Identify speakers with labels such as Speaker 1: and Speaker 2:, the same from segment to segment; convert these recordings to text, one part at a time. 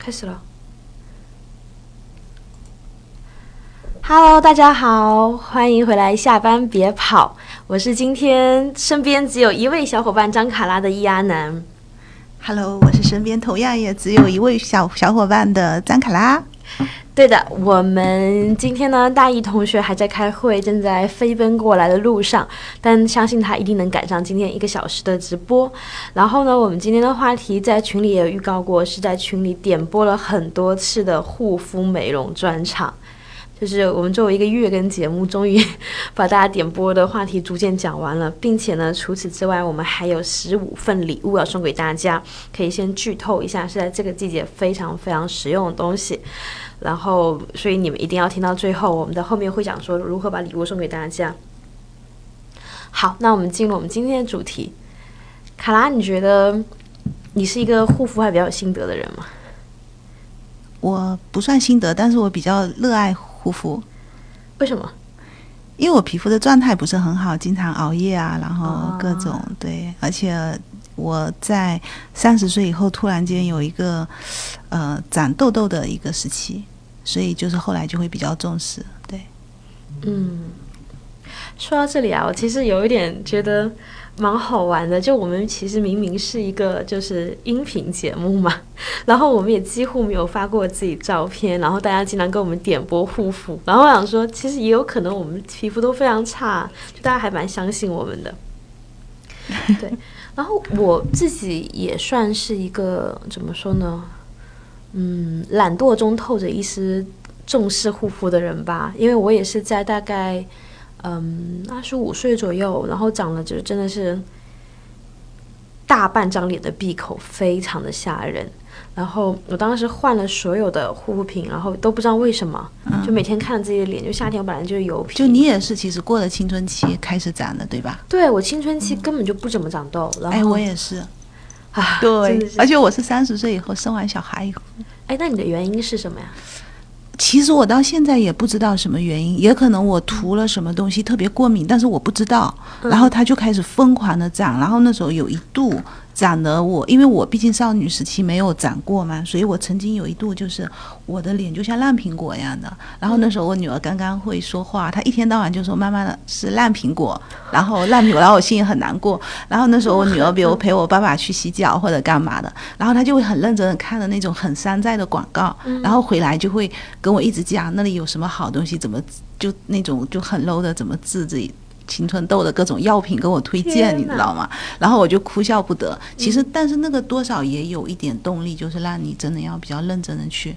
Speaker 1: 开始了。Hello，大家好，欢迎回来。下班别跑，我是今天身边只有一位小伙伴张卡拉的易阿南。
Speaker 2: Hello，我是身边同样也只有一位小小伙伴的张卡拉。
Speaker 1: 对的，我们今天呢，大一同学还在开会，正在飞奔过来的路上，但相信他一定能赶上今天一个小时的直播。然后呢，我们今天的话题在群里也有预告过，是在群里点播了很多次的护肤美容专场。就是我们作为一个月更节目，终于把大家点播的话题逐渐讲完了，并且呢，除此之外，我们还有十五份礼物要送给大家，可以先剧透一下，是在这个季节非常非常实用的东西。然后，所以你们一定要听到最后，我们的后面会讲说如何把礼物送给大家。好，那我们进入我们今天的主题。卡拉，你觉得你是一个护肤还比较有心得的人吗？
Speaker 2: 我不算心得，但是我比较热爱护肤，
Speaker 1: 为什么？
Speaker 2: 因为我皮肤的状态不是很好，经常熬夜啊，然后
Speaker 1: 哦
Speaker 2: 各种、对，而且我在三十岁以后突然间有一个呃长痘痘的一个时期，所以就是后来就会比较重视。对，
Speaker 1: 嗯，说到这里啊，我其实有一点觉得蛮好玩的。就我们其实明明是一个就是音频节目嘛， 然后我们也几乎没有发过自己照片，然后大家经常跟我们点播护肤，然后我想说，其实也有可能我们皮肤都非常差，就大家还蛮相信我 们的。对，然后我自己也算是一个怎么说呢？嗯，懒惰中透着一丝重视护肤的人吧，因为我也是在大概嗯二十五岁左右，然后长了就是真的是大半张脸的闭口，非常的吓人。然后我当时换了所有的护肤品，然后都不知道为什么，就每天看着自己的脸，就夏天我本来就是油皮，
Speaker 2: 嗯就你也是，其实过了青春期开始长的，对吧？
Speaker 1: 对我青春期根本就不怎么长痘，然后
Speaker 2: 嗯哎，我也是，
Speaker 1: 啊，真的
Speaker 2: 对，
Speaker 1: 是
Speaker 2: 而且我是三十岁以后生完小孩以后。
Speaker 1: 哎，那你的原因是什么呀？
Speaker 2: 其实我到现在也不知道什么原因，也可能我涂了什么东西特别过敏，但是我不知道，然后它就开始疯狂的长，然后那时候有一度长得我，因为我毕竟少女时期没有长过嘛，所以我曾经有一度就是我的脸就像烂苹果一样的，然后那时候我女儿刚刚会说话，她一天到晚就说妈妈是烂苹果，然后烂苹果，然后我心里很难过，然后那时候我女儿比如陪我爸爸去洗脚或者干嘛的，然后她就会很认真的看着那种很山寨的广告，
Speaker 1: 嗯
Speaker 2: 然后回来就会跟我一直讲那里有什么好东西，怎么就那种就很 low 的怎么治自己。青春痘的各种药品跟我推荐，
Speaker 1: 天
Speaker 2: 你
Speaker 1: 哪嗯
Speaker 2: 知道吗？然后我就哭笑不得。其实，但是那个多少也有一点动力，就是让你真的要比较认真的去。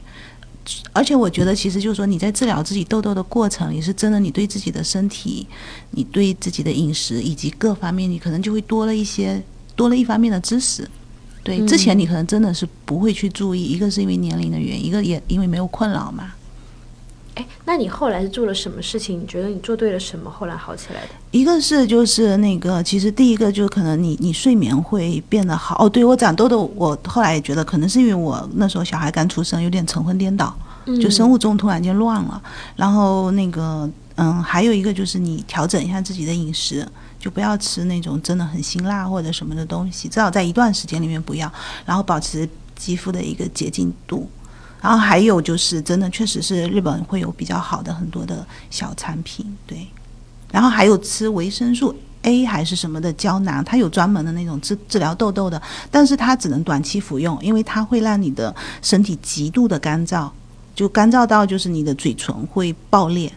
Speaker 2: 而且我觉得，其实就是说你在治疗自己痘痘的过程里，是真的你对自己的身体、你对自己的饮食以及各方面，你可能就会多了一些多了一方面的知识。对，之前你可能真的是不会去注意，一个是因为年龄的原因，一个也因为没有困扰嘛。
Speaker 1: 哎，那你后来是做了什么事情？你觉得你做对了什么，后来好起来的？
Speaker 2: 一个是就是那个，其实第一个就是可能你你睡眠会变得好哦。对我长痘痘，我后来也觉得可能是因为我那时候小孩刚出生，有点晨昏颠倒，
Speaker 1: 嗯
Speaker 2: 就生物钟突然间乱了。然后那个嗯，还有一个就是你调整一下自己的饮食，就不要吃那种真的很辛辣或者什么的东西，至少在一段时间里面不要，然后保持肌肤的一个洁净度。然后还有就是，真的确实是日本会有比较好的很多的小产品，对。然后还有吃维生素 A 还是什么的胶囊，它有专门的那种治治疗痘痘的，但是它只能短期服用，因为它会让你的身体极度的干燥，就干燥到就是你的嘴唇会爆裂，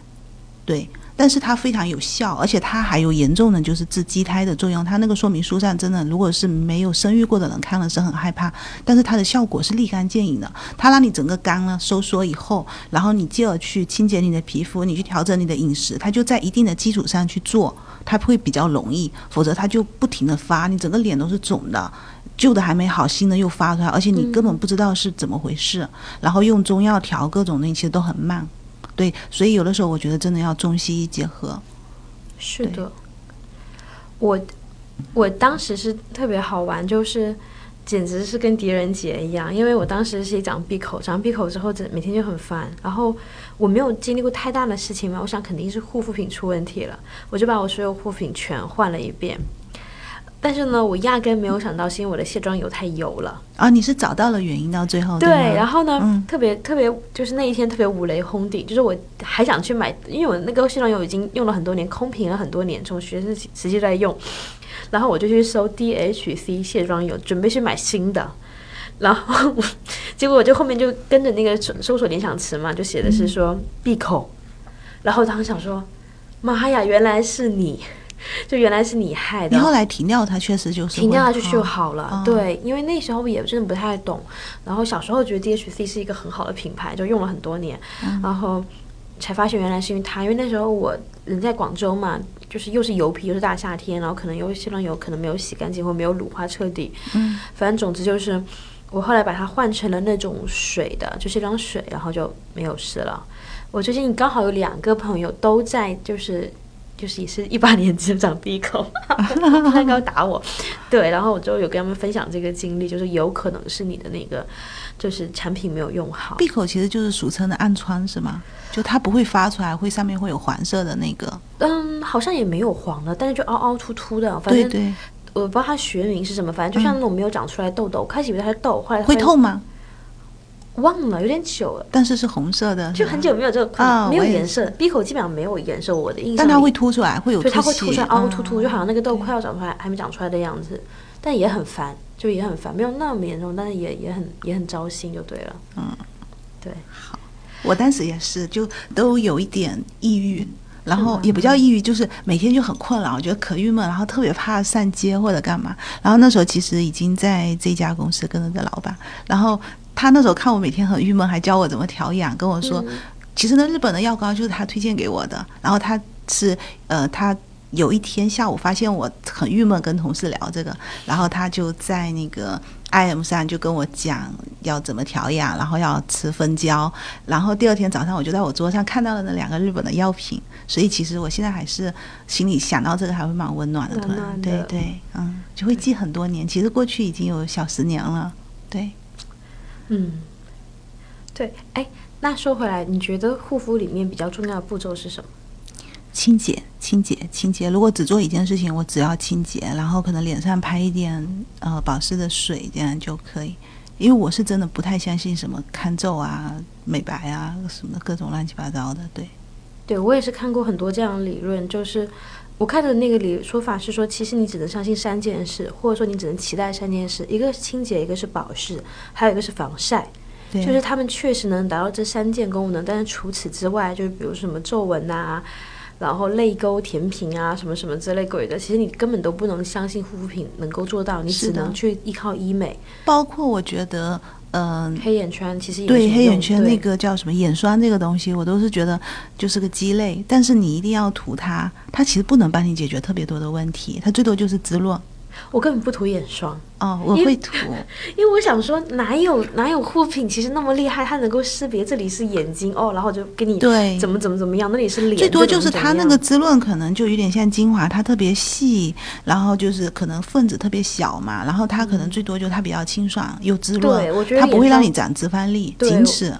Speaker 2: 对。但是它非常有效，而且它还有严重的就是治畸胎的作用。它那个说明书上真的，如果是没有生育过的人看了是很害怕，但是它的效果是立竿见影的。它让你整个肝呢收缩以后，然后你进而去清洁你的皮肤，你去调整你的饮食，它就在一定的基础上去做，它会比较容易，否则它就不停的发，你整个脸都是肿的。旧的还没好，新的又发出来，而且你根本不知道是怎么回事，然后用中药调各种东西其实都很慢，对，所以有的时候我觉得真的要中西医结合，
Speaker 1: 是
Speaker 2: 对
Speaker 1: 的，我我当时是特别好玩，就是简直是跟狄仁杰一样，因为我当时是一长闭口，长闭口之后，整每天就很烦。然后我没有经历过太大的事情嘛，我想肯定是护肤品出问题了，我就把我所有护肤品全换了一遍。但是呢，我压根没有想到是因为我的卸妆油太油了。
Speaker 2: 啊，你是找到了原因到最后
Speaker 1: 对，
Speaker 2: 吗
Speaker 1: 然后呢，
Speaker 2: 嗯
Speaker 1: 特别特别就是那一天特别五雷轰顶，就是我还想去买，因为我那个卸妆油已经用了很多年，空瓶了很多年，从学生时期在用，然后我就去搜 DHC 卸妆油，准备去买新的。然后 我，结果我就后面就跟着那个搜搜索联想词嘛，就写的
Speaker 2: 嗯
Speaker 1: 是说闭口，然后当时想说，妈呀，原来是你，就原来是你害的。
Speaker 2: 你后来停掉它，确实就是
Speaker 1: 停掉下去就
Speaker 2: 就
Speaker 1: 好了。
Speaker 2: 嗯
Speaker 1: 对，因为那时候也真的不太懂，然后小时候觉得 DHC 是一个很好的品牌，就用了很多年，
Speaker 2: 嗯
Speaker 1: 然后才发现原来是因为它，因为那时候我人在广州嘛。就是又是油皮又是大夏天，然后可能又卸妆油可能没有洗干净或没有乳化彻底，
Speaker 2: 嗯，
Speaker 1: 反正总之就是我后来把它换成了那种水的，就卸妆水，然后就没有事了。我最近刚好有两个朋友都在就是就是也是一把年纪长鼻孔，他 刚打我，对，然后我就有跟他们分享这个经历，就是有可能是你的那个就是产品没有用好，
Speaker 2: 闭口其实就是俗称的暗疮是吗？就它不会发出来，会上面会有黄色的那个，
Speaker 1: 嗯，好像也没有黄的，但是就凹凹凸凸的，反
Speaker 2: 对
Speaker 1: 正
Speaker 2: 对，
Speaker 1: 我不知道它学名是什么，反正就像那种没有长出来痘痘，我开始以为它是痘，后来
Speaker 2: 会
Speaker 1: 发现
Speaker 2: 痛，吗？
Speaker 1: 忘了有点久了。
Speaker 2: 但是是红色的，
Speaker 1: 就很久没有这个困扰，
Speaker 2: 啊
Speaker 1: 没有
Speaker 2: 我也
Speaker 1: 颜色，闭口基本上没有颜色。我的印象里，
Speaker 2: 但它会凸出来，会有
Speaker 1: 对，它会
Speaker 2: 血
Speaker 1: 凸出来，凹凹凸凸，
Speaker 2: 嗯
Speaker 1: 就好像那个痘快要长出来还没长出来的样子，但也很烦，就也很烦，没有那么严重，但是也也很也很糟心，就对了。
Speaker 2: 嗯，
Speaker 1: 对，
Speaker 2: 我当时也是，就都有一点抑郁，然后也不叫抑郁，就是每天就很困扰，我觉得可郁闷，然后特别怕上街或者干嘛。然后那时候其实已经在这家公司跟着这老板，然后他那时候看我每天很郁闷，还教我怎么调养，跟我说，其实那日本的药膏就是他推荐给我的，然后他是呃他。有一天下午发现我很郁闷，跟同事聊这个，然后他就在那个 I M 上就跟我讲要怎么调养，然后要吃蜂胶，然后第二天早上我就在我桌上看到了那两个日本的药品，所以其实我现在还是心里想到这个还会蛮温暖的，突
Speaker 1: 暖
Speaker 2: 然
Speaker 1: 暖
Speaker 2: 对
Speaker 1: 的
Speaker 2: 对，嗯，就会记很多年，其实过去已经有小十年了，对。
Speaker 1: 嗯，对，哎，那说回来，你觉得护肤里面比较重要的步骤是什么？
Speaker 2: 清洁，清洁，清洁。如果只做一件事情，我只要清洁，然后可能脸上拍一点呃保湿的水，这样就可以。因为我是真的不太相信什么抗皱啊、美白啊什么各种乱七八糟的。对，
Speaker 1: 对我也是看过很多这样的理论，就是。我看的那个理说法是说，其实你只能相信三件事，或者说你只能期待三件事：一个是清洁，一个是保湿，还有一个是防晒。
Speaker 2: 对
Speaker 1: 就是他们确实能达到这三件功能，但是除此之外，就是比如什么皱纹啊，然后泪沟填平啊，什么什么之类鬼的，其实你根本都不能相信护肤品能够做到，你
Speaker 2: 是
Speaker 1: 只
Speaker 2: 的
Speaker 1: 能去依靠医美。
Speaker 2: 包括我觉得，嗯、
Speaker 1: 黑眼圈其实也
Speaker 2: 对
Speaker 1: 没
Speaker 2: 黑眼
Speaker 1: 用
Speaker 2: 圈
Speaker 1: 对
Speaker 2: 那个叫什么眼霜这个东西，我都是觉得就是个鸡肋，但是你一定要涂它，它其实不能帮你解决特别多的问题，它最多就是滋润。
Speaker 1: 我根本不涂眼霜，
Speaker 2: 哦，我
Speaker 1: 因
Speaker 2: 会
Speaker 1: 为
Speaker 2: 涂，
Speaker 1: 因为我想说哪有哪有护肤品其实那么厉害，它能够识别这里是眼睛哦，然后就给你
Speaker 2: 对
Speaker 1: 怎么怎么怎么样，那里是脸，
Speaker 2: 最多
Speaker 1: 这
Speaker 2: 就
Speaker 1: 怎么
Speaker 2: 是
Speaker 1: 怎么
Speaker 2: 它那
Speaker 1: 样
Speaker 2: 个滋润可能就有点像精华，它特别细，然后就是可能分子特别小嘛，然后它可能最多就它比较清爽又滋润，
Speaker 1: 嗯对我觉得
Speaker 2: 它不
Speaker 1: 眼
Speaker 2: 会让
Speaker 1: 霜
Speaker 2: 你长脂肪粒，
Speaker 1: 对
Speaker 2: 仅此。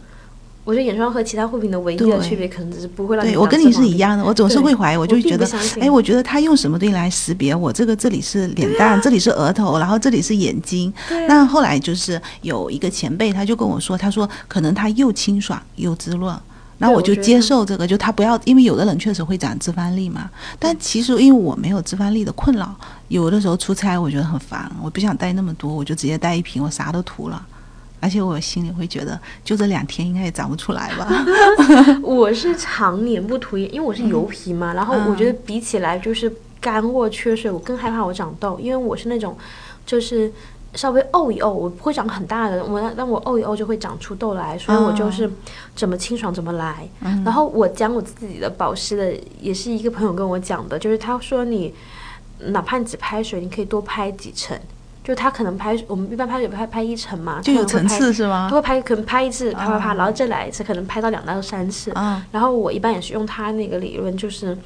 Speaker 1: 我觉得眼霜和其他护肤品的唯一的
Speaker 2: 对
Speaker 1: 区别，可能只是不会让你
Speaker 2: 对我
Speaker 1: 长
Speaker 2: 跟
Speaker 1: 脂
Speaker 2: 你是
Speaker 1: 肪
Speaker 2: 一
Speaker 1: 粒
Speaker 2: 样的，我总是
Speaker 1: 对
Speaker 2: 会怀疑，我
Speaker 1: 我
Speaker 2: 就会
Speaker 1: 并
Speaker 2: 觉
Speaker 1: 不
Speaker 2: 得
Speaker 1: 相，信
Speaker 2: 哎，我觉得他用什么东西来识别我这个这里是脸蛋，这里是额头，然后这里是眼睛。
Speaker 1: 对啊
Speaker 2: 那后来就是有一个前辈，他就跟我说，他说可能他又清爽又滋润。那
Speaker 1: 对
Speaker 2: 我
Speaker 1: 我
Speaker 2: 就
Speaker 1: 觉得
Speaker 2: 接
Speaker 1: 他
Speaker 2: 受这个，就他不要，因为有的人确实会长脂肪粒嘛。
Speaker 1: 嗯
Speaker 2: 但其实因为我没有脂肪粒的困扰，有的时候出差我觉得很烦，我不想带那么多，我就直接带一瓶，我啥都涂了。而且我心里会觉得，就这两天应该也长不出 来吧。
Speaker 1: 我是常年不涂眼，因为我是油皮嘛，然后我觉得比起来就是干或缺水，我更害怕我长痘，因为我是那种就是稍微沤一沤，我不会长很大的，我让我沤一沤就会长出痘来，所以我就是怎么清爽怎么来。然后我讲我自己的保湿的，也是一个朋友跟我讲的，就是他说你哪怕你只拍水，你可以多拍几层。就他可能拍，我们一般拍水拍拍一层嘛，
Speaker 2: 就
Speaker 1: 他
Speaker 2: 有
Speaker 1: 可
Speaker 2: 层
Speaker 1: 能会拍
Speaker 2: 次是吗
Speaker 1: 他？会拍，可能拍一次，啪啪啪，
Speaker 2: 啊
Speaker 1: 然后再来一次，可能拍到两到三次。
Speaker 2: 啊，
Speaker 1: 然后我一般也是用他那个理论，就是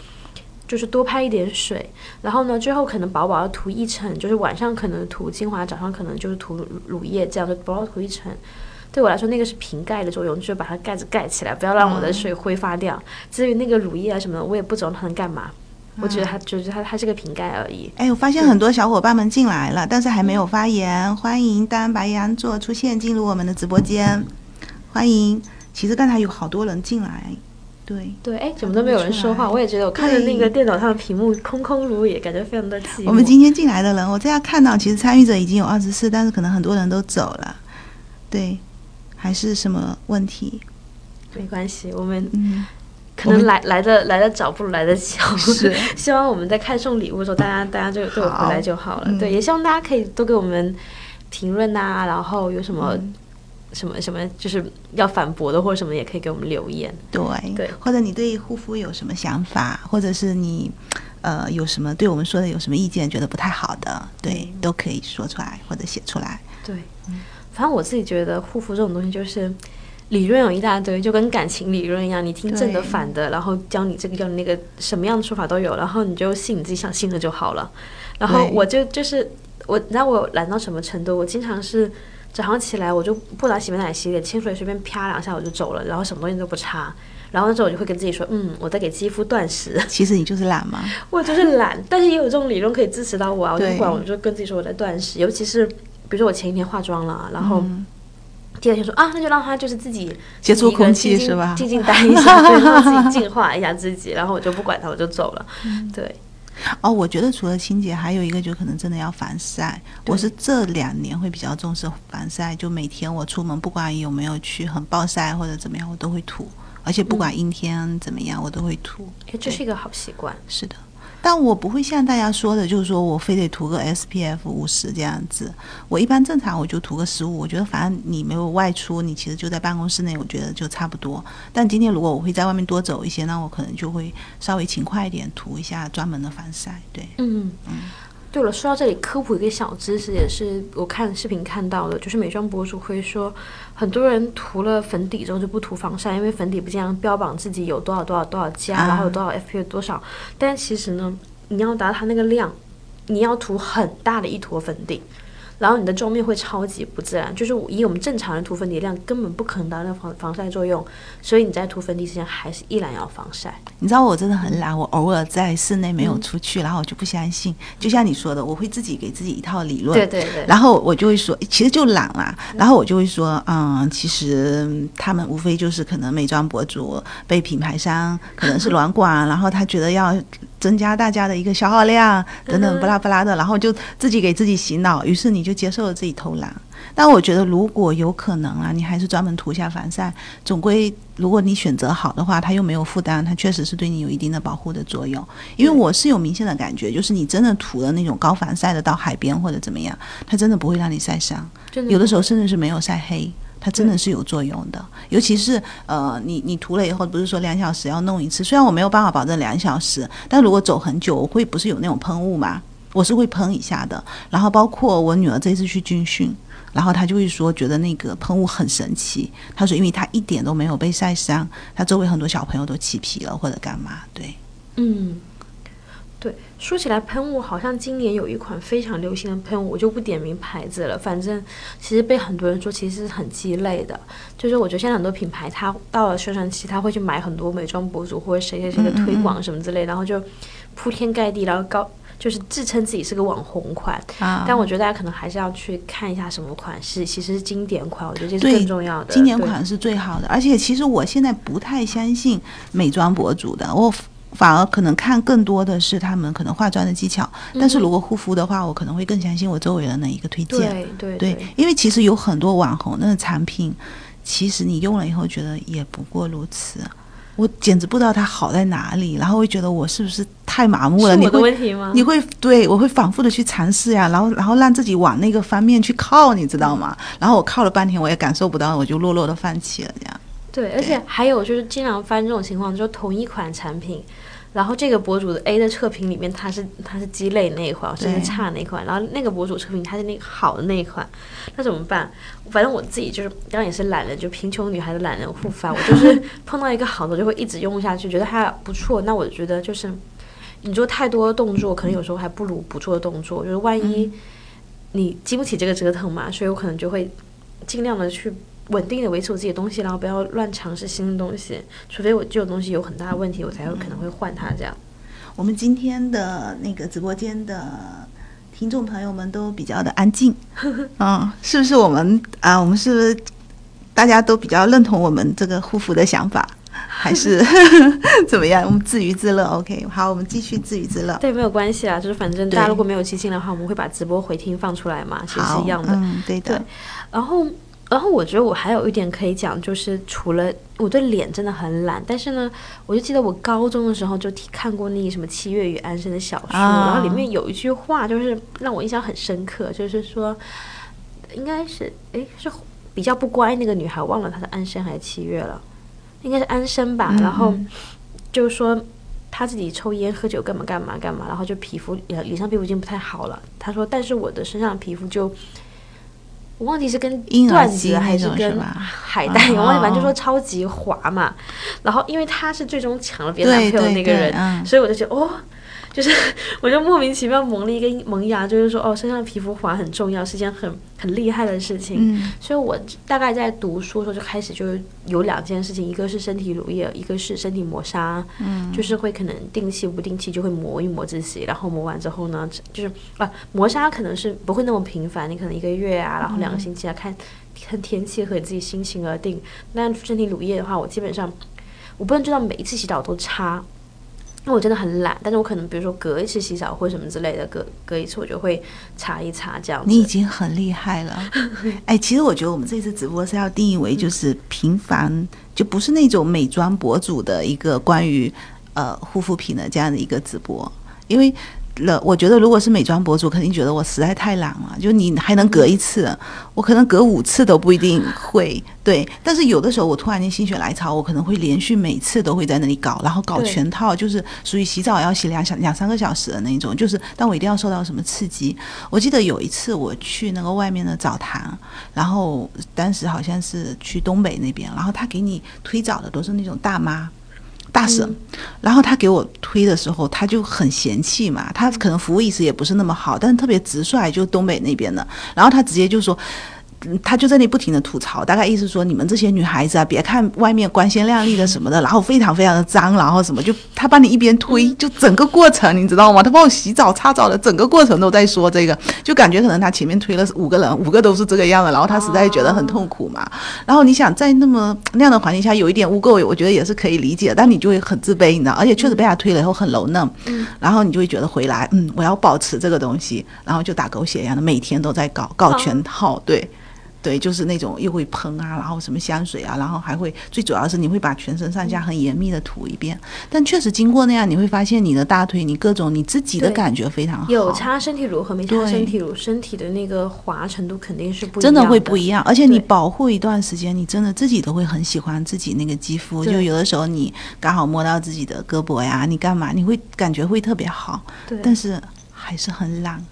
Speaker 1: 就是多拍一点水，然后呢，最后可能薄薄的涂一层，就是晚上可能涂精华，早上可能就是涂乳乳液，这样就薄薄涂一层。对我来说，那个是瓶盖的作用，就是把它盖子盖起来，不要让我的水挥发掉。至于那个乳液啊什么的，我也不知道它能干嘛。
Speaker 2: 嗯
Speaker 1: 我觉得他就是他，他是个瓶盖而已。
Speaker 2: 哎，我发现很多小伙伴们进来了，但是还没有发言。欢迎丹白羊座出现进入我们的直播间，欢迎。其实刚才有好多人进来，对，
Speaker 1: 对，哎，怎么都没有人说话，我也觉得我看着那个电脑上的屏幕空空如也，感觉非常的寂寞。
Speaker 2: 我们今天进来的人，我这样看到，其实参与者已经有二十四，但是可能很多人都走了，对，还是什么问题？
Speaker 1: 没关系，我们
Speaker 2: 嗯。
Speaker 1: 可能来来的来的早不如来的巧，
Speaker 2: 是
Speaker 1: 希望我们在看送礼物的时候，大家大家就对我回来就好了。
Speaker 2: 嗯
Speaker 1: 对，也希望大家可以多给我们评论呐、然后有什么、
Speaker 2: 嗯
Speaker 1: 什么什么就是要反驳的或者什么，也可以给我们留言。
Speaker 2: 对，
Speaker 1: 对
Speaker 2: 或者你对护肤有什么想法，或者是你，呃，有什么对我们说的有什么意见，觉得不太好的，对，都可以说出来或者写出来。
Speaker 1: 对，反正我自己觉得护肤这种东西就是理论有一大堆，就跟感情理论一样，你听正的
Speaker 2: 对
Speaker 1: 反的，然后教你这个教你那个，什么样的说法都有，然后你就信你自己想信的就好了。然后
Speaker 2: 对
Speaker 1: 我就就是我，你知道我懒到什么程度？我经常是。早上起来我就不拿洗面奶洗脸，清水随便啪两下我就走了，然后什么东西都不擦。然后那时候我就会跟自己说，嗯，我在给肌肤断食。
Speaker 2: 其实你就是懒嘛，
Speaker 1: 我就是懒，但是也有这种理论可以支持到我啊。我就不
Speaker 2: 对
Speaker 1: 管，我就跟自己说我在断食，尤其是比如说我前一天化妆了啊，然
Speaker 2: 嗯
Speaker 1: 后第二天说啊，那就让它就是自己
Speaker 2: 接触
Speaker 1: 自己一个人
Speaker 2: 空气
Speaker 1: 静静
Speaker 2: 是吧
Speaker 1: 静静待一下，对，让自己净化一下自己，然后我就不管它，我就走了。
Speaker 2: 嗯
Speaker 1: 对，
Speaker 2: 哦，我觉得除了清洁，还有一个就可能真的要防晒。我是这两年会比较重视防晒，就每天我出门不管有没有去很暴晒或者怎么样，我都会涂，而且不管阴天怎么样，我都会涂。
Speaker 1: 哎这是一个好习惯。
Speaker 2: 是的，但我不会像大家说的，就是说我非得涂个 SPF 五十这样子。我一般正常我就涂个十五，我觉得反正你没有外出，你其实就在办公室内，我觉得就差不多。但今天如果我会在外面多走一些，那我可能就会稍微勤快一点，涂一下专门的防晒。对，
Speaker 1: 嗯，对了，说到这里，科普一个小知识，也是我看视频看到的，就是美妆博主会说，很多人涂了粉底之后就不涂防晒，因为粉底不经常标榜自己有多少多少多少加，
Speaker 2: 啊
Speaker 1: 然后有多少 FP 多少，但其实呢，你要达到它那个量，你要涂很大的一坨粉底。然后你的妆面会超级不自然，就是以我们正常人涂粉底量根本不可能达到那个防防晒作用，所以你在涂粉底之前还是依然要防晒。
Speaker 2: 你知道我真的很懒，我偶尔在室内没有出去，然后我就不相信，就像你说的，我会自己给自己一套理论，
Speaker 1: 对对对
Speaker 2: 然后我就会说，其实就懒啦，然后我就会说，嗯，其实嗯他们无非就是可能美妆博主被品牌商可能是软管，啊然后他觉得要增加大家的一个消耗量等等不拉不拉的，然后就自己给自己洗脑，于是你就接受了自己偷懒。但我觉得，如果有可能啊，你还是专门涂一下防晒，总归如果你选择好的话，它又没有负担，它确实是对你有一定的保护的作用。因为我是有明显的感觉，就是你真的涂了那种高防晒的到海边或者怎么样，它真的不会让你晒伤，
Speaker 1: 真的
Speaker 2: 有的时候甚至是没有晒黑。它真
Speaker 1: 对
Speaker 2: 的是有作用的，尤其是呃，你你涂了以后，不是说两小时要弄一次，虽然我没有办法保证两小时，但如果走很久，我会不是有那种喷雾嘛，我是会喷一下的。然后包括我女儿这次去军训，然后她就会说觉得那个喷雾很神奇，她说因为她一点都没有被晒伤，她周围很多小朋友都起皮了或者干嘛，对。
Speaker 1: 嗯，对，说起来喷雾，好像今年有一款非常流行的喷雾，我就不点名牌子了。反正其实被很多人说其实是很鸡肋的，就是我觉得现在很多品牌，它到了宣传期，他会去买很多美妆博主或者谁谁谁
Speaker 2: 嗯
Speaker 1: 的推广什么之类，然后就铺天盖地，然后高就是自称自己是个网红款。
Speaker 2: 啊
Speaker 1: 但我觉得大家可能还是要去看一下什么款式，其实是经典款，我觉得这是
Speaker 2: 对
Speaker 1: 更重要的。
Speaker 2: 经典
Speaker 1: 对
Speaker 2: 款是最好的。而且其实我现在不太相信美妆博主的，我反反而可能看更多的是他们可能化妆的技巧。
Speaker 1: 嗯
Speaker 2: 但是如果护肤的话，我可能会更相信我周围人的一个推荐。
Speaker 1: 对对
Speaker 2: 对，因为其实有很多网红的产品，其实你用了以后觉得也不过如此。我简直不知道它好在哪里，然后会觉得我是不是太麻木了？
Speaker 1: 是
Speaker 2: 你
Speaker 1: 我的
Speaker 2: 会
Speaker 1: 问题吗？
Speaker 2: 你会对我会反复的去尝试呀、然后然后让自己往那个方面去靠，你知道吗？然后我靠了半天，我也感受不到，我就落落的放弃了，这样。
Speaker 1: 对，而且还有就是经常发生这种情况，就是同一款产品，然后这个博主的 A 的测评里面它是它是鸡肋那一款，甚至
Speaker 2: 对
Speaker 1: 差那一款，然后那个博主测评它是那个好的那一款，那怎么办？反正我自己就是，当然也是懒人，就贫穷女孩的懒人护肤啊，我就是碰到一个好的我就会一直用下去，觉得它不错，那我觉得就是你做太多动作，可能有时候还不如不做动作，就是万一你经不起这个折腾嘛，所以我可能就会尽量的去稳定的维持我自己的东西，然后不要乱尝试新的东东西，除非我这种东西有很大的问题，我才会可能会换它这样。
Speaker 2: 我们今天的那个直播间的听众朋友们都比较的安 静，嗯，是不是我们啊？我们是不是大家都比较认同我们这个护肤的想法，还 是怎么样？我们自娱自乐，OK？好，我们继续自娱自乐。
Speaker 1: 对，没有关系啊，就是反正大家
Speaker 2: 对
Speaker 1: 如果没有记性的话，我们会把直播回听放出来嘛，其实是
Speaker 2: 好，
Speaker 1: 一样的。
Speaker 2: 嗯，对的
Speaker 1: 对，然后，然后我觉得我还有一点可以讲，就是除了我对脸真的很懒，但是呢，我就记得我高中的时候就提看过那个什么《七月与安生》的小说，
Speaker 2: 啊
Speaker 1: 然后里面有一句话就是让我印象很深刻，就是说，应该是诶是比较不乖那个女孩，忘了她是安生还是七月了，应该是安生
Speaker 2: 嗯
Speaker 1: 吧，啊然后就说。她自己抽烟喝酒干嘛干嘛干嘛，然后就皮肤呃脸脸上皮肤已经不太好了。她说，但是我的身上皮肤就我忘记是跟
Speaker 2: 嗯婴儿
Speaker 1: 段
Speaker 2: 肌
Speaker 1: 子
Speaker 2: 那
Speaker 1: 还是
Speaker 2: 种是
Speaker 1: 跟
Speaker 2: 吧
Speaker 1: 海带，我忘记，
Speaker 2: 哦
Speaker 1: 反正就说超级滑嘛。然后因为他是最终抢了别人男
Speaker 2: 对
Speaker 1: 朋友
Speaker 2: 对
Speaker 1: 那个
Speaker 2: 对，
Speaker 1: 人，
Speaker 2: 嗯，
Speaker 1: 所以我就觉得哦，就是我就莫名其妙萌了一个萌芽，就是说哦，身上皮肤滑很重要，是件很很厉害的事情。
Speaker 2: 嗯
Speaker 1: 所以我大概在读书的时候就开始就是有两件事情，一个是身体乳液，一个是身体磨砂，
Speaker 2: 嗯，
Speaker 1: 就是会可能定期不定期就会磨一磨自己，然后磨完之后呢，就是啊磨砂可能是不会那么频繁，你可能一个月啊，然后
Speaker 2: 嗯
Speaker 1: 两个星期啊，看看天气和你自己心情而定。那身体乳液的话，我基本上我不能做到每一次洗澡都擦，因为我真的很懒，但是我可能比如说隔一次洗澡或什么之类的，隔隔一次我就会擦一擦这样
Speaker 2: 你已
Speaker 1: 子。
Speaker 2: 经很厉害了。 哎，其实我觉得我们这次直播是要定义
Speaker 1: 嗯
Speaker 2: 为就是平凡，就不是那种美妆博主的一个关于呃护肤品的这样的一个直播，因为。了，我觉得如果是美妆博主，肯定觉得我实在太懒了。就你还能隔一次，我可能隔五次都不一定会对。但是有的时候我突然间心血来潮，我可能会连续每次都会在那里搞，然后搞
Speaker 1: 对
Speaker 2: 全套，就是属于洗澡要洗两小两三个小时的那种。就是，但我一定要受到什么刺激。我记得有一次我去那个外面的澡堂，然后当时好像是去东北那边，然后他给你推澡的都是那种大妈。大婶，然后他给我推的时候，他就很嫌弃嘛，他可能服务意识也不是那么好，但是特别直率，就东北那边的。然后他直接就说，嗯他就在那不停的吐槽，大概意思说你们这些女孩子啊，别看外面光鲜亮丽的什么的，然后非常非常的脏，然后什么就他帮你一边推，就整个过程你知道吗？他帮我洗澡、擦澡的整个过程都在说这个，就感觉可能他前面推了五个人，五个都是这个样的，然后他实在觉得很痛苦嘛。然后你想在那么那样的环境下有一点污垢，我觉得也是可以理解，但你就会很自卑，你知道，而且确实被他推了以后很柔嫩，然后你就会觉得回来，嗯，我要保持这个东西，然后就打狗血一样的，每天都在搞搞全套，对。对，就是那种又会喷啊，然后什么香水啊，然后还会最主要是你会把全身上下很严密的涂一遍，但确实经过那样，你会发现你的大腿，你各种你自己的
Speaker 1: 对
Speaker 2: 感觉非常好，
Speaker 1: 有擦身体乳和没擦
Speaker 2: 对
Speaker 1: 身体乳，身体的那个滑程度肯定是不一样
Speaker 2: 真
Speaker 1: 的
Speaker 2: 的会不一样。而且你
Speaker 1: 对
Speaker 2: 保护一段时间，你真的自己都会很喜欢自己那个肌肤。
Speaker 1: 对
Speaker 2: 就有的时候你刚好摸到自己的胳膊呀，你干嘛，你会感觉会特别好，
Speaker 1: 对，
Speaker 2: 但是还是很懒。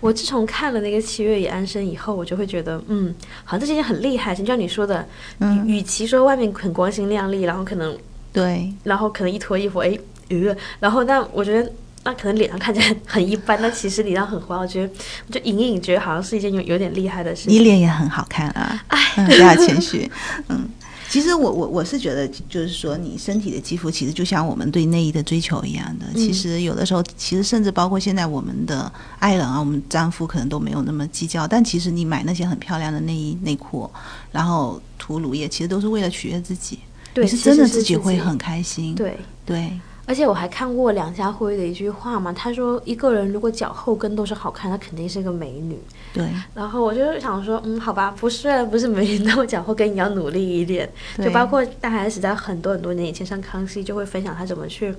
Speaker 1: 我自从看了那个《七月与安生》以后，我就会觉得，嗯，好像这是一件很厉害的事情。就像你说的，
Speaker 2: 嗯
Speaker 1: 与与其说外面很光鲜亮丽，然后可能，
Speaker 2: 对，
Speaker 1: 然后可能一脱衣服，哎，呃，然后那我觉得。那可能脸上看起来 很一般，但其实脸上很滑，我觉得我就隐隐觉得好像是一件有有点厉害的事
Speaker 2: 你
Speaker 1: 情。
Speaker 2: 脸也很好看啊，
Speaker 1: 哎
Speaker 2: 嗯，不要谦虚，嗯。其实我我我是觉得，就是说你身体的肌肤，其实就像我们对内衣的追求一样的。
Speaker 1: 嗯
Speaker 2: 其实有的时候，其实甚至包括现在我们的爱人啊，我们丈夫可能都没有那么计较。但其实你买那些很漂亮的内衣内裤，然后涂乳液，其实都是为了取悦自己。
Speaker 1: 对，
Speaker 2: 你是
Speaker 1: 其
Speaker 2: 真
Speaker 1: 实
Speaker 2: 的
Speaker 1: 是自
Speaker 2: 己会很开心。
Speaker 1: 对。
Speaker 2: 对
Speaker 1: 而且我还看过梁家辉的一句话嘛，他说一个人如果脚后跟都是好看，她肯定是个美女。
Speaker 2: 对
Speaker 1: 然后我就想说，嗯，好吧，不是不是美女，那我脚后跟也要努力一点。
Speaker 2: 对
Speaker 1: 就包括大 S 在很多很多年以前上康熙就会分享她怎么去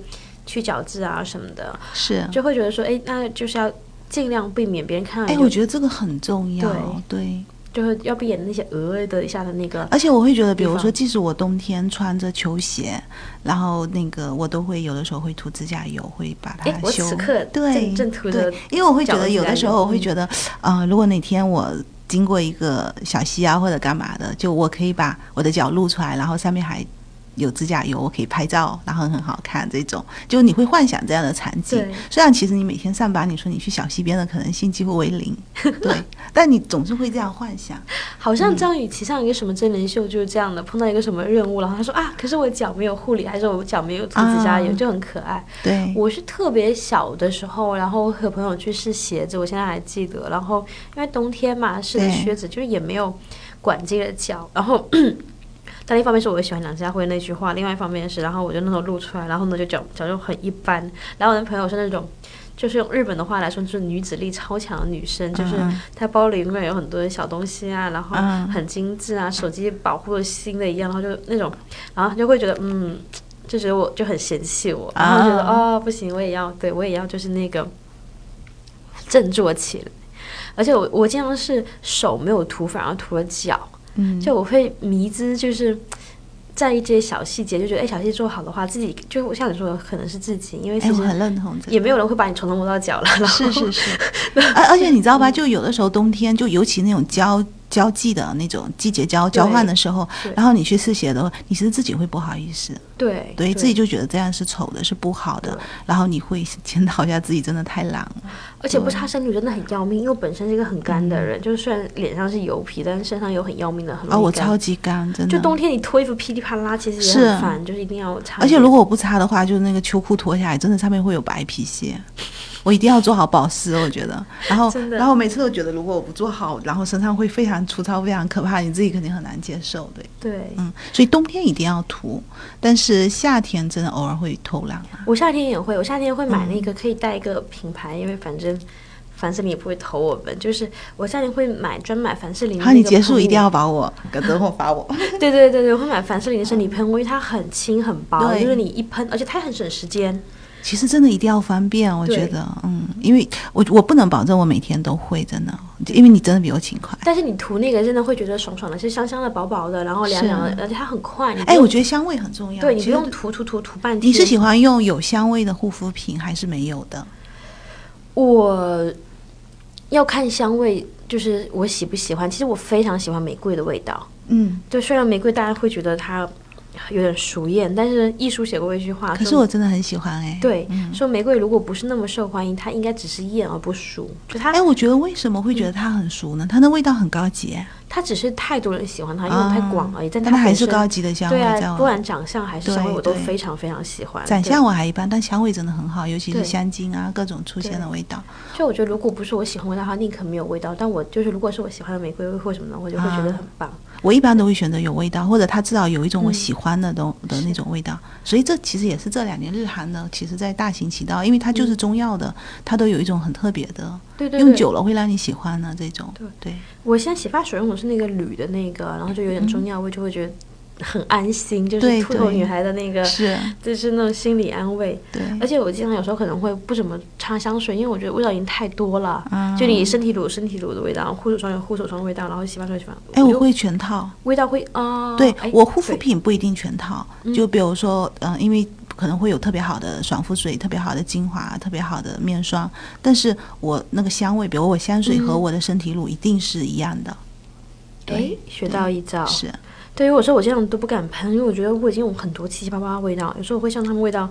Speaker 1: 去角质啊什么的，
Speaker 2: 是。
Speaker 1: 就会觉得说，哎，那就是要尽量避免别人看到
Speaker 2: 哎，
Speaker 1: 你
Speaker 2: 我
Speaker 1: 就
Speaker 2: 觉得这个很重要。对
Speaker 1: 就是要避免那些额外的一下的那个，
Speaker 2: 而且我会觉得，比如
Speaker 1: 地
Speaker 2: 说，
Speaker 1: 方
Speaker 2: 即使我冬天穿着球鞋，然后那个我都会有的时候会涂指甲油，会把它
Speaker 1: 哎，我
Speaker 2: 修。
Speaker 1: 此刻
Speaker 2: 对
Speaker 1: 正正涂着
Speaker 2: 对，因为我会觉得有的时候我会
Speaker 1: 得
Speaker 2: 觉得，呃，如果哪天我经过一个小溪啊或者干嘛的，就我可以把我的脚露出来，然后上面还。有指甲油，我可以拍照，然后很好看这种，就你会幻想这样的场景。虽然其实你每天上班，你说你去小溪边的可能性几乎为零，对， 但你总是会这样幻想。
Speaker 1: 好像张雨绮上一个什么真人秀就是这样的，碰到一个什么任务，然后她说啊，可是我脚没有护理，还是我脚没有涂指甲油，
Speaker 2: 啊
Speaker 1: 就很可爱。
Speaker 2: 对，
Speaker 1: 我是特别小的时候，然后和朋友去试鞋子，我现在还记得。然后因为冬天嘛，试的
Speaker 2: 对
Speaker 1: 靴子就是也没有管这个脚。然后， 但一方面是我喜欢梁家辉那句话，另外一方面是，然后我就那时候露出来，然后呢就脚脚就很一般。然后我的朋友是那种。就是用日本的话来说，就是女子力超强的女生，就是
Speaker 2: 嗯嗯
Speaker 1: 她包里永远有很多小东西啊，然后
Speaker 2: 嗯
Speaker 1: 很精致啊，手机保护的新的一样，然后就那种，然后就会觉得嗯，就觉得我就很嫌弃我，然后觉得
Speaker 2: 啊
Speaker 1: 哦不行，我也要，对我也要，就是那个振作起来。而且我我经常是手没有涂，反而涂了脚，
Speaker 2: 嗯，
Speaker 1: 就我会迷之，就是在意这些小细节，就觉得哎，小细做好的话，自己就像你说的，可能是自己，因为
Speaker 2: 哎，
Speaker 1: 其
Speaker 2: 我
Speaker 1: 实
Speaker 2: 很认同这个。
Speaker 1: 也没有人会把你从头摸到脚了。然后
Speaker 2: 是 是是，而而且你知道吧？就有的时候冬天，就尤其那种交交际的那种季节交交换的时候
Speaker 1: 对，
Speaker 2: 然后你去试鞋的话，你其实自己会不好意思，
Speaker 1: 对
Speaker 2: 对自己就觉得这样是丑的，是不好的，然后你会检讨一下自己真的太懒了。
Speaker 1: 而且不
Speaker 2: 嗯
Speaker 1: 擦身体真的很要命，因为我本身是一个很干的人，就是虽然脸上是油皮，但是身上有很要命的，很容
Speaker 2: 啊，
Speaker 1: 易
Speaker 2: 我
Speaker 1: 干
Speaker 2: 超级干，真
Speaker 1: 就冬
Speaker 2: 的。
Speaker 1: 天你脱衣服噼里啪啦，其实也
Speaker 2: 是
Speaker 1: 很烦，就是一定要擦一点。
Speaker 2: 而且如果我不擦的话，就是那个秋裤脱下来，真的上面会有白皮屑。我一定要做好保湿，我觉得。然后
Speaker 1: 真，的
Speaker 2: 然后每次都觉得，如果我不做好，然后身上会非常粗糙、非常可怕，你自己肯定很难接受，对。
Speaker 1: 对，
Speaker 2: 嗯，所以冬天一定要涂，但是夏天真的偶尔会偷懒啊。
Speaker 1: 我夏天也会，我夏天会买那
Speaker 2: 嗯
Speaker 1: 个可以带一个品牌，因为反正凡士林也不会投我们，就是我夏天会买专买凡士林的那
Speaker 2: 好，
Speaker 1: 个喷雾。
Speaker 2: 你结束一定要 把我，等会儿罚我。
Speaker 1: 对对对对，我会买凡士林的身体喷雾，因为它很轻很薄，
Speaker 2: 对
Speaker 1: 就是你一喷，而且它很省时间。
Speaker 2: 其实真的一定要方便，我觉
Speaker 1: 对
Speaker 2: 得，嗯，因为我我不能保证我每天都会，真的，因为你真的比我勤快。
Speaker 1: 但是你涂那个真的会觉得爽爽的，是香香的、薄薄的，然后凉凉的，而且它很快。你不
Speaker 2: 哎，
Speaker 1: 用
Speaker 2: 我觉得香味很重要。
Speaker 1: 对你
Speaker 2: 嗯其
Speaker 1: 不
Speaker 2: 实
Speaker 1: 用涂涂涂涂半天。
Speaker 2: 你是喜欢用有香味的护肤品还是没有的？
Speaker 1: 我要看香味，就是我喜不喜欢。其实我非常喜欢玫瑰的味道。
Speaker 2: 嗯，
Speaker 1: 对，虽然玫瑰大家会觉得它有点俗艳，但是艺术写过一句话，
Speaker 2: 可是
Speaker 1: 说
Speaker 2: 我真的很喜欢
Speaker 1: 啊
Speaker 2: 哎。。
Speaker 1: 对、说玫瑰如果不是那么受欢迎，它应该只是艳而不俗，就它、
Speaker 2: 哎，我觉得为什么会觉得它很熟呢？它那味道很高级哎，啊
Speaker 1: 它只是太多人喜欢它，因为哎太广而已，但
Speaker 2: 但它还
Speaker 1: 本
Speaker 2: 是
Speaker 1: 身
Speaker 2: 高级的香味
Speaker 1: 对
Speaker 2: 在
Speaker 1: 啊，
Speaker 2: 我
Speaker 1: 不管长相还是香味，
Speaker 2: 对
Speaker 1: 我都
Speaker 2: 对
Speaker 1: 非常非常喜欢。
Speaker 2: 长
Speaker 1: 对
Speaker 2: 相我还一般，但香味真的很好，尤其是
Speaker 1: 对
Speaker 2: 香精啊，各种出现
Speaker 1: 对
Speaker 2: 的味道。
Speaker 1: 就我觉得，如果不是我喜欢味道，它宁可没有味道。但我就是，如果是我喜欢的玫瑰或什么的，我就会觉得
Speaker 2: 啊
Speaker 1: 很棒。
Speaker 2: 我一般都会选择有味道，或者它至少有一
Speaker 1: 嗯
Speaker 2: 种我喜欢的东、的那种味道。所以这其实也是这两年日韩呢，其实在大行其道，因为它就是中药的，它都有一种很特别的，
Speaker 1: 嗯对对
Speaker 2: 用
Speaker 1: 对，
Speaker 2: 久了会让你喜欢的这种。
Speaker 1: 对
Speaker 2: 对，
Speaker 1: 我现在洗发水用的是那个铝的那个，然后就有点中药味，就会觉得很安心，就
Speaker 2: 嗯对
Speaker 1: 是秃头
Speaker 2: 对
Speaker 1: 女孩的那个，
Speaker 2: 是，
Speaker 1: 就是那种心理安慰。
Speaker 2: 对，
Speaker 1: 呃而且我经常有时候可能会不怎么擦香水，因为我觉得味道已经太多了。
Speaker 2: 嗯
Speaker 1: 就你身体乳有身体乳的味道，护手霜有护手霜的味道，然后洗发水有洗发水。
Speaker 2: 哎，
Speaker 1: 我
Speaker 2: 我
Speaker 1: 就
Speaker 2: 会全套。
Speaker 1: 味道会啊，
Speaker 2: 对
Speaker 1: 哎
Speaker 2: 我护肤
Speaker 1: 对
Speaker 2: 品不一定全套，就比如说，嗯、因为可能会有特别好的爽肤水、特别好的精华、特别好的面霜，但是我那个香味，比如我香水和
Speaker 1: 嗯
Speaker 2: 我的身体乳一定是一样的。
Speaker 1: 哎
Speaker 2: 对，
Speaker 1: 学到一招。
Speaker 2: 是，
Speaker 1: 对于我说，我这样都不敢喷，因为我觉得我已经有很多七七八八的味道，有时候我会像他们味道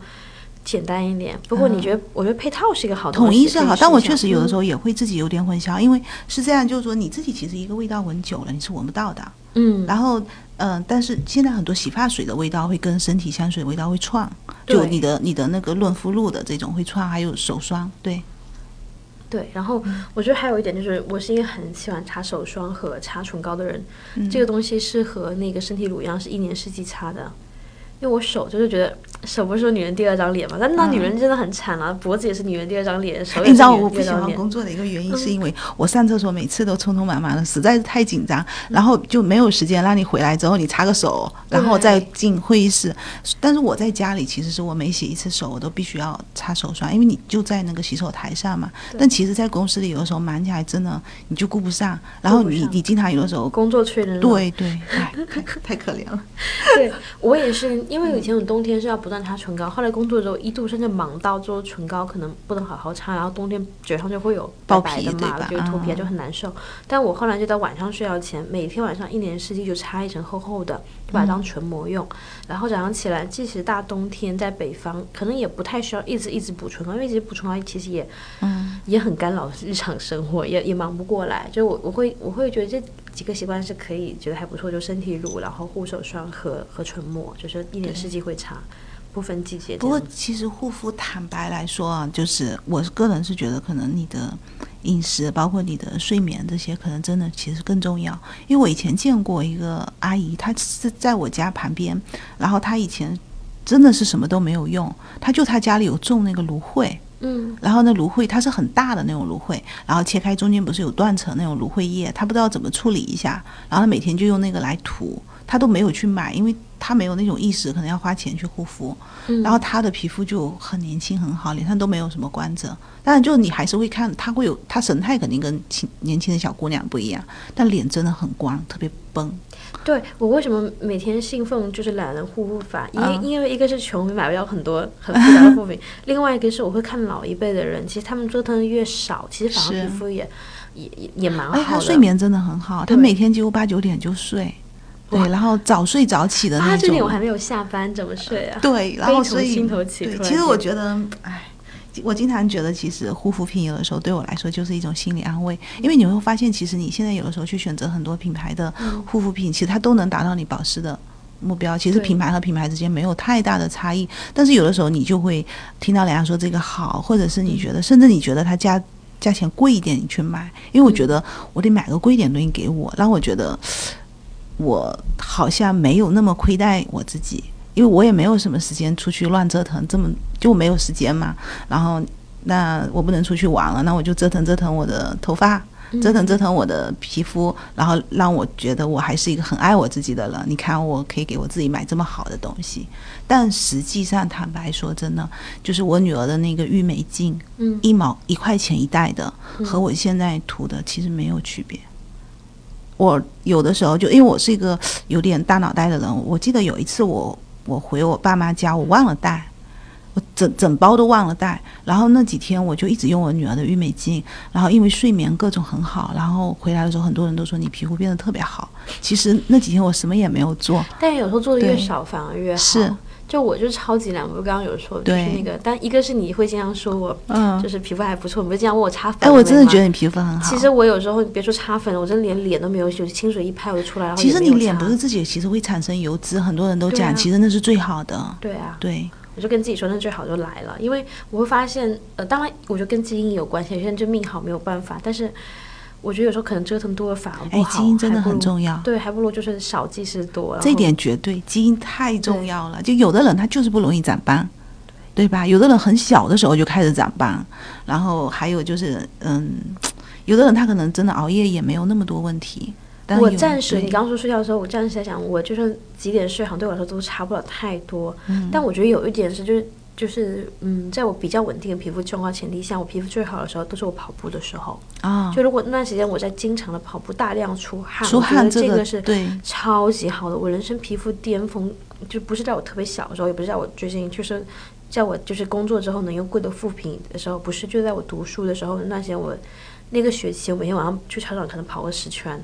Speaker 1: 简单一点。不过你觉得，我觉得配套是一个嗯好东西
Speaker 2: 啊统一是好，但我确实有的时
Speaker 1: 候，
Speaker 2: 候也会自己有点混淆，因为是这样，就是说你自己其实一个味道闻久了你是闻不到的，
Speaker 1: 嗯，
Speaker 2: 然后，嗯、但是现在很多洗发水的味道会跟身体香水的味道会串，就
Speaker 1: 对
Speaker 2: 你的你的那个润肤露的这种会串，还有手霜，对，
Speaker 1: 对。然后
Speaker 2: 嗯
Speaker 1: 我觉得还有一点就是，我是一个很喜欢擦手霜和擦唇膏的人，
Speaker 2: 嗯、
Speaker 1: 这个东西是和那个身体乳一样，是一年四季擦的。因为我手就是觉得手不是说女人第二张脸嘛，但那女人真的很惨啊，脖子也是女人第二张脸，手也
Speaker 2: 嗯哎你
Speaker 1: 是
Speaker 2: 知道
Speaker 1: 女
Speaker 2: 我
Speaker 1: 人第
Speaker 2: 不
Speaker 1: 二
Speaker 2: 喜
Speaker 1: 张
Speaker 2: 欢
Speaker 1: 脸。
Speaker 2: 工作的一个原
Speaker 1: 嗯
Speaker 2: 因，是因为我上厕所每次都匆匆忙忙的，实在是太紧张，
Speaker 1: 嗯
Speaker 2: 然后就没有时间让你回来之后你擦个手，然后再进会议室。但是我在家里，其实是我每洗一次手，我都必须要擦手霜，因为你就在那个洗手台上嘛。但其实，在公司里有的时候忙起来，真的你就顾不上，然后
Speaker 1: 顾不
Speaker 2: 你
Speaker 1: 上
Speaker 2: 你经常有的时候。
Speaker 1: 工作催人老
Speaker 2: 对对，哎太太可怜了。嗯
Speaker 1: 对我也是，因为以前我冬天是要不不断擦唇膏。后来工作之后，一度甚至忙到做唇膏可能不能好好擦，然后冬天嘴上就会有白
Speaker 2: 爆
Speaker 1: 白
Speaker 2: 皮
Speaker 1: 的
Speaker 2: 对
Speaker 1: 嘛，
Speaker 2: 吧
Speaker 1: 就脱皮啊
Speaker 2: 嗯
Speaker 1: 就很难受。但我后来就到晚上睡觉前，每天晚上一年四季就擦一层厚厚的，就把它当唇膜
Speaker 2: 嗯
Speaker 1: 用。然后早上起来，即使大冬天在北方，可能也不太需要一直一直补唇膏，因为一直补唇膏其实也
Speaker 2: 嗯，
Speaker 1: 也很干扰日常生活，也也忙不过来。就我我会我会觉得这几个习惯是可以觉得还不错，就身体乳，然后护手霜和和唇膜，就是一年四季会擦，不分季节这
Speaker 2: 不过
Speaker 1: 样。
Speaker 2: 其实护肤，坦白来说啊，就是我个人是觉得，可能你的饮食，包括你的睡眠这些，可能真的其实更重要。因为我以前见过一个阿姨，她是在我家旁边，然后她以前真的是什么都没有用，她就她家里有种那个芦荟，
Speaker 1: 嗯
Speaker 2: 然后那芦荟它是很大的那种芦荟，然后切开中间不是有断层那种芦荟叶，他不知道怎么处理一下，然后他每天就用那个来涂，他都没有去买，因为他没有那种意识，可能要花钱去护肤。
Speaker 1: 嗯，
Speaker 2: 然后他的皮肤就很年轻很好，脸上都没有什么光泽。当然，就你还是会看，他会有他神态肯定跟青年轻的小姑娘不一样，但脸真的很光，特别崩。
Speaker 1: 对我为什么每天信奉就是懒人护肤法？因、
Speaker 2: 嗯
Speaker 1: 因为一个是穷，买不到很多很复杂的护肤品；另外一个是我会看老一辈的人，其实他们折腾的越少，其实反而
Speaker 2: 是
Speaker 1: 皮肤也也也也啊蛮好
Speaker 2: 哎，
Speaker 1: 的。
Speaker 2: 他睡眠真的很好，他
Speaker 1: 对
Speaker 2: 每天几乎八九点就睡，对
Speaker 1: 哇，
Speaker 2: 然后早睡早起的那种。
Speaker 1: 八九点我还没有下班，怎么睡啊？
Speaker 2: 对，然后
Speaker 1: 悲从
Speaker 2: 所以
Speaker 1: 心头起
Speaker 2: 对，
Speaker 1: 突然
Speaker 2: 其实
Speaker 1: 间
Speaker 2: 我觉得，哎，我经常觉得，其实护肤品有的时候对我来说就是一种心理安慰，因为你会发现，其实你现在有的时候去选择很多品牌的
Speaker 1: 嗯
Speaker 2: 护肤品，其实它都能达到你保湿的。目标其实
Speaker 1: 对
Speaker 2: 品牌和品牌之间没有太大的差异，但是有的时候你就会听到人家说这个好，或者是你觉得，甚至你觉得它价价钱贵一点，你去买，因为我觉得我得买个贵一点的东西给我，让我觉得 我好像没有那么亏待我自己，因为我也没有什么时间出去乱折腾，这么就没有时间嘛。然后那我不能出去玩了，那我就折腾折腾我的头发，折
Speaker 1: 嗯
Speaker 2: 腾折腾我的皮肤，然后让我觉得我还是一个很爱我自己的人。你看，我可以给我自己买这么好的东西，但实际上坦白说，真的就是我女儿的那个郁眉镜，
Speaker 1: 嗯，
Speaker 2: 一毛一块钱一袋的，
Speaker 1: 嗯
Speaker 2: 和我现在涂的其实没有区别。我有的时候就因为我是一个有点大脑袋的人，我记得有一次我我回我爸妈家，我忘了带，我整整包都忘了带。然后那几天我就一直用我女儿的郁美净，然后因为睡眠各种很好，然后回来的时候很多人都说你皮肤变得特别好。其实那几天我什么也没有做，
Speaker 1: 但有时候做的越
Speaker 2: 对
Speaker 1: 少反而越好。
Speaker 2: 是，
Speaker 1: 就我就超级懒，我刚刚有说，就是
Speaker 2: 对
Speaker 1: 那个，但一个是你会经常说我，
Speaker 2: 嗯
Speaker 1: 就，是皮肤还不错，你不是经常问我擦粉
Speaker 2: 哎，我真的觉
Speaker 1: 得。
Speaker 2: 得你皮肤很好。
Speaker 1: 其实我有时候，你别说擦粉了，我真的连脸都没有洗，我就清水一拍我就出来。然后
Speaker 2: 其
Speaker 1: 也
Speaker 2: 实
Speaker 1: 没
Speaker 2: 你
Speaker 1: 有
Speaker 2: 脸
Speaker 1: 擦
Speaker 2: 不是自己，其实会产生油脂，很多人都
Speaker 1: 对
Speaker 2: 讲，
Speaker 1: 啊
Speaker 2: 其实那是最好的。
Speaker 1: 对啊，
Speaker 2: 对，
Speaker 1: 我就跟自己说，那最好就来了，因为我会发现，呃，当然我觉得跟基因有关系，有些人就命好没有办法，但是我觉得有时候可能折腾多了反而不
Speaker 2: 哎，
Speaker 1: 好，
Speaker 2: 基因真的
Speaker 1: 还不
Speaker 2: 很
Speaker 1: 如
Speaker 2: 重要，
Speaker 1: 对，还不如就是少即是多。然
Speaker 2: 这一
Speaker 1: 后
Speaker 2: 点绝对，基因太重要了。就有的人他就是不容易长斑，对吧？有的人很小的时候就开始长斑，然后还有就是，嗯，有的人他可能真的熬夜也没有那么多问题。但
Speaker 1: 我
Speaker 2: 有
Speaker 1: 暂时，
Speaker 2: 哎对
Speaker 1: 你刚说睡觉的时候，我暂时在想，我就算几点睡，好像对我来说都差不了太多。
Speaker 2: 嗯
Speaker 1: 但我觉得有一点是，就是就是，嗯，在我比较稳定的皮肤状况前提下，我皮肤最好的时候都是我跑步的时候。
Speaker 2: 啊，
Speaker 1: 就如果那段时间我在经常的跑步，大量出汗，
Speaker 2: 出
Speaker 1: 我觉
Speaker 2: 汗
Speaker 1: 得
Speaker 2: 这
Speaker 1: 这
Speaker 2: 个
Speaker 1: 个是哦
Speaker 2: 对
Speaker 1: 超级好的。我人生皮肤巅峰，就不是在我特别小的时候，也不是在我最近，就是在我就是工作之后能用贵的护肤品的时候，不是就在我读书的时候，那些我那个学期，我每天晚上去操场可能跑个十圈。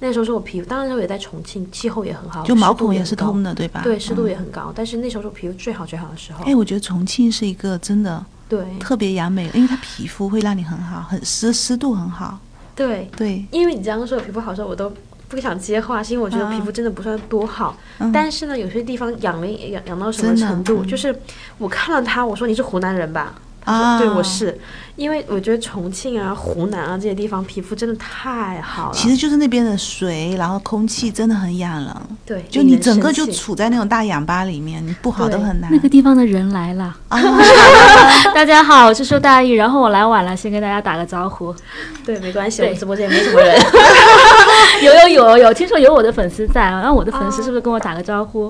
Speaker 1: 那时候是我皮肤，当然那时候也在重庆，气候也很好，
Speaker 2: 就毛
Speaker 1: 湿度
Speaker 2: 孔也
Speaker 1: 很
Speaker 2: 是
Speaker 1: 高
Speaker 2: 通的，对吧？
Speaker 1: 对，湿度
Speaker 2: 嗯
Speaker 1: 也很高。但是那时候是我皮肤最好最好的时候。
Speaker 2: 哎，我觉得重庆是一个真的
Speaker 1: 对
Speaker 2: 特别养美，因为它皮肤会让你很好，很湿湿度很好。
Speaker 1: 对，
Speaker 2: 对，
Speaker 1: 因为你这样说我皮肤好的时候，我都不想接话，是因为我觉得
Speaker 2: 啊
Speaker 1: 皮肤真的不算多好。
Speaker 2: 嗯
Speaker 1: 但是呢，有些地方养人养养到什么
Speaker 2: 真的
Speaker 1: 程度，
Speaker 2: 嗯
Speaker 1: 就是我看到他，我说你是湖南人吧？
Speaker 2: 啊，
Speaker 1: 对，我是，因为我觉得重庆啊、湖南啊这些地方皮肤真的太好了。
Speaker 2: 其实就是那边的水，然后空气真的很养人，
Speaker 1: 对，
Speaker 2: 就
Speaker 1: 令
Speaker 2: 你
Speaker 1: 人
Speaker 2: 整
Speaker 1: 生
Speaker 2: 个就
Speaker 1: 气
Speaker 2: 处在那种大氧吧里面，你不好都
Speaker 1: 对
Speaker 2: 很难。
Speaker 3: 那个地方的人来了，
Speaker 2: 啊，
Speaker 3: 大家好，我是周大意，然后我来晚了，先跟大家打个招呼。
Speaker 1: 对，没关系，我
Speaker 3: 对
Speaker 1: 们直播间也没什么人。
Speaker 3: 有有有有，听说有我的粉丝在，然后我的粉丝是不是跟我打个招呼？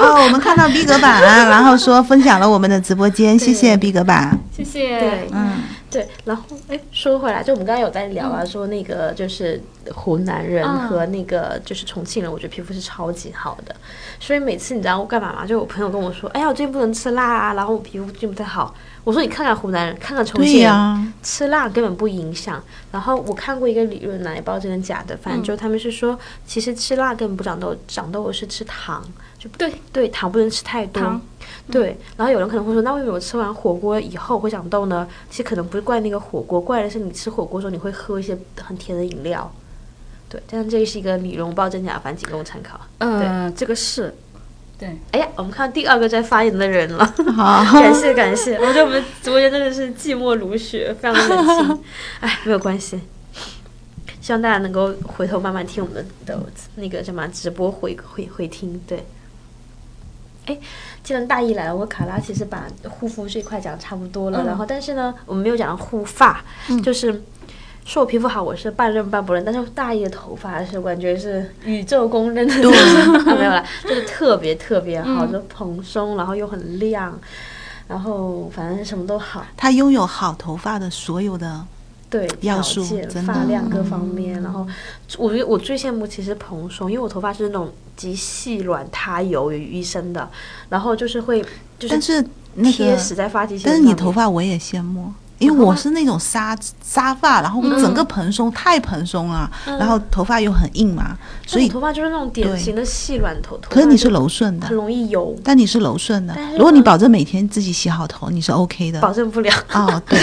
Speaker 2: 哦，我们看到逼格版，然后说分享了我们的直播间，谢谢逼格版。
Speaker 3: 谢谢。
Speaker 1: 对
Speaker 2: 嗯，
Speaker 1: 对，然后哎，说回来，就我们刚刚有在聊啊，说那个就是湖南人
Speaker 2: 啊
Speaker 3: 嗯
Speaker 1: 和那个就是重庆人，我觉得皮肤是超级好的。所以每次你知道我干嘛吗？就有朋友跟我说，哎呀，我最近不能吃辣啊，然后我皮肤最近不太好。我说你看看湖南人，看看重
Speaker 2: 对
Speaker 1: 庆人，
Speaker 2: 呀、
Speaker 1: 吃辣根本不影响。然后我看过一个理论呢，也不知道真的假的，
Speaker 2: 嗯
Speaker 1: 反正就他们是说，其实吃辣根本不长痘，长痘是吃糖，就
Speaker 3: 对
Speaker 1: 对糖不能吃太多。
Speaker 3: 糖
Speaker 1: 对，然后有人可能会说，那为什么我吃完火锅以后会长痘呢？其实可能不是怪那个火锅，怪的是你吃火锅的时候你会喝一些很甜的饮料。对，但是这个是一个理论，我不知道真假，反正仅供参考。呃
Speaker 3: 嗯、这个是，对，
Speaker 1: 哎呀，我们看到第二个在发言的人了。
Speaker 2: 好，
Speaker 1: 感谢感谢，我觉得我们直播间真的是寂寞如雪，非常的冷清。哎，没有关系，希望大家能够回头慢慢听我们的那个什么直播回回回听。对，哎，既然大一来了，我和卡拉其实把护肤这块讲得差不多了，
Speaker 3: 嗯
Speaker 1: 然后但是呢，我们没有讲到护发，就是。说我皮肤好，我是半认半不认，但是大一的头发是我感觉是宇宙公认的， 啊没有啦，就是特别特别好，就蓬松，然后又很亮，然后反正什么都好，
Speaker 2: 他拥有好头发的所有的，
Speaker 1: 对，
Speaker 2: 要
Speaker 1: 条
Speaker 2: 素
Speaker 1: 件、
Speaker 2: 真的嗯
Speaker 1: 发量各方面。然后我觉得我最羡慕其实蓬松，因为我头发是那种极细软塌油于一身的，然后就是会就
Speaker 2: 但
Speaker 1: 是
Speaker 2: 是那
Speaker 1: 贴
Speaker 2: 个，
Speaker 1: 死在发际线
Speaker 2: 但是
Speaker 1: 上
Speaker 2: 你
Speaker 1: 面
Speaker 2: 头发我也羡慕。因为
Speaker 1: 头发
Speaker 2: 我是那种沙沙发，然后
Speaker 1: 嗯
Speaker 2: 整个蓬松，太蓬松了，然后头发又很硬嘛，所
Speaker 1: 但我
Speaker 2: 以
Speaker 1: 嗯头发就是那种典型的细软头，头
Speaker 2: 可是
Speaker 1: 发
Speaker 2: 你
Speaker 1: 就是
Speaker 2: 柔顺的
Speaker 1: 很，容易油，
Speaker 2: 但你是柔顺的
Speaker 1: 但是。
Speaker 2: 如果你
Speaker 1: 呢
Speaker 2: 保证每天自己洗好头，你是 OK 的。
Speaker 1: 保证不了。
Speaker 2: 哦，对，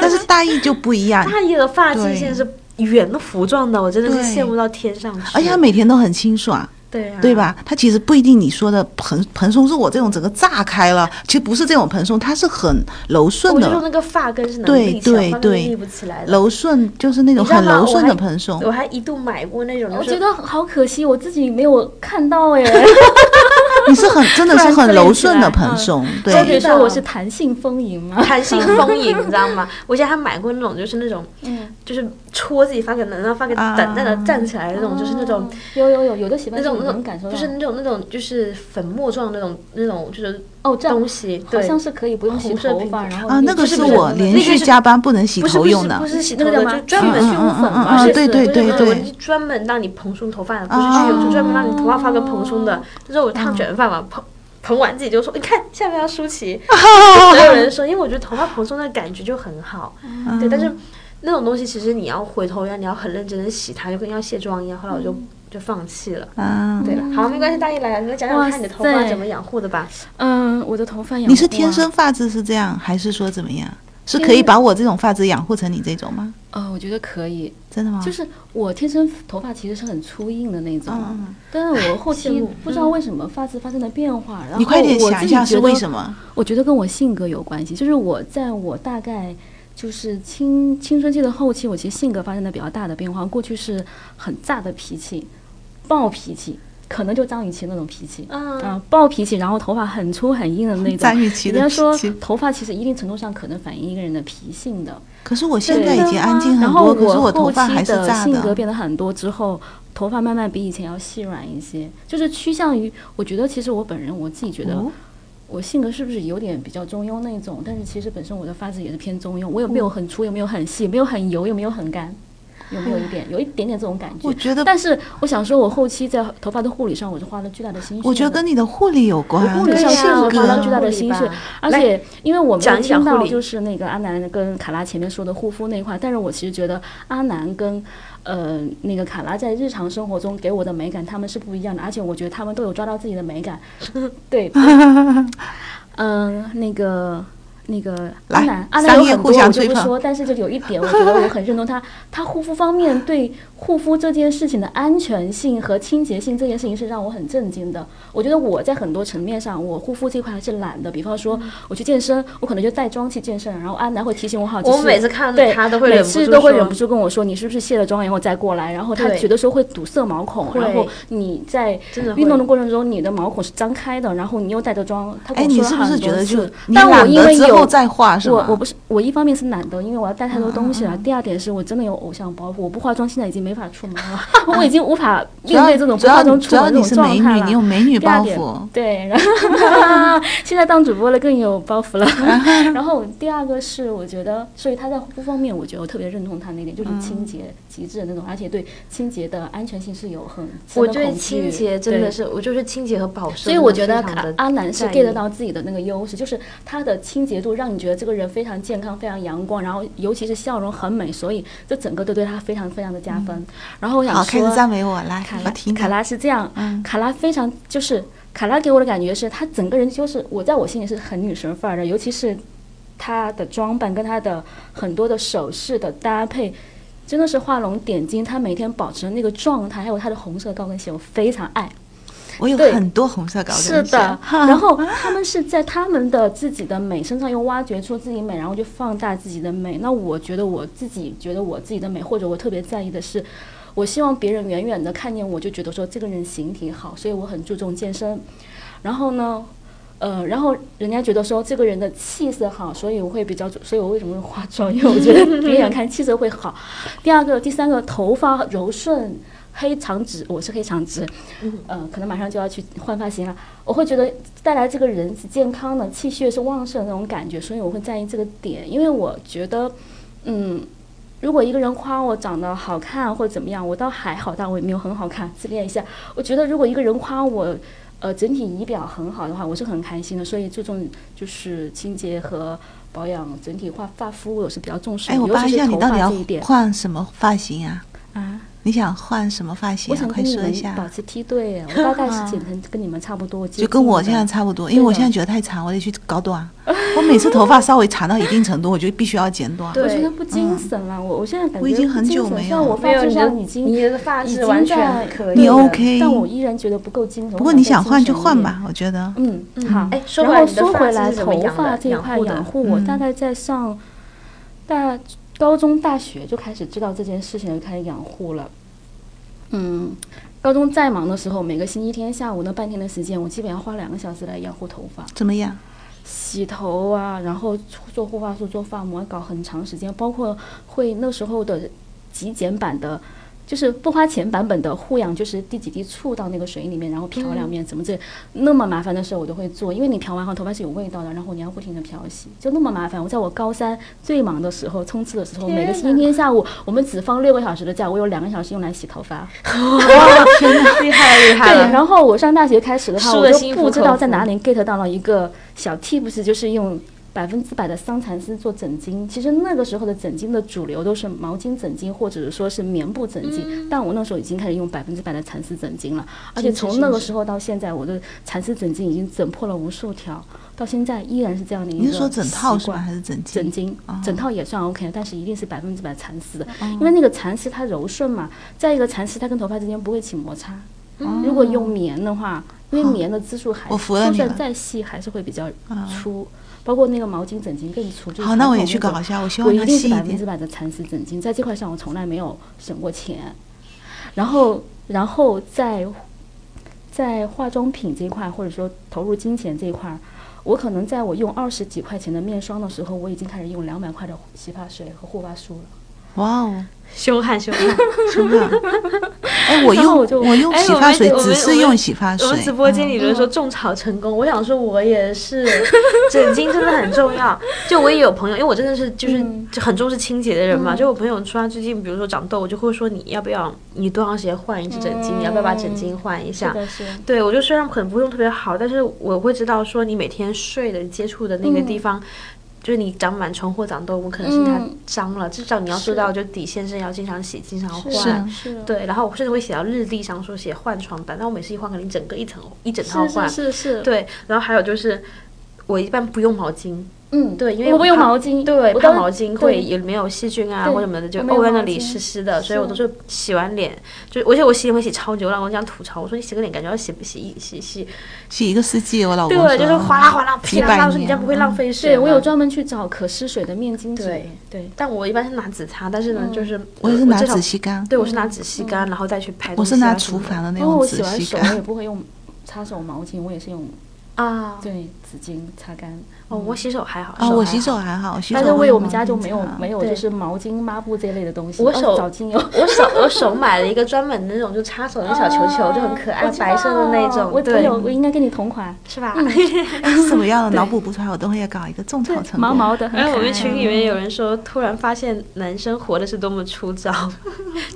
Speaker 2: 但是大意就不一样，
Speaker 1: 大叶的发际线
Speaker 2: 对
Speaker 1: 是圆弧状的，我真的是
Speaker 2: 对
Speaker 1: 羡慕到天上去。
Speaker 2: 而且他每天都很清爽，
Speaker 1: 对啊，
Speaker 2: 对？吧？他其实不一定你说的蓬蓬松，是我这种整个炸开了，其实不是这种蓬松，它是很柔顺
Speaker 1: 我就说
Speaker 2: 的，
Speaker 1: 那个发根是能
Speaker 2: 对
Speaker 1: 立起来，
Speaker 2: 对
Speaker 1: 发根
Speaker 2: 对
Speaker 1: 是立不起来的。
Speaker 2: 柔顺就是那种
Speaker 1: 你知道
Speaker 2: 很
Speaker 1: 吗
Speaker 2: 柔顺的
Speaker 1: 我还
Speaker 2: 蓬松
Speaker 1: 我。还一度买过那种，
Speaker 3: 我
Speaker 1: 就是
Speaker 3: 觉得好可惜，我自己没有看到 哎。
Speaker 2: 你是很真的是很柔顺的
Speaker 1: 嗯
Speaker 3: 突然
Speaker 2: 蓬松，
Speaker 3: 周杰
Speaker 2: 对，
Speaker 3: 说我是弹性丰盈 吗？
Speaker 1: 弹性丰盈，你知道吗？ 我以前还买过那种，就是那种，
Speaker 3: 嗯
Speaker 1: 就是戳自己发个能，然后发个
Speaker 2: 啊
Speaker 1: 等在那站起来的那种，就是那种
Speaker 2: 哦
Speaker 3: 有有有有的喜欢
Speaker 1: 那种那
Speaker 3: 哦能感受
Speaker 1: 种，
Speaker 3: 到，
Speaker 1: 就是那种那种就是粉末状那种那种就是
Speaker 3: 哦这样
Speaker 1: 东西，
Speaker 3: 好
Speaker 1: 对，
Speaker 3: 像是可以不用洗
Speaker 1: 红色
Speaker 3: 头
Speaker 1: 瓶
Speaker 3: 发，
Speaker 1: 子
Speaker 3: 然后
Speaker 2: 啊，
Speaker 3: 你
Speaker 2: 那个
Speaker 1: 是
Speaker 2: 是
Speaker 1: 不是
Speaker 2: 我
Speaker 1: 那个
Speaker 2: 连
Speaker 1: 那个
Speaker 2: 续
Speaker 1: 是
Speaker 2: 加班不能洗
Speaker 1: 不是
Speaker 2: 头
Speaker 1: 不
Speaker 2: 用
Speaker 1: 是
Speaker 2: 的
Speaker 1: 不。是洗
Speaker 3: 那
Speaker 1: 头
Speaker 3: 个叫
Speaker 1: 的，
Speaker 3: 嘛
Speaker 1: 就专门
Speaker 2: 嗯
Speaker 1: 去用
Speaker 2: 嗯嗯
Speaker 1: 粉
Speaker 2: 嗯
Speaker 1: 嘛，
Speaker 2: 嗯
Speaker 1: 是
Speaker 3: 对
Speaker 1: 不
Speaker 3: 对
Speaker 1: 是
Speaker 2: 对
Speaker 1: 那种
Speaker 2: 对
Speaker 1: 就专门让你蓬松头发的，不是去有就专门让你头发发根蓬松的
Speaker 3: 哦，
Speaker 1: 这是我烫卷发嘛，蓬蓬完自己就说，你看下面要梳 齐，就所有人说，因为我觉得头发蓬松的感觉就很好，
Speaker 2: 嗯
Speaker 1: 对，但是那种东西其实你要回头要你要很认真的洗它，就跟要卸妆一样，后来我
Speaker 2: 嗯
Speaker 1: 就就放弃了。
Speaker 2: 啊，
Speaker 1: 对了，好，没关系，大一来了，你来讲讲
Speaker 3: 哇
Speaker 1: 看你的头发
Speaker 3: 塞
Speaker 1: 怎么养护的吧。
Speaker 3: 嗯，我的头发养
Speaker 2: 你是
Speaker 3: 护
Speaker 2: 天
Speaker 3: 啊
Speaker 2: 生发质是这样，还是说怎么样？是
Speaker 3: 天
Speaker 2: 可以
Speaker 3: 生
Speaker 2: 把我这种发质养护成你这种吗？
Speaker 3: 呃，我觉得可以，
Speaker 2: 真的吗？
Speaker 3: 就是我天生头发其实是很粗硬的那种，
Speaker 2: 嗯嗯
Speaker 3: 但是我后
Speaker 1: 羡
Speaker 3: 期
Speaker 1: 慕
Speaker 3: 不知道为什么发质发生了变化，然后
Speaker 2: 你快点
Speaker 3: 我
Speaker 2: 想
Speaker 3: 自
Speaker 2: 一
Speaker 3: 己
Speaker 2: 下是
Speaker 3: 觉
Speaker 2: 为
Speaker 3: 得
Speaker 2: 什么？
Speaker 3: 我觉得跟我性格有关系，就是我在我大概就是青青春期的后期，我其实性格发生了比较大的变化。过去是很炸的脾气，暴脾气，可能就张雨绮那种脾气，
Speaker 1: 嗯
Speaker 3: 啊暴脾气，然后头发很粗很硬的那 种。
Speaker 2: 张雨绮的
Speaker 3: 人家说
Speaker 2: 脾气
Speaker 3: 头发其实一定程度上可能反映一个人的脾性的。
Speaker 2: 可是我现
Speaker 3: 对
Speaker 2: 在已经安静很
Speaker 3: 然后
Speaker 2: 多，可是我头
Speaker 3: 后
Speaker 2: 发还
Speaker 3: 期
Speaker 2: 是炸
Speaker 3: 性格
Speaker 2: 的。
Speaker 3: 变得很多之后，头发慢慢比以前要细软一些，就是趋向于，我觉得其实我本人我自己觉得
Speaker 2: 哦，
Speaker 3: 我性格是不是有点比较中庸那种？但是其实本身我的发质也是偏中庸，我也没有
Speaker 2: 哦
Speaker 3: 很粗，也没有很细，没有很油，也没有很干，有没有一点有一点点这种感觉？
Speaker 2: 哎我觉得
Speaker 3: 但是我想说，我后期在头发的护理上，我是花了巨大的心血的。
Speaker 2: 我觉得跟你的护理有关，
Speaker 3: 护
Speaker 1: 理
Speaker 2: 跟
Speaker 1: 上
Speaker 2: 性
Speaker 1: 是有
Speaker 3: 花
Speaker 1: 关
Speaker 3: 了
Speaker 2: 格
Speaker 3: 巨大的心
Speaker 1: 护理
Speaker 3: 血
Speaker 1: 吧，
Speaker 3: 而且因为我没
Speaker 1: 讲
Speaker 3: 有
Speaker 1: 一讲
Speaker 3: 听
Speaker 1: 护
Speaker 3: 到
Speaker 1: 理
Speaker 3: 就是那个阿南跟卡拉前面说的护肤那一块，但是我其实觉得阿南跟呃那个卡拉在日常生活中给我的美感他们是不一样的，而且我觉得他们都有抓到自己的美感。 对，嗯、那个。那个阿
Speaker 2: 来
Speaker 3: 南，阿南
Speaker 2: 商
Speaker 3: 有
Speaker 2: 业
Speaker 3: 很
Speaker 2: 互
Speaker 3: 多
Speaker 2: 相
Speaker 3: 我就
Speaker 2: 吹
Speaker 3: 不
Speaker 2: 捧
Speaker 3: 说，但是就有一点，我觉得我很认同他， 他护肤方面对护肤这件事情的安全性和清洁性这件事情是让我很震惊的。我觉得我在很多层面上，我护肤这块还是懒的。比方说，
Speaker 2: 嗯
Speaker 3: 我去健身，我可能就带妆去健身，然后安南会提醒我好几次。
Speaker 1: 我每次看到
Speaker 3: 对
Speaker 1: 他都会
Speaker 3: 每
Speaker 1: 忍不
Speaker 3: 次
Speaker 1: 住
Speaker 3: 都会
Speaker 1: 说
Speaker 3: 忍不住跟我说，你是不是卸了妆然后再过来？然后他
Speaker 1: 对
Speaker 3: 觉得说会堵塞毛孔，
Speaker 1: 会
Speaker 3: 然后你在
Speaker 1: 真的会
Speaker 3: 运动的过程中，你的毛孔是张开的，然后你又带着妆，他跟
Speaker 2: 哎，
Speaker 3: 我
Speaker 2: 你
Speaker 3: 说了
Speaker 2: 是不
Speaker 3: 很
Speaker 2: 是觉
Speaker 3: 多
Speaker 2: 得就
Speaker 3: 次
Speaker 2: 你
Speaker 3: 但我
Speaker 2: 懒
Speaker 3: 因
Speaker 2: 了
Speaker 3: 为
Speaker 2: 之
Speaker 3: 有
Speaker 2: 后再画是
Speaker 3: 我
Speaker 2: 吗？
Speaker 3: 我不是我一方面是懒得，因为我要带太多东西了。
Speaker 2: 嗯嗯嗯
Speaker 3: 第二点是我真的有偶像包袱，我不化妆现在已经没法出门 了，我已经无法
Speaker 2: 主
Speaker 3: 面
Speaker 2: 要
Speaker 3: 对这种
Speaker 2: 主
Speaker 3: 不化
Speaker 2: 要
Speaker 3: 妆
Speaker 2: 主
Speaker 3: 出
Speaker 2: 要
Speaker 3: 门
Speaker 2: 你
Speaker 3: 这种
Speaker 2: 是
Speaker 3: 状
Speaker 2: 美
Speaker 3: 态
Speaker 2: 女，
Speaker 3: 了
Speaker 2: 你。有美女
Speaker 3: 第二
Speaker 2: 包
Speaker 3: 点
Speaker 2: 袱。
Speaker 3: 对，然后 现在当主播了更有包 袱了。然后第二个是，我觉得，所以他在护肤方面，我觉得我特别认同他那点，就是
Speaker 1: 嗯
Speaker 3: 清洁极致的那种，而且对清洁的安全性是有很深
Speaker 1: 我
Speaker 3: 的
Speaker 1: 对
Speaker 3: 恐
Speaker 1: 清
Speaker 3: 惧
Speaker 1: 洁真的
Speaker 3: 对
Speaker 1: 是，我就是清洁和保湿，
Speaker 3: 所以我觉得
Speaker 1: 卡
Speaker 3: 阿阿南是
Speaker 1: 在
Speaker 3: get
Speaker 1: 意
Speaker 3: 到自己的那个优势，就是他的清洁度让你觉得这个人非常健康、非常阳光，然后尤其是笑容很美，所以这整个都对他非常非常的加分。
Speaker 1: 嗯
Speaker 3: 然后我想
Speaker 2: 好，开
Speaker 3: 说，
Speaker 2: 始赞美我来
Speaker 3: 卡，
Speaker 2: 我
Speaker 3: 拉
Speaker 2: 听
Speaker 3: 卡
Speaker 2: 听。
Speaker 3: 拉是这样，
Speaker 2: 嗯
Speaker 3: 卡拉非常就是卡拉给我的感觉是，她整个人就是我在我心里是很女神范儿的，尤其是她的装扮跟她的很多的首饰的搭配。真的是画龙点睛，她每天保持的那个状态，还有她的红色高跟鞋，我非常爱。
Speaker 2: 我有
Speaker 3: 对
Speaker 2: 很多红色高跟鞋。，
Speaker 3: 是的 然后他们是在他们的自己的美身上又挖掘出自己美，然后就放大自己的美。那我觉得我自己觉得我自己的美，或者我特别在意的是，我希望别人远远的看见我就觉得说这个人形体好，所以我很注重健身。然后呢，呃，然后人家觉得说这个人的气色好，所以我会比较注，所以我为什么会化妆？因为我觉得别人看气色会好。 第二个、第三个，头发柔顺。黑长直，我是黑长直，呃，可能马上就要去换发型了。我会觉得带来这个人是健康的，气血是旺盛的那种感觉，所以我会在意这个点，因为我觉得，嗯，如果一个人夸我长得好看或者怎么样，我倒还好，但我也没有很好看，自恋一下。我觉得如果一个人夸我，呃，整体仪表很好的话，我是很开心的，所以注重就是清洁和保养，整体化发肤我是比较重视的，
Speaker 2: 哎，我
Speaker 3: 尤
Speaker 2: 扒
Speaker 3: 其
Speaker 2: 一下，
Speaker 3: 是
Speaker 2: 你
Speaker 3: 头
Speaker 2: 到底
Speaker 3: 发这一
Speaker 2: 要
Speaker 3: 点
Speaker 2: 换什么发型啊？
Speaker 3: 啊。
Speaker 2: 你想换什么发型
Speaker 3: 我
Speaker 2: 啊？
Speaker 3: 想
Speaker 2: 快
Speaker 3: 跟你
Speaker 2: 说
Speaker 3: 们
Speaker 2: 一下。
Speaker 3: 保持梯队，我大概是剪成跟你们差不多，接
Speaker 2: 就跟
Speaker 3: 近
Speaker 2: 我
Speaker 3: 的
Speaker 2: 现在差不多，因为
Speaker 3: 对
Speaker 2: 我
Speaker 3: 的
Speaker 2: 现在觉得太长，我得去搞短。 我每次头发稍微长到一定程度，我就必须要剪短。
Speaker 1: 对
Speaker 3: 我觉得不精神了，我、我现在感觉
Speaker 2: 嗯我已经很久
Speaker 3: 不精神
Speaker 2: 没有
Speaker 3: 虽然我
Speaker 1: 没
Speaker 3: 发
Speaker 1: 有
Speaker 3: 质
Speaker 1: 你的
Speaker 3: 上已经
Speaker 1: 你的发
Speaker 3: 已
Speaker 1: 质
Speaker 3: 经
Speaker 1: 完
Speaker 3: 在
Speaker 1: 全可以的，
Speaker 2: 你 OK？
Speaker 3: 但我依然觉得不够精神。
Speaker 2: 不过你
Speaker 3: 我想
Speaker 2: 想
Speaker 3: 再
Speaker 2: 换
Speaker 3: 精
Speaker 2: 就
Speaker 3: 神一
Speaker 2: 换
Speaker 3: 点。
Speaker 2: 吧，我觉得。
Speaker 3: 嗯，好。
Speaker 1: 哎，说回
Speaker 3: 然
Speaker 1: 来
Speaker 3: 后
Speaker 1: 你的
Speaker 3: 说回
Speaker 1: 发
Speaker 3: 来，
Speaker 1: 质是怎么
Speaker 3: 头
Speaker 1: 养
Speaker 3: 发
Speaker 1: 的？
Speaker 3: 这一块
Speaker 1: 护的
Speaker 3: 养护，我大
Speaker 2: 嗯
Speaker 3: 概在上大高中、大学就开始知道这件事情，就开始养护了。嗯，高中再忙的时候，每个星期天下午那半天的时间，我基本上花两个小时来养护头发。
Speaker 2: 怎么样？
Speaker 3: 洗头啊，然后做护发素、做发膜，搞很长时间，包括会那时候的极简版的，就是不花钱版本的护养，就是滴几滴醋到那个水里面，然后漂两面，怎么这那么麻烦的事我都会做，因为你漂完后头发是有味道的，然后你要不停的漂洗，就那么麻烦。我在我高三最忙的时候，冲刺的时候，每个星期天下午我们只放六个小时的假，我有两个小时用来洗头发。
Speaker 1: 厉害了厉害
Speaker 3: 对，
Speaker 1: 了！
Speaker 3: 然后我上大学开始的话，
Speaker 1: 输
Speaker 3: 我
Speaker 1: 得
Speaker 3: 就
Speaker 1: 心服
Speaker 3: 不知
Speaker 1: 口
Speaker 3: 道在哪
Speaker 1: 服
Speaker 3: 里 get 到了一个小 tips，就是用百分之百的桑蚕丝做枕巾。其实那个时候的枕巾的主流都是毛巾枕巾，或者是说是棉布枕巾，
Speaker 1: 嗯
Speaker 3: 但我那时候已经开始用百分之百的蚕丝枕巾了。而且
Speaker 1: 精致
Speaker 3: 从
Speaker 1: 精
Speaker 3: 那个
Speaker 1: 致
Speaker 3: 时候到现在，我的蚕丝枕巾已经整破了无数条，到现在依然是这样的一个
Speaker 2: 你是说整套
Speaker 3: 习
Speaker 2: 是吗？
Speaker 3: 惯
Speaker 2: 还是整巾？
Speaker 3: 枕巾
Speaker 2: 哦，
Speaker 3: 整套也算 OK，但是一定是百分之百蚕丝的，因为那个蚕丝它柔顺嘛，再一个蚕丝它跟头发之间不会起摩擦。如果用棉的话，因为棉的支数还
Speaker 2: 哦我
Speaker 3: 就
Speaker 2: 服了你
Speaker 3: 算
Speaker 2: 了
Speaker 3: 再细还是会比较
Speaker 2: 啊
Speaker 3: 粗，包括那个毛巾枕巾更粗。就是
Speaker 2: 好，那
Speaker 3: 传
Speaker 2: 我也
Speaker 3: 统
Speaker 2: 去
Speaker 3: 那种
Speaker 2: 搞一下，我希
Speaker 3: 我
Speaker 2: 望
Speaker 3: 一
Speaker 2: 它
Speaker 3: 定是
Speaker 2: 细
Speaker 3: 百
Speaker 2: 一
Speaker 3: 分之
Speaker 2: 点。
Speaker 3: 百的蚕丝枕巾，在这块上我从来没有省过钱。然后，然后在在化妆品这一块，或者说投入金钱这一块，我可能在我用二十几块钱的面霜的时候，我已经开始用两百块的洗发水和护发素了。
Speaker 2: 哇哦，
Speaker 1: 凶悍凶悍！
Speaker 2: 真的！哎，我
Speaker 3: 然后
Speaker 2: 用
Speaker 3: 我就
Speaker 2: 我用
Speaker 1: 哎
Speaker 2: 洗
Speaker 1: 我
Speaker 2: 发
Speaker 1: 们
Speaker 2: 水
Speaker 1: 我，
Speaker 2: 只
Speaker 1: 们我
Speaker 2: 是
Speaker 1: 们
Speaker 2: 用洗发
Speaker 1: 我们
Speaker 2: 水嗯
Speaker 1: 直。播间里有人说种草成功，我想说我也是，枕巾真的很重要。就我也有朋友，因为我真的是就是
Speaker 3: 嗯
Speaker 1: 就很重视清洁的人嘛，
Speaker 3: 嗯
Speaker 1: 就我朋友说他最近比如说长痘，我就会说你要不要你多长时间换一支枕巾，你要不要把枕巾换一下？
Speaker 3: 的是的。
Speaker 1: 对，我就虽然可能不用特别好，但是我会知道说你每天睡的接触的那个地方，就是你长螨虫或长痘，我可能是它
Speaker 3: 嗯
Speaker 1: 脏了，至少你要
Speaker 3: 是
Speaker 1: 做到就底线是要经常洗、经常换。
Speaker 3: 是的
Speaker 2: 是
Speaker 3: 是啊的
Speaker 1: 啊对，然后我甚至会写到日历上说写换床单，但我每次一换，可能整个一层一整套
Speaker 3: 是
Speaker 1: 换。
Speaker 3: 是是是，
Speaker 1: 对，然后还有就是。我一般不用毛巾，
Speaker 3: 嗯，
Speaker 1: 对，因为
Speaker 3: 我不用
Speaker 1: 怕
Speaker 3: 毛巾，
Speaker 1: 对，
Speaker 3: 我
Speaker 1: 怕
Speaker 3: 当
Speaker 1: 毛巾
Speaker 3: 对
Speaker 1: 会有没有细菌啊
Speaker 3: 对
Speaker 1: 或者什么的，就
Speaker 3: 我没有
Speaker 1: 沤在那
Speaker 3: 毛
Speaker 1: 里
Speaker 3: 巾
Speaker 1: 湿湿的，所以
Speaker 3: 是哦
Speaker 1: 我都是洗完脸，就而且我洗脸会洗超久，我老公这样吐槽我说你洗个脸感觉要洗洗一洗洗
Speaker 2: 洗一个世纪，我老公
Speaker 1: 对，就是
Speaker 2: 说
Speaker 1: 哗啦哗啦噼
Speaker 2: 一
Speaker 1: 啦
Speaker 2: 百
Speaker 1: 啦，我说你这样
Speaker 2: 年
Speaker 1: 不会浪费水
Speaker 3: 嗯对
Speaker 1: 吗。
Speaker 3: 我有专门去找可湿水的面巾纸。
Speaker 1: 啊对
Speaker 3: 对，
Speaker 1: 但我一般是拿纸擦，但是呢，
Speaker 3: 嗯
Speaker 1: 就是
Speaker 2: 我也是拿
Speaker 1: 至少
Speaker 2: 纸吸干，
Speaker 1: 对我是拿纸吸干，然后再去拍东
Speaker 2: 我
Speaker 1: 西
Speaker 2: 是
Speaker 1: 啊什么的。
Speaker 2: 拿厨房的那
Speaker 3: 包括
Speaker 2: 种纸
Speaker 3: 哦我洗完
Speaker 2: 吸
Speaker 3: 手，我
Speaker 2: 干。
Speaker 3: 也不会用擦手毛巾，我也是用
Speaker 1: 啊。
Speaker 3: 对，纸巾擦干。
Speaker 1: 哦，我洗手还好，
Speaker 2: 啊，我洗
Speaker 1: 还好
Speaker 2: 手还好，洗手
Speaker 3: 但是
Speaker 2: 会
Speaker 3: 为
Speaker 2: 用
Speaker 3: 我
Speaker 2: 毛
Speaker 3: 们
Speaker 2: 啊
Speaker 3: 家就
Speaker 2: 巾
Speaker 3: 没有
Speaker 2: 擦
Speaker 3: 没有
Speaker 1: 对
Speaker 3: 就是毛巾、抹布这类的东西。
Speaker 1: 我
Speaker 3: 哦
Speaker 1: 手
Speaker 3: 早进有。
Speaker 1: 我手我手买了一个专门的那种，就插手 的小球球，就很可爱，
Speaker 3: 哦我知
Speaker 1: 白色的那
Speaker 3: 道嗯
Speaker 1: 种，
Speaker 3: 我我
Speaker 1: 对，
Speaker 3: 有，我应该跟你同款，
Speaker 1: 是吧？
Speaker 2: 是不要了脑补不出来，我等会也搞一个种草成
Speaker 3: 毛
Speaker 2: 果。
Speaker 3: 毛 的，很
Speaker 1: 然后哎
Speaker 3: 可
Speaker 1: 我们
Speaker 3: 爱
Speaker 1: 群里面有人说，突然发现男生活的是多么粗 糙。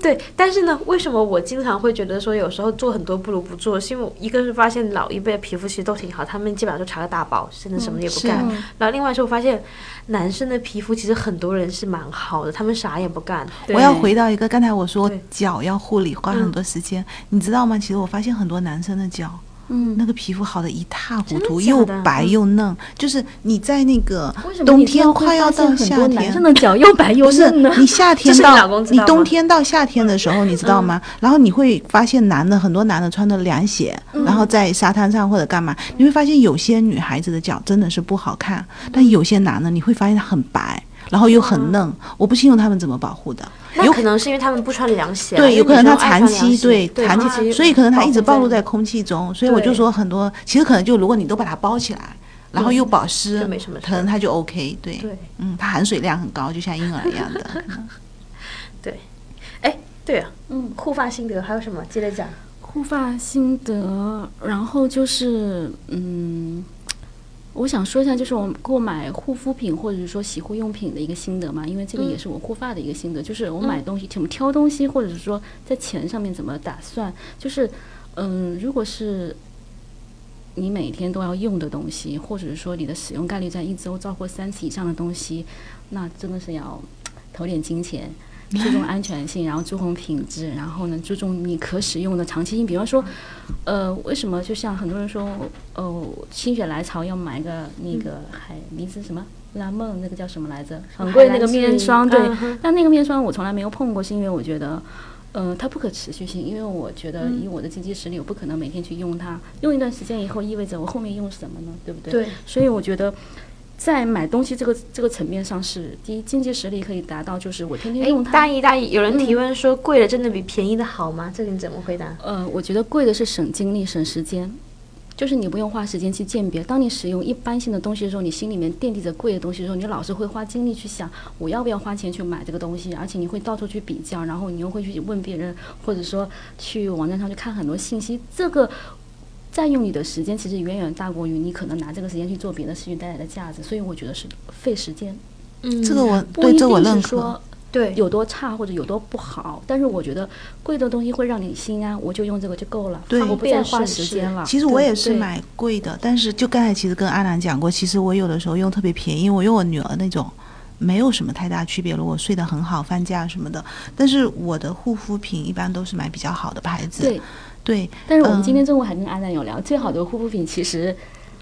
Speaker 1: 对，但是呢，为什么我经常会觉得说有时候做很多不如不做，是因为一个是发现老一辈的皮肤其实都挺好，他们基本上就查个大包，真的什么也不
Speaker 2: 是
Speaker 1: 干。
Speaker 3: 嗯
Speaker 1: 然后另外是我发现男生的皮肤其实很多人是蛮好的，他们啥也不干。
Speaker 2: 我要
Speaker 3: 对
Speaker 2: 回到一个刚才我说
Speaker 1: 对
Speaker 2: 脚要护理花很
Speaker 1: 嗯
Speaker 2: 多时间，你知道吗？其实我发现很多男生的脚，
Speaker 3: 嗯，
Speaker 2: 那个皮肤好的一塌糊
Speaker 1: 真的
Speaker 2: 涂，
Speaker 1: 假
Speaker 2: 又
Speaker 1: 的
Speaker 2: 白
Speaker 1: 嗯
Speaker 2: 又嫩，就是你在那个
Speaker 3: 为什么
Speaker 2: 冬
Speaker 3: 你这
Speaker 2: 天
Speaker 3: 样会
Speaker 2: 快要
Speaker 3: 发
Speaker 2: 到
Speaker 3: 现很
Speaker 2: 夏
Speaker 3: 多男
Speaker 2: 天
Speaker 3: 生。的脚又白又
Speaker 2: 不是
Speaker 3: 嫩呢？
Speaker 2: 你夏天
Speaker 1: 是你
Speaker 2: 到
Speaker 1: 老公知道
Speaker 2: 冬
Speaker 1: 吗嗯
Speaker 2: 天到夏天的时候，你知道吗？然后你会发现男的很多男的穿的凉鞋，
Speaker 1: 嗯
Speaker 2: 然后在沙滩上或者干嘛，你会发现有些女孩子的脚真的是不好看，
Speaker 1: 嗯
Speaker 2: 但有些男的你会发现他很白，然后又
Speaker 1: 啊
Speaker 2: 很嫩，我不清楚他们怎么保护的。
Speaker 1: 那
Speaker 2: 有
Speaker 1: 可能是因为他们不穿凉鞋啊，
Speaker 2: 对，有可能他长期
Speaker 1: 对
Speaker 2: 对长期，所以可能他一直暴露在空气中，所以我就
Speaker 1: 对
Speaker 2: 说很多，其实可能就如果你都把它包起来，然后又保湿
Speaker 1: 嗯就，没什么事
Speaker 2: 可能它就 OK，对，
Speaker 1: 对。
Speaker 2: 嗯，它含水量很高，就像婴儿一样的。嗯
Speaker 1: 哎，对啊，
Speaker 3: 嗯，
Speaker 1: 护发心得还有什么？接着讲。
Speaker 3: 护发心得，然后就是嗯，我想说一下，就是我购买护肤品或者是说洗护用品的一个心得嘛，因为这个
Speaker 1: 嗯
Speaker 3: 也是我护发的一个心得，就是我买东西怎么挑东西，或者是说在钱上面怎么打算，就是嗯，如果是。你每天都要用的东西，或者是说你的使用概率在一周超过三次以上的东西，那真的是要投点金钱，注重安全性，然后注重品质，然后呢注重你可使用的长期性。比方说，呃，为什么就像很多人说，哦，心血来潮要买个那个
Speaker 1: 嗯
Speaker 3: 海离子什么拉梦那个叫什么来着，很贵那个面霜，对。
Speaker 1: 嗯哼
Speaker 3: 但那个面霜我从来没有碰过，是因为我觉得。呃，它不可持续性，因为我觉得以我的经济实力，我不可能每天去用它。用一段时间以后，意味着我后面用什么呢？对不对？
Speaker 1: 对，
Speaker 3: 所以我觉得，在买东西这个这个层面上是，第一经济实力可以达到，就是我天天用
Speaker 1: 哎，大
Speaker 3: 它。
Speaker 1: 意大意，有人提问说贵的真的比便宜的好吗？这个你怎么回答？
Speaker 3: 呃，我觉得贵的是省精力、省时间，就是你不用花时间去鉴别。当你使用一般性的东西的时候，你心里面惦记着贵的东西的时候，你老是会花精力去想我要不要花钱去买这个东西，而且你会到处去比较，然后你又会去问别人，或者说去网站上去看很多信息，这个。占用你的时间其实远远大过于你可能拿这个时间去做别的事情带来的价值，所以我觉得是费时间。
Speaker 1: 嗯
Speaker 2: 这个我
Speaker 3: 不
Speaker 2: 对
Speaker 3: 一
Speaker 2: 这我
Speaker 3: 定
Speaker 2: 认
Speaker 3: 是
Speaker 2: 可
Speaker 3: 说，
Speaker 1: 对
Speaker 3: 有多差或者有多不好，但是我觉得贵的东西会让你心安，我就用这个就够了，
Speaker 2: 对
Speaker 3: 我不再
Speaker 1: 方
Speaker 3: 花
Speaker 1: 便省
Speaker 3: 时
Speaker 1: 事
Speaker 3: 间了。
Speaker 2: 其实我
Speaker 3: 对
Speaker 2: 也是
Speaker 3: 对
Speaker 2: 买贵的，但是就刚才其实跟阿南讲过，其实我有的时候用特别便宜，我用我女儿那种。没有什么太大区别，如果睡得很好，放假什么的。但是我的护肤品一般都是买比较好的牌子。
Speaker 3: 对，
Speaker 2: 对，
Speaker 3: 但是我们今
Speaker 2: 嗯
Speaker 3: 天中午还跟阿南有聊，最好的护肤品其实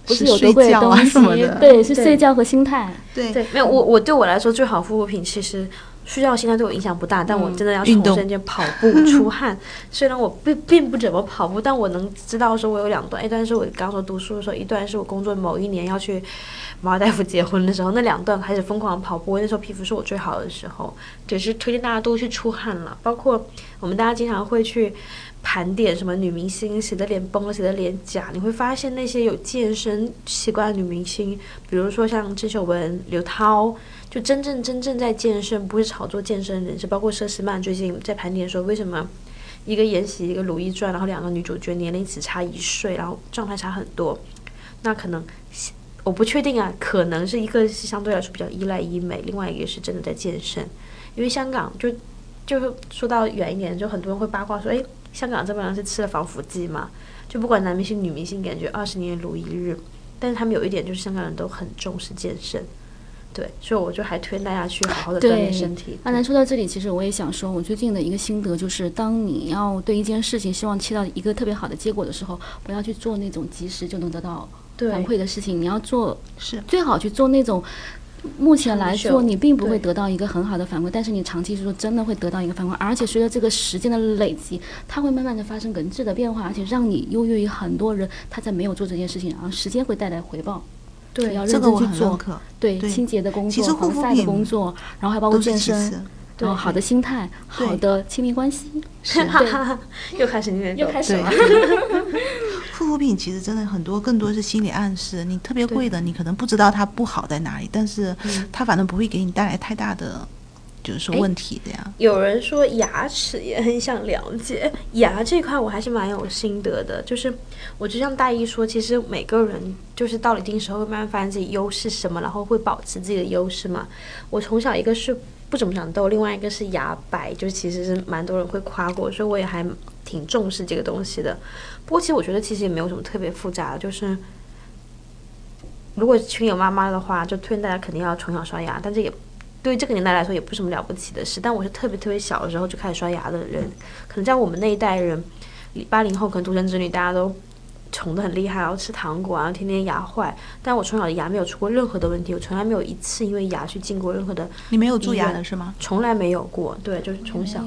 Speaker 3: 不
Speaker 2: 是
Speaker 3: 有多
Speaker 2: 睡
Speaker 3: 贵
Speaker 2: 觉啊
Speaker 3: 东西，
Speaker 2: 什么的
Speaker 3: 对，是
Speaker 1: 对
Speaker 3: 睡觉和心态。
Speaker 2: 对
Speaker 1: 对，没有我我对我来说最好护肤品其实。睡觉现在对我影响不大，但我真的要
Speaker 2: 运
Speaker 1: 从
Speaker 2: 动
Speaker 1: 深圳跑步出 汗。虽然我并并不怎么跑步，但我能知道说我有两段，一段是我刚说读书的时候，一段是我工作某一年要去马尔代夫结婚的时候，那两段开始疯狂跑步，那时候皮肤是我最好的时候。对，是推荐大家多去出汗了，包括我们大家经常会去盘点什么女明星谁的脸崩了，谁的脸假，你会发现那些有健身习惯的女明星，比如说像郑秀文、刘涛，就真正真正在健身，不是炒作健身人士，包括佘诗曼最近在盘点说为什么。一个《延禧》，一个《如懿传》，然后两个女主角年龄只差一岁，然后状态差很多。那可能我不确定啊，可能是一个是相对来说比较依赖医美，另外一个是真的在健身。因为香港就就是说到远一点，就很多人会八卦说，哎，香港这帮人是吃了防腐剂嘛？就不管男明星女明星，感觉二十年如一日。但是他们有一点就是香港人都很重视健身，对，所以我就还推荐大家去好好的锻炼
Speaker 3: 对
Speaker 1: 身体。
Speaker 3: 阿南说到这里，其实我也想说，我最近的一个心得就是，当你要对一件事情希望期待一个特别好的结果的时候，不要去做那种及时就能得到
Speaker 1: 对
Speaker 3: 反馈的事情，你要做
Speaker 2: 是
Speaker 3: 最好去做那种。目前来
Speaker 1: 长
Speaker 3: 说，
Speaker 1: 久
Speaker 3: 你并不会
Speaker 1: 对
Speaker 3: 得到一个很好的反馈，但是你长期去做，真的会得到一个反馈，而且随着这个时间的累积，它会慢慢的发生本质的变化，而且让你优越于很多人，他在没有做这件事情，然后时间会带来回报。
Speaker 1: 对
Speaker 3: 要
Speaker 2: 这
Speaker 3: 认
Speaker 2: 个
Speaker 3: 真
Speaker 2: 我
Speaker 3: 去
Speaker 2: 很认
Speaker 3: 做。
Speaker 2: 可，
Speaker 3: 对
Speaker 2: 对
Speaker 3: 清洁的工
Speaker 2: 其
Speaker 3: 作、
Speaker 2: 实护
Speaker 3: 防
Speaker 2: 肤
Speaker 3: 晒的
Speaker 2: 品
Speaker 3: 工作，然后还包括
Speaker 2: 都是
Speaker 3: 健
Speaker 2: 其次
Speaker 3: 身，。然后好的心态、
Speaker 2: 对
Speaker 3: 好的亲密关系，
Speaker 2: 是
Speaker 1: 哈哈哈，又开始虐狗
Speaker 3: 又开始
Speaker 2: 对
Speaker 3: 了。
Speaker 2: 护肤品其实真的很多，更多是心理暗示。你特别贵的，你可能不知道它不好在哪里，但是
Speaker 3: 嗯
Speaker 2: 它反正不会给你带来太大的，就是说
Speaker 1: 哎
Speaker 2: 问题这样。
Speaker 1: 有人说牙齿也很想了解，牙这块我还是蛮有心得的。就是我就像大一说，其实每个人就是到了一定时候会慢慢发现自己优势是什么，然后会保持自己的优势嘛。我从小一个是不怎么长痘，另外一个是牙白，就其实是蛮多人会夸过，所以我也还挺重视这个东西的。不过其实我觉得其实也没有什么特别复杂的，就是。如果群友妈妈的话，就推荐大家肯定要从小刷牙，但是也对于这个年代来说也不是什么了不起的事。但我是特别特别小的时候就开始刷牙的
Speaker 2: 嗯
Speaker 1: 人，可能在我们那一代人，八零后可能独生子女大家都宠得很厉害，然后吃糖果啊，天天牙坏。但我从小的牙没有出过任何的问题，我从来没有一次因为牙去进过任何的，
Speaker 2: 你没有蛀
Speaker 1: 医
Speaker 2: 牙
Speaker 1: 院
Speaker 2: 的是吗？
Speaker 1: 从来没有过。对，就是从小，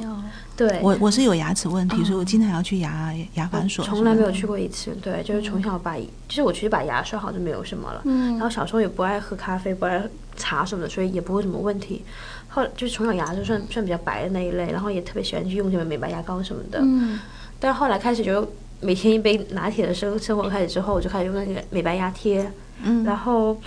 Speaker 1: 对，
Speaker 2: 嗯
Speaker 1: 哦
Speaker 2: 我我是有牙齿问题，所以我经常要去牙牙
Speaker 1: 我
Speaker 2: 反锁。嗯
Speaker 1: 从来没有去过一次。对，就是从小把，就是我其实把牙刷好就没有什么了。
Speaker 3: 嗯
Speaker 1: 然后小时候也不爱喝咖啡，不爱喝茶什么的，所以也不会什么问题。后来就是从小牙就算算比较白的那一类，然后也特别喜欢去用什么美白牙膏什么的。
Speaker 3: 嗯，
Speaker 1: 但是后来开始就每天一杯拿铁的生生活开始之后，我就开始用那个美白牙贴。嗯，然后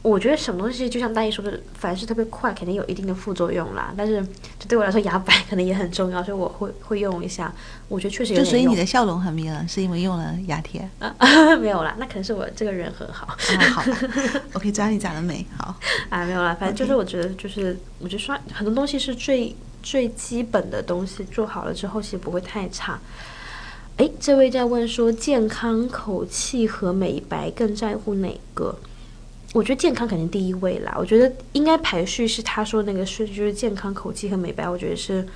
Speaker 1: 我觉得什么东西就像大姨说的，凡事特别快，肯定有一定的副作用啦。但是就对我来说，牙白可能也很重要，所以我会会用一下。我觉得确实有
Speaker 2: 就
Speaker 1: 点
Speaker 2: 所以
Speaker 1: 用
Speaker 2: 你的笑容很迷人，是因为用了牙 贴。
Speaker 1: 没有啦，那可能是我这个人很好
Speaker 2: 啊，好吧，OK，知道你长得美，好。
Speaker 1: 啊，没有啦，反正就是我觉得就是我觉得刷很多东西是最最基本的东西，做好了之后其实不会太差。哎，这位在问说健康、口气和美白更在乎哪个？我觉得健康肯定第一位啦，我觉得应该排序是他说那个顺序，就是健康、口气和美白，我觉得是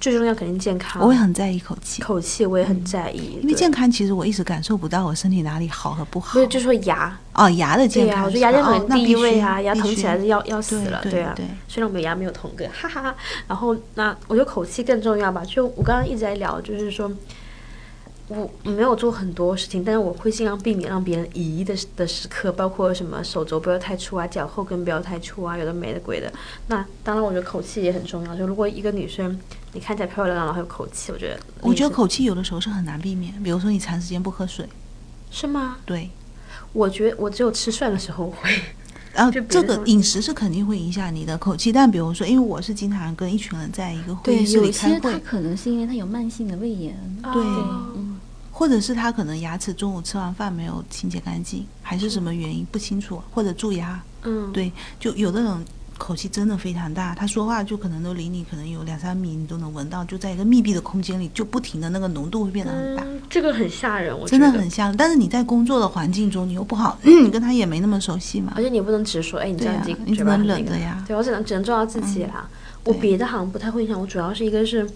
Speaker 1: 最重要，肯定健康。
Speaker 2: 我会很在意口气，
Speaker 1: 口气我也很在意，
Speaker 2: 因为
Speaker 1: 对
Speaker 2: 健康其实我一直感受不到我身体哪里好和不好。
Speaker 1: 不是就说牙，
Speaker 2: 哦，牙的健
Speaker 1: 对呀、啊
Speaker 2: 康是吧，
Speaker 1: 我觉得牙健
Speaker 2: 哦
Speaker 1: 康
Speaker 2: 那
Speaker 1: 第
Speaker 2: 必
Speaker 1: 一位
Speaker 2: 须
Speaker 1: 啊，牙
Speaker 2: 必
Speaker 1: 疼
Speaker 2: 须
Speaker 1: 起来是要要死
Speaker 2: 对
Speaker 1: 了，
Speaker 2: 对
Speaker 1: 啊
Speaker 2: 对。
Speaker 1: 虽然我们牙没有同个，哈哈哈。然后那我觉得口气更重要吧，就我刚刚一直在聊，就是说。我没有做很多事情，但是我会尽量避免让别人疑的时的时刻，包括什么手肘不要太粗啊，脚后跟不要太粗啊，有的没的鬼的。那当然，我觉得口气也很重要。就如果一个女生你看起来漂漂亮亮，然后有口气，我觉得
Speaker 2: 我觉得
Speaker 1: 也
Speaker 2: 口气有的时候是很难避免，比如说你长时间不喝水，
Speaker 1: 是是吗？
Speaker 2: 对，
Speaker 1: 我觉得我只有吃蒜的时候会，
Speaker 2: 然后
Speaker 1: 就别
Speaker 2: 这
Speaker 1: 的
Speaker 2: 个
Speaker 1: 东西
Speaker 2: 饮食是肯定会影响你的口气。但比如说，因为我是经常跟一群人在一个会
Speaker 3: 对，
Speaker 2: 议室
Speaker 3: 有
Speaker 2: 里
Speaker 3: 些
Speaker 2: 开
Speaker 3: 他
Speaker 2: 会，哦
Speaker 3: 可能是因为他有慢性的胃炎，
Speaker 1: 对
Speaker 3: 嗯，
Speaker 2: 或者是他可能牙齿中午吃完饭没有清洁干净，还是什么原因不清楚，或者蛀牙，
Speaker 1: 嗯，
Speaker 2: 对，就有的人口气真的非常大，他说话就可能都离你可能有两三米，你都能闻到，就在一个密闭的空间里，就不停的那个浓度会变得很大。
Speaker 1: 嗯，这个很吓人，我
Speaker 2: 真的
Speaker 1: 觉得
Speaker 2: 很像，但是你在工作的环境中，你又 不好，你跟他也没那么熟悉嘛
Speaker 1: 而。且你也不能直说，哎，你这
Speaker 2: 对
Speaker 1: 样
Speaker 2: 呀
Speaker 1: 子、
Speaker 2: 你
Speaker 1: 嘴
Speaker 2: 只
Speaker 1: 巴
Speaker 2: 能
Speaker 1: 很
Speaker 2: 忍
Speaker 1: 那个
Speaker 2: 着呀嗯
Speaker 1: 对，我只能只能做到自己啦。我
Speaker 2: 对
Speaker 1: 别的好像不太会影响，我主要是一个是，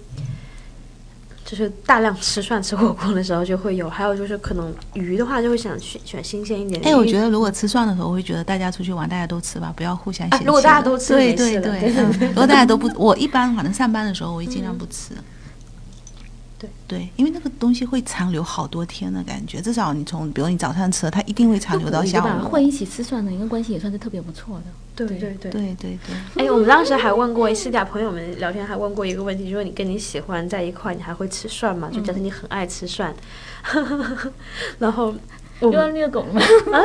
Speaker 1: 就是大量吃涮吃火锅的时候就会有，还有就是可能鱼的话就会想去选新鲜一点。
Speaker 2: 哎，我觉
Speaker 1: 得。
Speaker 2: 得如果吃蒜的时候，我会觉得大家出去玩，大家都吃吧，不要互相嫌弃了、
Speaker 1: 啊如果大家都吃
Speaker 2: 对
Speaker 1: 没事
Speaker 2: 对
Speaker 1: 了
Speaker 2: 对，
Speaker 1: 对嗯
Speaker 2: 嗯 如果大家都不，我一般反正上班的时候，我会尽量不吃。
Speaker 1: 对
Speaker 2: 对，因为那个东西会残留好多天的感觉，至少你从，比如你早上吃了，它一定会残啊留到
Speaker 3: 你
Speaker 2: 下
Speaker 3: 把
Speaker 2: 午。
Speaker 3: 会一起吃蒜的，应该关系也算是特别不错的。
Speaker 1: 对对对，
Speaker 2: 对对对，
Speaker 1: 哎，我们当时还问过，私下朋友们聊天还问过一个问题，就是你跟你喜欢在一块，你还会吃蒜吗？就假设
Speaker 2: 嗯
Speaker 1: 你很爱吃蒜， 然后我
Speaker 3: 又要
Speaker 1: 们
Speaker 3: 虐狗了吗？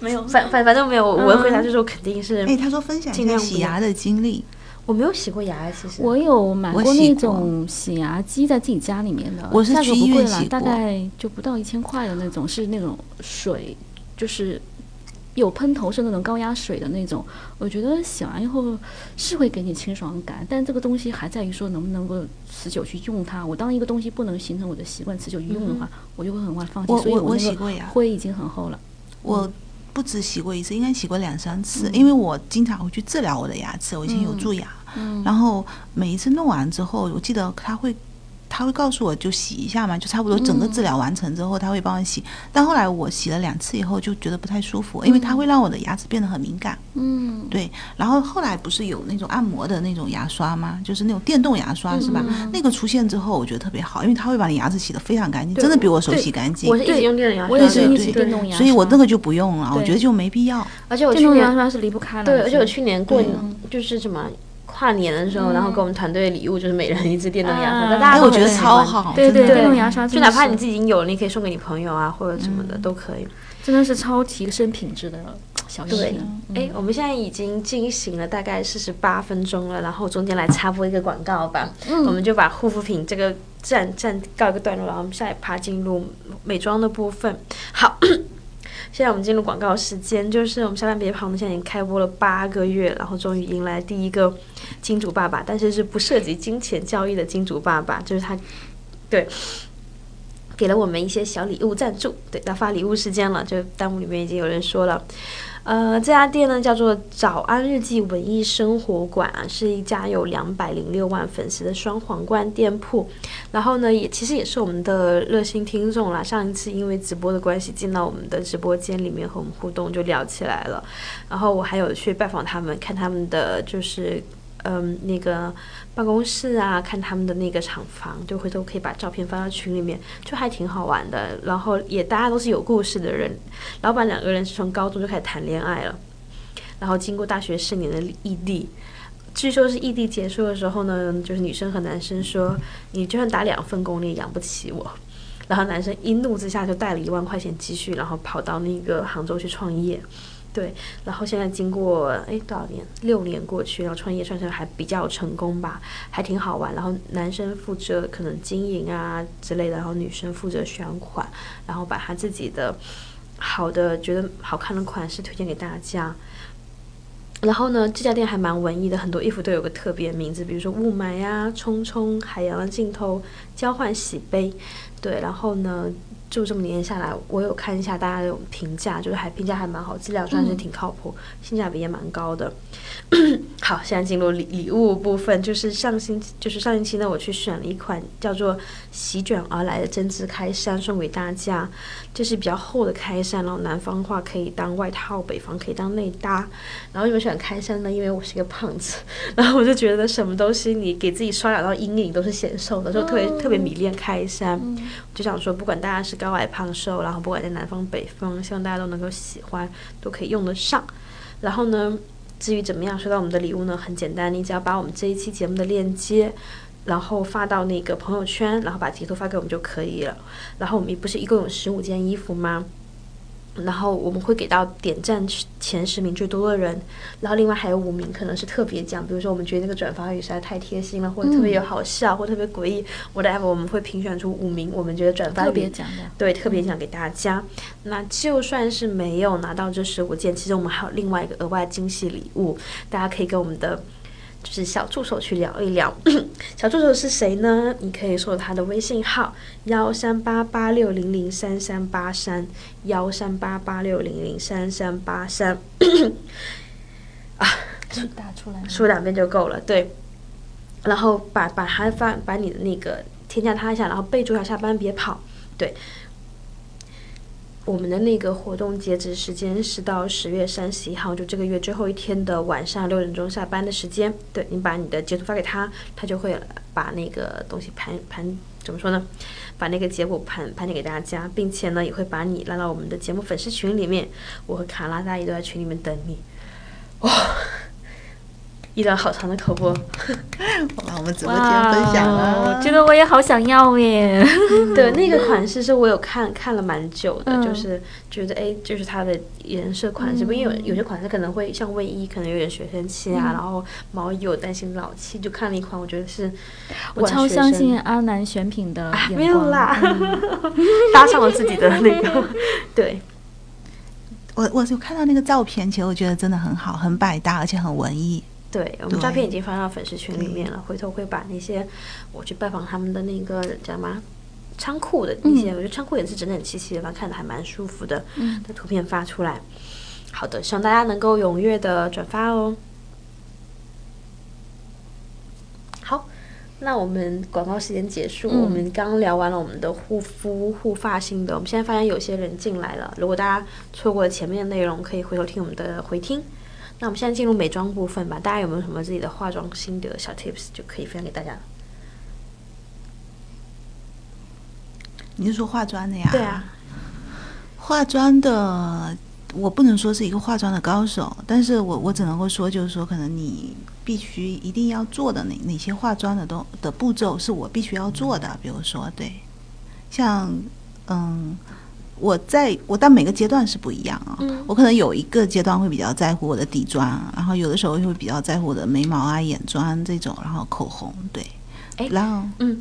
Speaker 3: 没有，
Speaker 1: 反反反正没有，我回答就是我肯定是、
Speaker 2: 哎，他说分享
Speaker 1: 嗯尽
Speaker 2: 一下
Speaker 1: 量不嗯
Speaker 2: 洗
Speaker 1: 要
Speaker 2: 牙的经历，
Speaker 1: 我没有洗过牙，其实
Speaker 3: 我有买
Speaker 2: 我
Speaker 3: 过
Speaker 2: 洗
Speaker 3: 那
Speaker 2: 过
Speaker 3: 种洗牙机，在自己家里面的，
Speaker 2: 我是
Speaker 3: 价
Speaker 2: 去
Speaker 3: 格
Speaker 2: 医
Speaker 3: 不
Speaker 2: 院
Speaker 3: 贵了
Speaker 2: 洗，
Speaker 3: 大
Speaker 2: 过
Speaker 3: 概就不到一千块的那种，是那种水，就是有喷头是那种高压水的那种。我觉得洗完以后是会给你清爽感，但这个东西还在于说能不能够持久去用它。我当一个东西不能形成我的习惯，持久去用的话，我就会很快放弃。
Speaker 2: 嗯我
Speaker 3: 所以
Speaker 2: 我我
Speaker 3: 那
Speaker 2: 洗
Speaker 3: 个
Speaker 2: 过牙
Speaker 3: 灰已经很厚了。
Speaker 2: 我
Speaker 1: 嗯
Speaker 2: 不止洗过一次，应该洗过两三次，因为我经常会去治疗我的牙齿，我以前
Speaker 1: 嗯
Speaker 2: 有蛀牙，然后每一次弄完之后，我记得他会。他会告诉我就洗一下嘛，就差不多整个治疗完成之后，他会帮我洗。但后来我洗了两次以后，就觉得不太舒
Speaker 1: 嗯
Speaker 2: 服，因为它会让我的牙齿变得很敏感。
Speaker 3: 嗯，
Speaker 2: 对，然后后来不是有那种按摩的那种牙刷吗？就是那种电动牙刷是吧？
Speaker 1: 嗯
Speaker 2: 那个出现之后，我觉得特别好，因为它会把你牙齿洗得非常干净，
Speaker 1: 对
Speaker 2: 真的比我手
Speaker 1: 对
Speaker 2: 洗干净
Speaker 1: 我。是一直用电动牙刷
Speaker 3: 我
Speaker 1: 的，
Speaker 3: 也是一
Speaker 2: 对
Speaker 3: 直电动牙刷，
Speaker 2: 所以我那个就不用了，我觉得就没必要。
Speaker 1: 而且我去
Speaker 3: 电动牙
Speaker 1: 年
Speaker 3: 刷是离不开了。
Speaker 1: 对，而且我
Speaker 3: 是
Speaker 1: 去年过
Speaker 2: 对
Speaker 1: 就是什么。跨年的时候，然后给我们团队礼物就是每人一支电动牙刷，
Speaker 3: 啊
Speaker 1: 但大家
Speaker 2: 哎，
Speaker 1: 都
Speaker 2: 我觉得
Speaker 1: 很喜
Speaker 2: 超
Speaker 1: 欢，
Speaker 2: 好，
Speaker 3: 对
Speaker 2: 真的
Speaker 3: 电动牙刷
Speaker 1: 就
Speaker 3: 真的
Speaker 1: 哪怕
Speaker 3: 是
Speaker 1: 你自己已经有了，你可以送给你朋友啊，或者什么的、
Speaker 2: 嗯
Speaker 1: 都可以。
Speaker 3: 真的是超提升品质的小用
Speaker 1: 对
Speaker 3: 品。
Speaker 1: 哎，我们现在已经进行了大概四十八分钟了，然后中间来插播一个广告吧。嗯，我们就把护肤品这个站站告一个段落，然后我们下一趴进入美妆的部分。好。 现在我们进入广告时间，就是我们下半别旁，我们现在已经开播了八个月，然后终于迎来第一个金主爸爸，但是是不涉及金钱交易的金主爸爸，就是他，对，给了我们一些小礼物赞助。对，到发礼物时间了，就弹幕里面已经有人说了，呃，这家店呢叫做“早安日记文艺生活馆”，啊，是一家有两百零六万粉丝的双皇冠店铺。然后呢，也其实也是我们的热心听众啦。上一次因为直播的关系进到我们的直播间里面和我们互动，就聊起来了。然后我还有去拜访他们，看他们的就是。嗯，那个办公室啊，看他们的那个厂房，就回头可以把照片发到群里面，就还挺好玩的。然后也大家都是有故事的人，老板两个人是从高中就开始谈恋爱了，然后经过大学四年的异地，据说是异地结束的时候呢，就是女生和男生说，你就算打两份工，你也养不起我。然后男生一怒之下就带了一万块钱积蓄，然后跑到那个杭州去创业。对，然后现在经过哎多少年，六年过去，然后创业算是还比较成功吧，还挺好玩。然后男生负责可能经营啊之类的，然后女生负责选款，然后把他自己的好的觉得好看的款式推荐给大家。然后呢，这家店还蛮文艺的，很多衣服都有个特别名字，比如说雾霾啊、冲冲、海洋的尽头、交换喜悲，对。然后呢，就这么年下来，我有看一下大家的评价，就是还评价还蛮好，质量算是挺靠谱，性价比也蛮高的。好，现在进入礼礼物部分，就是上星期，就是上星期呢，我去选了一款叫做“席卷而来”的针织开衫送给大家，这是比较厚的开衫，然后南方话可以当外套，北方可以当内搭。然后为什么选开衫呢？因为我是一个胖子， 然后我就觉得什么东西你给自己刷两道阴影都是显瘦的，就特别、特别迷恋开衫，就想说不管大家是高矮胖瘦，然后不管在南方北方，希望大家都能够喜欢，都可以用得上。然后呢，至于怎么样收到我们的礼物呢？很简单，你只要把我们这一期节目的链接，然后发到那个朋友圈，然后把截图发给我们就可以了。然后我们不是一共有十五件衣服吗？然后我们会给到点赞前十名最多的人，然后另外还有五名可能是特别奖，比如说我们觉得那个转发语实在太贴心了，或者特别有好笑，或者特别诡异，whatever，我们会评选出五名我们觉得转发
Speaker 3: 特
Speaker 1: 语
Speaker 3: 别讲的，
Speaker 1: 对，特别讲给大家。那就算是没有拿到这十五件，其实我们还有另外一个额外惊喜礼物，大家可以跟我们的就是小助手去聊一聊。 小助手是谁呢？你可以搜他的微信号幺三八八六零零三三八三幺三八八六零零三三八三。啊
Speaker 3: 打出来
Speaker 1: 说两遍就够了，对。然后把把他发把你的那个添加他一下，然后备注一下下班别跑，对。我们的那个活动截止时间是到十月三十一号，就这个月最后一天的晚上六点钟下班的时间。对你把你的截图发给他，他就会把那个东西盘盘怎么说呢？把那个结果盘盘点给大家，并且呢也会把你拉到我们的节目粉丝群里面。我和卡拉大姨都在群里面等你。哇、一段好长的口播。
Speaker 2: 来我们直播间分享啊
Speaker 3: 哇
Speaker 2: 了，
Speaker 3: 我觉得我也好想要 耶！
Speaker 1: 对，那个款式是我有看看了蛮久的，就
Speaker 3: 嗯
Speaker 1: 是觉得哎，就是它的颜色款式，不因为
Speaker 3: 嗯
Speaker 1: 有有些款式可能会像卫衣，可能有点学生气啊，然后毛衣有担心老气，就看了一款，我觉得是
Speaker 3: 我
Speaker 1: 晚
Speaker 3: 超
Speaker 1: 学
Speaker 3: 相
Speaker 1: 生
Speaker 3: 信啊阿南选品的眼光。
Speaker 1: 没有啦，嗯 搭上了自己的那个，对，
Speaker 2: 我我有看到那个照片，其实我觉得真的很好，很百搭，而且很文艺。
Speaker 1: 对，我们照片已经发到粉丝群里面了，回头会把那些我去拜访他们的那个叫什么啊仓库的一些，
Speaker 3: 嗯
Speaker 1: 我觉得仓库也是整整齐齐的，反正看着还蛮舒服的。嗯，的图片发出来。好的，希望大家能够踊跃的转发哦。好，那我们广告时间结束，
Speaker 3: 嗯
Speaker 1: 我们刚聊完了我们的护肤、护发心得，我们现在发现有些人进来了，如果大家错过了前面的内容，可以回头听我们的回听。那我们现在进入美妆部分吧，大家有没有什么自己的化妆心得小 tips 就可以分享给大家？
Speaker 2: 你是说化妆的呀？
Speaker 1: 对啊，
Speaker 2: 化妆的，我不能说是一个化妆的高手，但是我我只能够说，就是说，可能你必须一定要做的哪哪些化妆的东的步骤是我必须要做的，比如说，对，像嗯，我在我到每个阶段是不一样啊、
Speaker 1: 嗯
Speaker 2: 我可能有一个阶段会比较在乎我的底妆，然后有的时候会比较在乎我的眉毛啊、眼妆这种，然后口红，对
Speaker 1: 哎，
Speaker 2: 然后
Speaker 3: 嗯，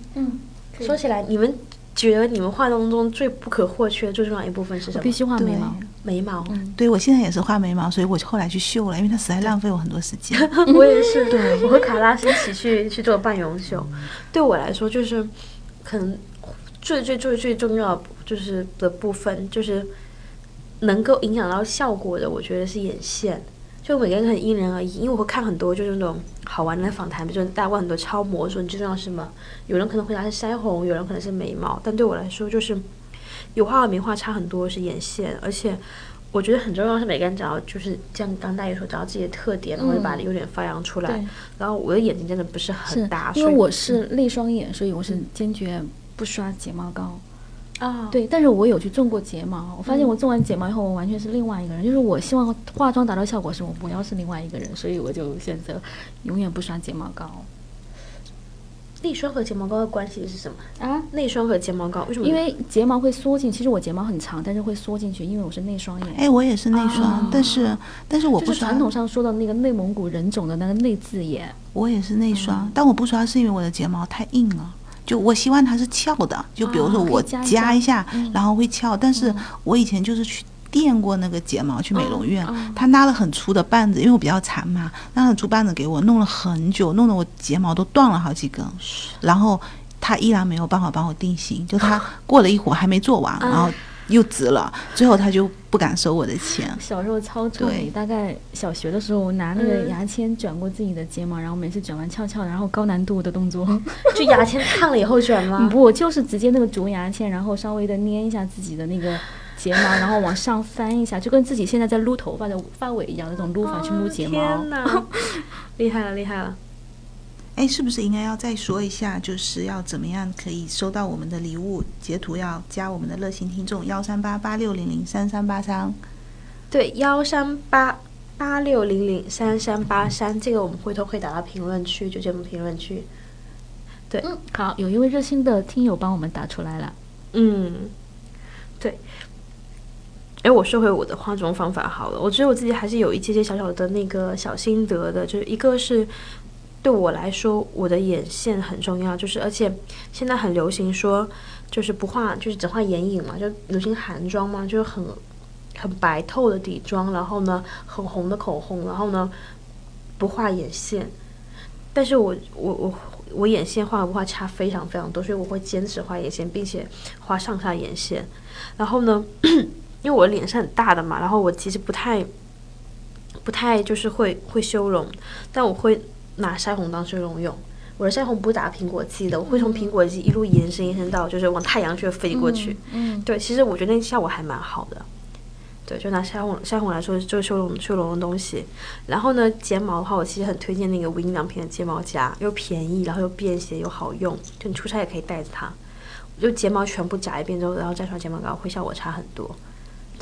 Speaker 1: 说起来，你们觉得你们化妆中最不可或缺、最重要一部分是什
Speaker 3: 我
Speaker 1: 么？
Speaker 3: 必须画眉毛。嗯
Speaker 1: 眉毛。
Speaker 2: 对我现在也是画眉毛，所以我后来去修了，因为它实在浪费我很多时 间。
Speaker 1: 我也是，我和卡拉是一起去 去做半永久。对我来说，就是可能最最最最重要的就是的部分，就是能够影响到效果的，我觉得是眼线。就每个人很因人而异，因为我会看很多就是那种好玩的访谈，比如说大家问很多超模说你最重要是什么，有人可能回答是腮红，有人可能是眉毛，但对我来说就是有画和没画差很多是眼线，而且我觉得很重要是每个人找到就是像刚大爷说找到自己的特点，然后就把优点发扬出来。
Speaker 3: 对
Speaker 1: 然后我的眼睛真的不是很
Speaker 3: 是
Speaker 1: 大，
Speaker 3: 因
Speaker 1: 所
Speaker 3: 为
Speaker 1: 以
Speaker 3: 我是泪双眼，所以我是坚决不刷睫毛膏。
Speaker 1: 啊，
Speaker 3: 对，但是我有去种过睫毛，我发
Speaker 2: 嗯
Speaker 3: 现我种完睫毛以后，我完全是另外一个人。就是我希望化妆达到效果时，我不要是另外一个人，所以我就选择永远不刷睫毛膏
Speaker 1: 内双和睫毛膏的关系是什么？
Speaker 3: 啊。
Speaker 1: 内双和睫毛膏为什么？
Speaker 3: 因为睫毛会缩进，其实我睫毛很长，但是会缩进去，因为我是内双眼。
Speaker 2: 哎，我也是内双，但是但是我
Speaker 3: 就
Speaker 2: 不
Speaker 3: 啊是
Speaker 2: 刷，
Speaker 3: 传统上说的那个内蒙古人种的那个内字眼，
Speaker 2: 我也是内
Speaker 3: 嗯
Speaker 2: 双，但我不刷是因为我的睫毛太硬了。就我希望它是翘的，就比如说
Speaker 3: 哦可以
Speaker 2: 我
Speaker 3: 加一
Speaker 2: 夹
Speaker 3: 下嗯
Speaker 2: 一下，然后会翘。但是我以前就是去垫过那个睫毛，去美容院，
Speaker 3: 嗯
Speaker 2: 他拉了很粗的棒子，因为我比较长嘛，拉很粗棒子给我，弄了很久，弄得我睫毛都断了好几根，然后他依然没有办法帮我定型，就 他过了一会儿还没做
Speaker 3: 啊
Speaker 2: 完，然后又直了，最后他就不敢收我的钱。
Speaker 3: 小时候超臭
Speaker 2: 对
Speaker 3: 美，大概小学的时候，我拿那个
Speaker 1: 嗯
Speaker 3: 牙签卷过自己的睫毛，然后每次卷完翘翘的，然后高难度的动作。
Speaker 1: 就牙签烫了以后卷吗？
Speaker 3: 嗯不，我就是直接那个竹牙签，然后稍微的捏一下自己的那个睫毛，然后往上翻一下，就跟自己现在在撸头发的发尾一样，那种撸法去撸睫毛
Speaker 1: 哦天。 哪，厉害了厉害了！
Speaker 2: 哎，是不是应该要再说一下，就是要怎么样可以收到我们的礼物？截图要加我们的热心听众幺三八八六零零三三八三。
Speaker 1: 对，幺三八八六零零三三八三，这个我们回头可以打到评论区，就节目评论区。
Speaker 3: 嗯，好，有一位热心的听友帮我们打出来了。
Speaker 1: 嗯，对。哎，我说回我的化妆方法好了，我觉得我自己还是有一些些小小的那个小心得的，就是一个是对我来说，我的眼线很重要，就是而且现在很流行说，就是不画，就是只画眼影嘛，就流行韩妆嘛，就是很很白透的底妆，然后呢很红的口红，然后呢不画眼线，但是我我我我眼线画不画差非常非常多，所以我会坚持画眼线，并且画上下眼线。然后呢， 因为我脸是很大的嘛，然后我其实不太不太就是会会修容，但我会拿腮红当修容用。我的腮红不是打苹果肌的，我会从苹果肌一路延伸延伸到就是往太阳穴飞过去。
Speaker 3: 嗯，
Speaker 1: 对，其实我觉得那效果还蛮好的。对，就拿腮红腮红来说，就是修容修容的东西。然后呢，睫毛的话，我其实很推荐那个无印良品的睫毛夹，又便宜，然后又便携又好用，就你出差也可以带着它。就睫毛全部夹一遍之后，然后再刷睫毛膏，会效果差很多。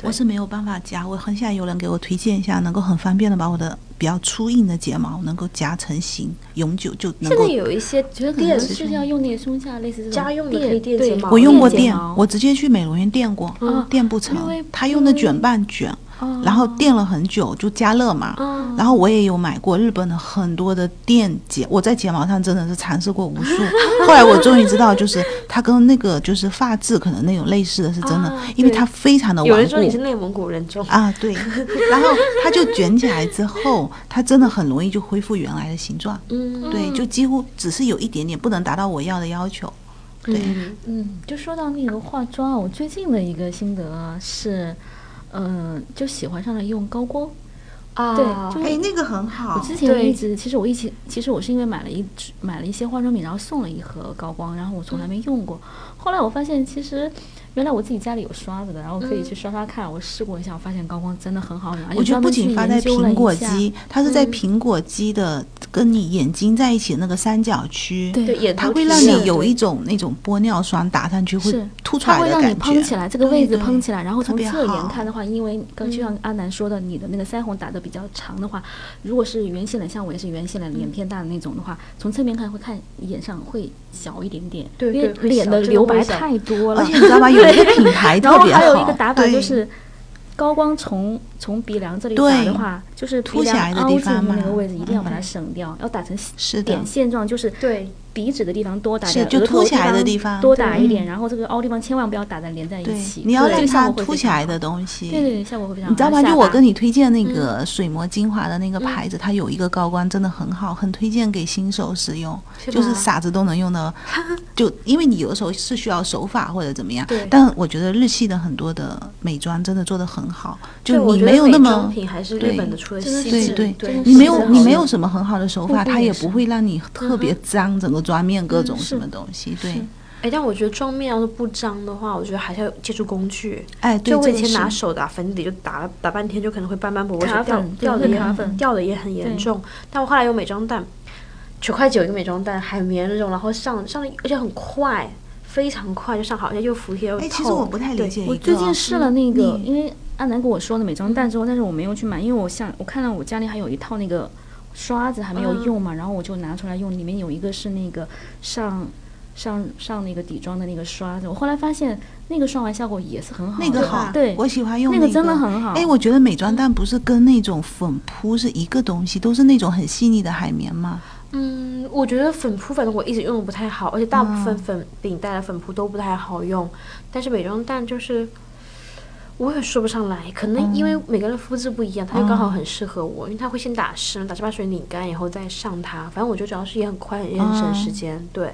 Speaker 2: 我是没有办法夹，我很想有人给我推荐一下，能够很方便的把我的比较粗硬的睫毛能够夹成型，永久就能
Speaker 1: 现在
Speaker 2: 够。
Speaker 1: 有一些
Speaker 3: 觉得可能
Speaker 1: 店
Speaker 3: 是要用那个松下类似这种
Speaker 1: 家用的可以
Speaker 3: 垫
Speaker 1: 垫睫
Speaker 3: 对
Speaker 1: 毛哦
Speaker 2: 我用过
Speaker 1: 垫
Speaker 2: 电，我直接去美容院垫过，
Speaker 3: 嗯
Speaker 2: 垫不
Speaker 3: 因
Speaker 2: 成
Speaker 3: 为，
Speaker 2: 他用的卷棒
Speaker 1: 嗯
Speaker 2: 卷，
Speaker 3: 哦嗯
Speaker 2: 然后垫了很久，就加热嘛。
Speaker 1: 啊，
Speaker 2: 然后我也有买过日本的很多的电睫，我在睫毛上真的是尝试过无数。后来我终于知道，就是它跟那个就是发质可能那种类似的是真的，
Speaker 1: 啊
Speaker 2: 因为
Speaker 1: 对
Speaker 2: 它非常的
Speaker 1: 有
Speaker 2: 顽
Speaker 1: 人说你是
Speaker 2: 固。
Speaker 1: 内蒙古人中，
Speaker 2: 啊，对，然后它就卷起来之后，它真的很容易就恢复原来的形状，
Speaker 1: 嗯，
Speaker 2: 对，就几乎只是有一点点不能达到我要的要求，对，
Speaker 1: 嗯
Speaker 3: 嗯，就说到那个化妆啊，我最近的一个心得啊是，嗯，就喜欢上了用高光。
Speaker 1: 啊，
Speaker 3: 对就
Speaker 2: 哎，那个很好
Speaker 3: 我之前
Speaker 1: 对
Speaker 3: 一直，其实我一
Speaker 2: 嗯
Speaker 3: 直，其实我是因为买了一支买了一些化妆品，然后送了一盒高光，然后我从来没用过。后来我发现，其实原来我自己家里有刷子的，然后可以去刷刷看。我试过一下，我发现高光真的很好用，而
Speaker 2: 嗯我
Speaker 3: 且
Speaker 2: 觉得
Speaker 3: 专
Speaker 2: 不
Speaker 3: 门去
Speaker 2: 仅发在
Speaker 3: 研究了
Speaker 2: 苹
Speaker 3: 一
Speaker 2: 果
Speaker 3: 下
Speaker 2: 肌，它是在
Speaker 1: 嗯
Speaker 2: 苹果肌的跟你眼睛在一起的那个三角区，
Speaker 3: 对
Speaker 1: 对，眼
Speaker 2: 它
Speaker 1: 头
Speaker 2: 会
Speaker 1: 皮
Speaker 2: 让
Speaker 1: 下
Speaker 2: 你有一种那种玻尿酸打上去会
Speaker 3: 是
Speaker 2: 凸出
Speaker 3: 它
Speaker 2: 来
Speaker 3: 会
Speaker 2: 的
Speaker 3: 让你
Speaker 2: 感
Speaker 3: 嘭起
Speaker 2: 觉。
Speaker 3: 来，这个
Speaker 2: 对
Speaker 3: 位置嘭
Speaker 2: 对
Speaker 3: 起来，然后
Speaker 2: 特
Speaker 3: 从
Speaker 2: 别
Speaker 3: 侧
Speaker 2: 好
Speaker 3: 眼看的话，因为刚就
Speaker 1: 嗯
Speaker 3: 像阿南说的，你的那个腮红打得比较长的话，如果是圆形脸，像我也是圆形脸，脸偏大的那种的话，从侧面看会看眼上会小一点点，
Speaker 1: 对
Speaker 3: 因为
Speaker 1: 对会
Speaker 3: 脸
Speaker 1: 小
Speaker 3: 的
Speaker 1: 真的
Speaker 3: 留
Speaker 1: 会
Speaker 3: 白
Speaker 1: 小
Speaker 3: 太多了
Speaker 2: 而且。你知道吗？有一 个品牌
Speaker 3: 然
Speaker 2: 特
Speaker 3: 后
Speaker 2: 别
Speaker 3: 还有一
Speaker 2: 好
Speaker 3: 个，打法就
Speaker 2: 对
Speaker 3: 是。高光从从鼻梁这里打
Speaker 2: 对
Speaker 3: 的话，就是
Speaker 2: 凸
Speaker 3: 鼻
Speaker 2: 起来
Speaker 3: 梁
Speaker 2: 的
Speaker 3: 凹
Speaker 2: 地
Speaker 3: 进去
Speaker 2: 方嘛
Speaker 3: 那个位置，一定要把它
Speaker 2: 嗯
Speaker 3: 省掉，要打成
Speaker 2: 是的
Speaker 3: 点，线状，就是
Speaker 1: 对
Speaker 3: 鼻子的地方多打
Speaker 2: 是
Speaker 3: 点，
Speaker 2: 就
Speaker 3: 额头
Speaker 2: 凸起来的地方
Speaker 3: 多打一
Speaker 2: 对
Speaker 3: 点，然后这个凹地方千万不要打的连在
Speaker 2: 对
Speaker 3: 一起，，
Speaker 2: 你要
Speaker 3: 对
Speaker 2: 让
Speaker 3: 这个效
Speaker 2: 它
Speaker 3: 果会
Speaker 2: 凸
Speaker 3: 非
Speaker 2: 起
Speaker 3: 常
Speaker 2: 来
Speaker 3: 好
Speaker 2: 的东西。
Speaker 3: 对对对，效果会非常好。
Speaker 2: 你知道吗？就我跟
Speaker 3: 你
Speaker 2: 你推荐那
Speaker 3: 嗯
Speaker 2: 个水膜精华的那个牌子，它有一个高光真的很好，很推荐给新手使用，
Speaker 1: 是
Speaker 2: 就是
Speaker 1: 吧
Speaker 2: 傻子都能用 的。就因为你有的时候是需要手法或者怎么样
Speaker 1: 对，
Speaker 2: 但我觉得日系的很多的美妆真的做的很好，
Speaker 1: 对
Speaker 2: 就
Speaker 1: 我
Speaker 2: 你
Speaker 1: 觉得
Speaker 2: 没有
Speaker 1: 美
Speaker 2: 那
Speaker 1: 妆
Speaker 2: 么。
Speaker 1: 品还是日
Speaker 2: 对
Speaker 1: 本的出的
Speaker 3: 真的
Speaker 1: 细
Speaker 3: 是
Speaker 1: 致，
Speaker 2: 对
Speaker 1: 对
Speaker 3: 真的
Speaker 2: 你
Speaker 3: 是
Speaker 2: 没有，你
Speaker 3: 好
Speaker 2: 没有
Speaker 3: 的
Speaker 2: 什么很好的手
Speaker 3: 瀑
Speaker 2: 法，
Speaker 3: 布
Speaker 2: 它
Speaker 3: 也
Speaker 2: 也
Speaker 3: 是嗯
Speaker 2: 不会让你特别
Speaker 1: 嗯
Speaker 2: 脏，整个妆面各种
Speaker 3: 是
Speaker 2: 什么东西。对，
Speaker 1: 哎，但我觉得妆面要是不脏的话，我觉得还是要借助工具。
Speaker 2: 哎，对，
Speaker 1: 就我
Speaker 2: 这
Speaker 1: 以
Speaker 2: 个
Speaker 1: 前
Speaker 2: 是
Speaker 1: 拿手打粉底，就打了打半天，就可能会斑斑驳驳，
Speaker 3: 卡
Speaker 1: 就掉
Speaker 3: 粉
Speaker 1: 掉的
Speaker 3: 对
Speaker 1: 也
Speaker 3: 卡
Speaker 1: 很
Speaker 3: 粉
Speaker 1: 掉的也很严
Speaker 3: 对
Speaker 1: 重。但我后来有美妆蛋，九块九一个美妆蛋，海绵那种，然后上上而且很快，非常快就上好，而且又服帖又透。
Speaker 2: 哎，其实我不太理
Speaker 1: 对
Speaker 2: 解一个。
Speaker 3: 我最近试了那个，
Speaker 2: 你
Speaker 3: 因为阿南跟我说了美妆蛋之后，但是我没有去买，因为我想我看到我家里还有一套那个刷子还没有
Speaker 1: 嗯
Speaker 3: 用嘛，然后我就拿出来用，里面有一个是那个上。上上那个底妆的那个刷子，我后来发现那个刷完效果也是很好的，
Speaker 2: 那个好，
Speaker 3: 对，
Speaker 2: 我喜欢用
Speaker 3: 那
Speaker 2: 个
Speaker 3: 个真的很好
Speaker 2: 哎，我觉得美妆蛋不是跟那种粉扑是一个东西，都是那种很细腻的海绵吗？
Speaker 1: 嗯，我觉得粉扑反正我一直用的不太好，而且大部分
Speaker 2: 嗯
Speaker 1: 粉饼带的粉扑都不太好用，但是美妆蛋就是。我也说不上来，可
Speaker 2: 嗯
Speaker 1: 能因为每个人肤质不一样，它就刚好很适合我，因为它会先打湿，打湿把水拧干，然后再上它。反正我觉得主要是也很快，也很省时
Speaker 2: 嗯
Speaker 1: 间。对，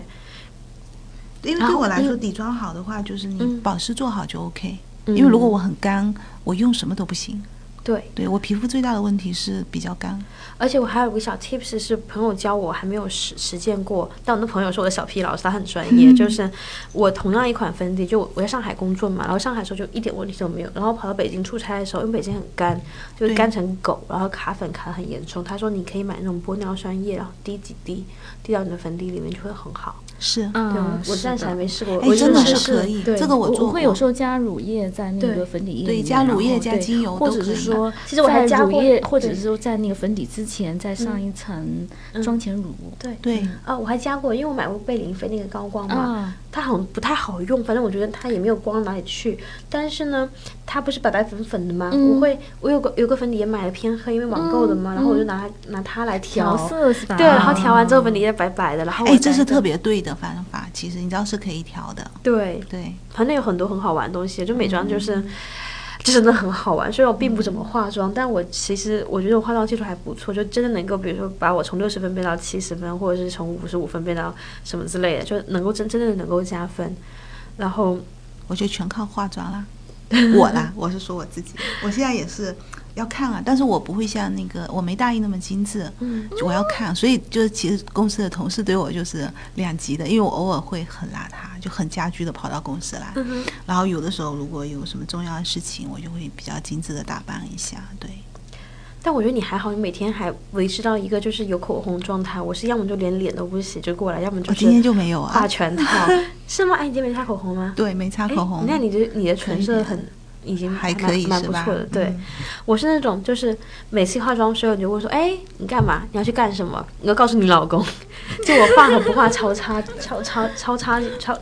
Speaker 2: 因为
Speaker 3: 啊
Speaker 1: 然
Speaker 2: 对
Speaker 1: 后
Speaker 2: 我来
Speaker 1: 因
Speaker 3: 嗯
Speaker 2: 说，
Speaker 1: 为
Speaker 2: 底妆好的话就是你
Speaker 1: 嗯
Speaker 2: 保湿做好就 OK。因为如果
Speaker 1: 嗯
Speaker 2: 我很干，我用什么都不行。
Speaker 1: 对，
Speaker 2: 对我皮肤最大的问题是比较干，
Speaker 1: 而且我还有个小 tips 是朋友教我，还没有实实践过。但我的朋友是我的小 P 老师，他很专业。
Speaker 2: 嗯
Speaker 1: 就是我同样一款粉底，就我我在上海工作嘛，然后上海的时候就一点问题都没有，然后跑到北京出差的时候，因为北京很干，就
Speaker 2: 对
Speaker 1: 干成狗，然后卡粉卡得很严重。他说你可以买那种玻尿酸液，然后滴几滴，滴到你的粉底里面就会很好。
Speaker 2: 是。
Speaker 1: 对，
Speaker 3: 嗯
Speaker 1: 我，我
Speaker 3: 是
Speaker 1: 暂时
Speaker 3: 的
Speaker 1: 还没试过，
Speaker 2: 哎
Speaker 1: 我
Speaker 2: 真
Speaker 1: 就
Speaker 2: 的
Speaker 1: 是
Speaker 2: 是可以
Speaker 1: 对
Speaker 2: 这个我
Speaker 3: 我
Speaker 2: 做
Speaker 3: 会
Speaker 2: 过
Speaker 3: 有时候加乳液在那
Speaker 1: 对
Speaker 3: 个粉底液里
Speaker 2: 对
Speaker 3: 面，
Speaker 2: 加乳液
Speaker 3: 然后
Speaker 2: 加
Speaker 3: 对
Speaker 2: 精油
Speaker 3: 或
Speaker 2: 都
Speaker 3: 者
Speaker 2: 可
Speaker 3: 是
Speaker 2: 以
Speaker 3: 说，
Speaker 1: 其实我还加
Speaker 3: 乳
Speaker 1: 过
Speaker 3: 液，或者
Speaker 1: 对嗯
Speaker 3: 是说在那个粉底之前再上一层妆前乳。
Speaker 1: 对
Speaker 2: 对，
Speaker 3: 嗯
Speaker 1: 啊，我还加过，因为我买过贝玲妃那个高光嘛，
Speaker 3: 啊，
Speaker 1: 它好像不太好用，反正我觉得它也没有光哪里去。但是呢，它不是白白粉粉的吗？
Speaker 3: 嗯
Speaker 1: 我会，我有个有个粉底液买的偏黑，因为网购的嘛，
Speaker 3: 嗯
Speaker 1: 然后我就拿它拿它来调
Speaker 3: 调色啊是吧？
Speaker 1: 对，然后调完之后粉底液白白的，然后我
Speaker 2: 哎，这
Speaker 1: 再
Speaker 2: 是特别对的方法，其实你知道是可以调的。
Speaker 1: 对，
Speaker 2: 对，
Speaker 1: 反正有很多很好玩的东西，就美妆就是。就真的很好玩，虽然我并不怎么化妆，但我其实我觉得我化妆技术还不错，就真的能够，比如说把我从六十分变到七十分，或者是从五十五分变到什么之类的，就能够真真的能够加分。然后
Speaker 2: 我就全靠化 妆啦。我啦，我是说我自己，我现在也是要看啊，但是我不会像那个我没大衣那么精致，
Speaker 1: 嗯，
Speaker 2: 我要看，所以就是其实公司的同事对我就是两极的，因为我偶尔会很邋遢，就很家居的跑到公司来，
Speaker 1: 嗯
Speaker 2: 然后有的时候如果有什么重要的事情，我就会比较精致的打扮一下，对，
Speaker 1: 但我觉得你还好，你每天还维持到一个就是有口红状态。我是要么就连脸都不洗就过来，要么就是
Speaker 2: 我哦今天就没有
Speaker 1: 画
Speaker 2: 啊，
Speaker 1: 全套，是吗？哎，你今天没擦口红吗？
Speaker 2: 对，没擦
Speaker 1: 哎
Speaker 2: 口红，
Speaker 1: 那你这你的唇色
Speaker 2: 可以啊
Speaker 1: 很已经
Speaker 2: 还
Speaker 1: 蛮
Speaker 2: 可以
Speaker 1: 蛮
Speaker 2: 是
Speaker 1: 不
Speaker 2: 吧
Speaker 1: 错的。对
Speaker 2: 嗯，
Speaker 1: 我是那种就是每次化妆的时候，你就问说，哎，你干嘛？你要去干什么？你要告诉你老公， 就我化和不化 超差超超超差超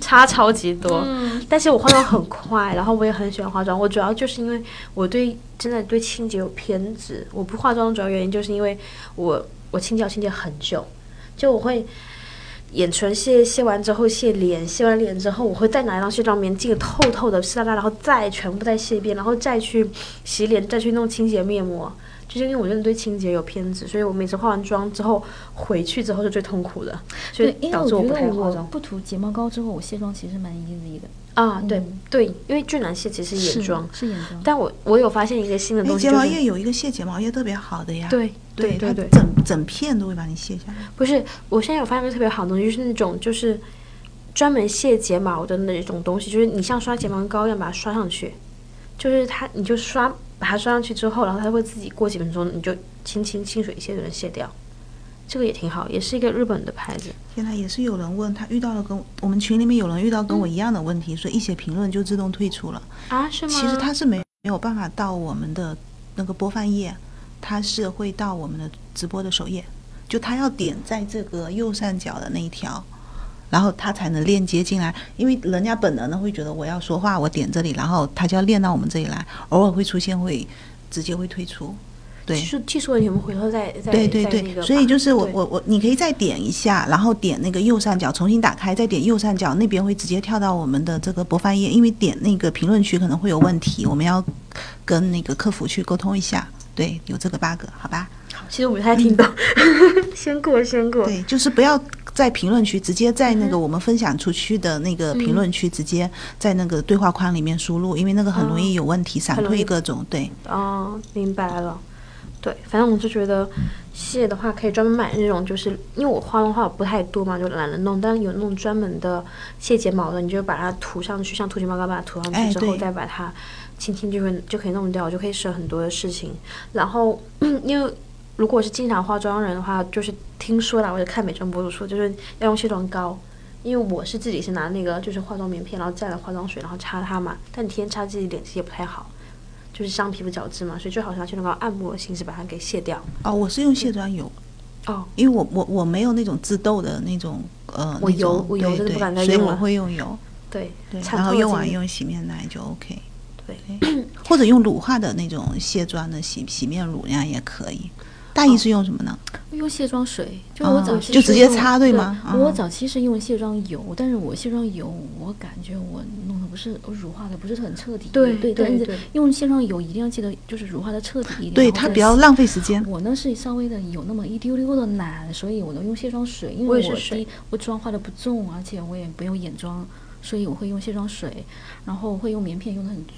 Speaker 1: 差超级多。
Speaker 3: 嗯
Speaker 1: 但是我化妆很快，然后我也很喜欢化妆。我主要就是因为我对真的对清洁有偏执。我不化妆的主要原因就是因为我我清洁要清洁很久，就我会眼唇卸卸完之后卸脸，卸完脸之后我会再拿一张卸妆棉浸透透的湿哒哒，然后再全部再卸一遍，然后再去洗脸，再去弄清洁面膜。就是因为我真的对清洁有偏执，所以我每次化完妆之后回去之后是最痛苦的，所以
Speaker 3: 对，因为
Speaker 1: 导
Speaker 3: 我
Speaker 1: 致
Speaker 3: 觉
Speaker 1: 不太
Speaker 3: 得
Speaker 1: 化
Speaker 3: 我
Speaker 1: 妆。
Speaker 3: 不涂睫毛膏之后，我卸妆其实蛮 easy 的。
Speaker 1: 啊，对
Speaker 3: 嗯
Speaker 1: 对，因为俊男卸其实是眼妆，
Speaker 3: 是眼妆，
Speaker 1: 但我我有发现一个新的
Speaker 2: 哎，
Speaker 1: 东西，
Speaker 2: 睫
Speaker 1: 就
Speaker 2: 毛
Speaker 1: 是
Speaker 2: 液有一个卸睫毛液特别好的呀，
Speaker 1: 对
Speaker 2: 对
Speaker 1: 对
Speaker 2: 它
Speaker 1: 对，
Speaker 2: 整整片都会把你卸下来，
Speaker 1: 不是，我现在有发现一个特别好的东西，就是那种就是专门卸睫毛的那种东西，就是你像刷睫毛膏一样把它刷上去，就是它你就刷把它刷上去之后，然后它会自己过几分钟你就轻轻清水一卸就能卸掉，这个也挺好，也是一个日本的牌子。
Speaker 2: 现在也是有人问他遇到了跟我们群里面有人遇到
Speaker 1: 嗯
Speaker 2: 跟我一样的问题，所以一写评论就自动退出了。
Speaker 1: 啊，是吗？
Speaker 2: 其实它是没没有办法到我们的那个播放页，它是会到我们的直播的首页，就它要点在这个右上角的那一条，然后它才能链接进来。因为人家本能的会觉得我要说话，我点这里，然后它就要链到我们这里来。偶尔会出现会直接会退出，对
Speaker 1: 技。术技术问题我们回头再再
Speaker 2: 对对
Speaker 1: 再那
Speaker 2: 对，
Speaker 1: 个吧。
Speaker 2: 所以就是我
Speaker 1: 对
Speaker 2: 我我，你可以再点一下，然后点那个右上角重新打开，再点右上角那边会直接跳到我们的这个播放页，因为点那个评论区可能会有问题，我们要跟那个客服去沟通一下。对，有这个 bug，好吧？
Speaker 1: 其实我没太听懂， 先过先过。
Speaker 2: 嗯对，就是不要在评论区直接在那个我们分享出去的那个评论区直接在那个对话框里面输入，因为那个哦很容易有问题，闪
Speaker 1: 很容易
Speaker 2: 退各种。对，
Speaker 1: 哦，明白了。对，反正我就觉得蟹的话，可以专门买那种，就是因为我花的话不太多嘛，就懒得弄。但是有那种专门的蟹睫毛的，你就把它涂上去，像涂睫毛膏把它涂上
Speaker 2: 哎
Speaker 1: 去之后，
Speaker 2: 对
Speaker 1: 再把它轻轻就会就可以弄掉，就可以省很多的事情。然后， 因为如果是经常化妆人的话，就是听说啦，我就看美妆博主说，就是要用卸妆膏。因为我是自己是拿那个就是化妆棉片，然后蘸了化妆水，然后擦它嘛。但你天天擦自己脸其实也不太好，就是伤皮肤角质嘛，所以最好是拿去那个按摩的形式把它给卸掉。
Speaker 2: 哦，我是用卸妆油。
Speaker 1: 哦，
Speaker 2: 因为我我我没有那种自痘的那种呃，
Speaker 1: 我
Speaker 2: 那种
Speaker 1: 油我油
Speaker 2: 对
Speaker 1: 真的不
Speaker 2: 对
Speaker 1: 敢再
Speaker 2: 所以
Speaker 1: 用
Speaker 2: 我
Speaker 1: 了
Speaker 2: 会用油，
Speaker 1: 对，
Speaker 2: 对，
Speaker 1: 产
Speaker 2: 然后
Speaker 1: 后
Speaker 2: 用
Speaker 1: 经
Speaker 2: 完
Speaker 1: 验
Speaker 2: 用洗面奶就 OK，
Speaker 1: 对
Speaker 2: 对或者用乳化的那种卸妆的洗洗面乳那样也可以。大姨是用什么呢？
Speaker 3: 用卸妆水，就
Speaker 2: 哦
Speaker 3: 我早期
Speaker 2: 就是直接
Speaker 3: 用
Speaker 2: 擦对
Speaker 3: 对
Speaker 2: 吗啊
Speaker 3: 我早期是用卸妆油，但是我卸妆油，我感觉我弄的不是我乳化的不是很彻底。
Speaker 1: 对
Speaker 3: 对
Speaker 1: 对
Speaker 3: 但是
Speaker 1: 对
Speaker 3: 用卸妆油一定要记得就是乳化的彻底一点。
Speaker 2: 对，
Speaker 3: 然后
Speaker 2: 它
Speaker 3: 再
Speaker 2: 比较
Speaker 3: 洗
Speaker 2: 浪费时间。
Speaker 3: 我呢是稍微的有那么一丢丢的懒，所以我能用卸妆水，因
Speaker 1: 我
Speaker 3: 为
Speaker 1: 也是
Speaker 3: 我
Speaker 1: 水
Speaker 3: 第我妆化的不重，而且我也不用眼妆，所以我会用卸妆水，然后会用棉片用的很足。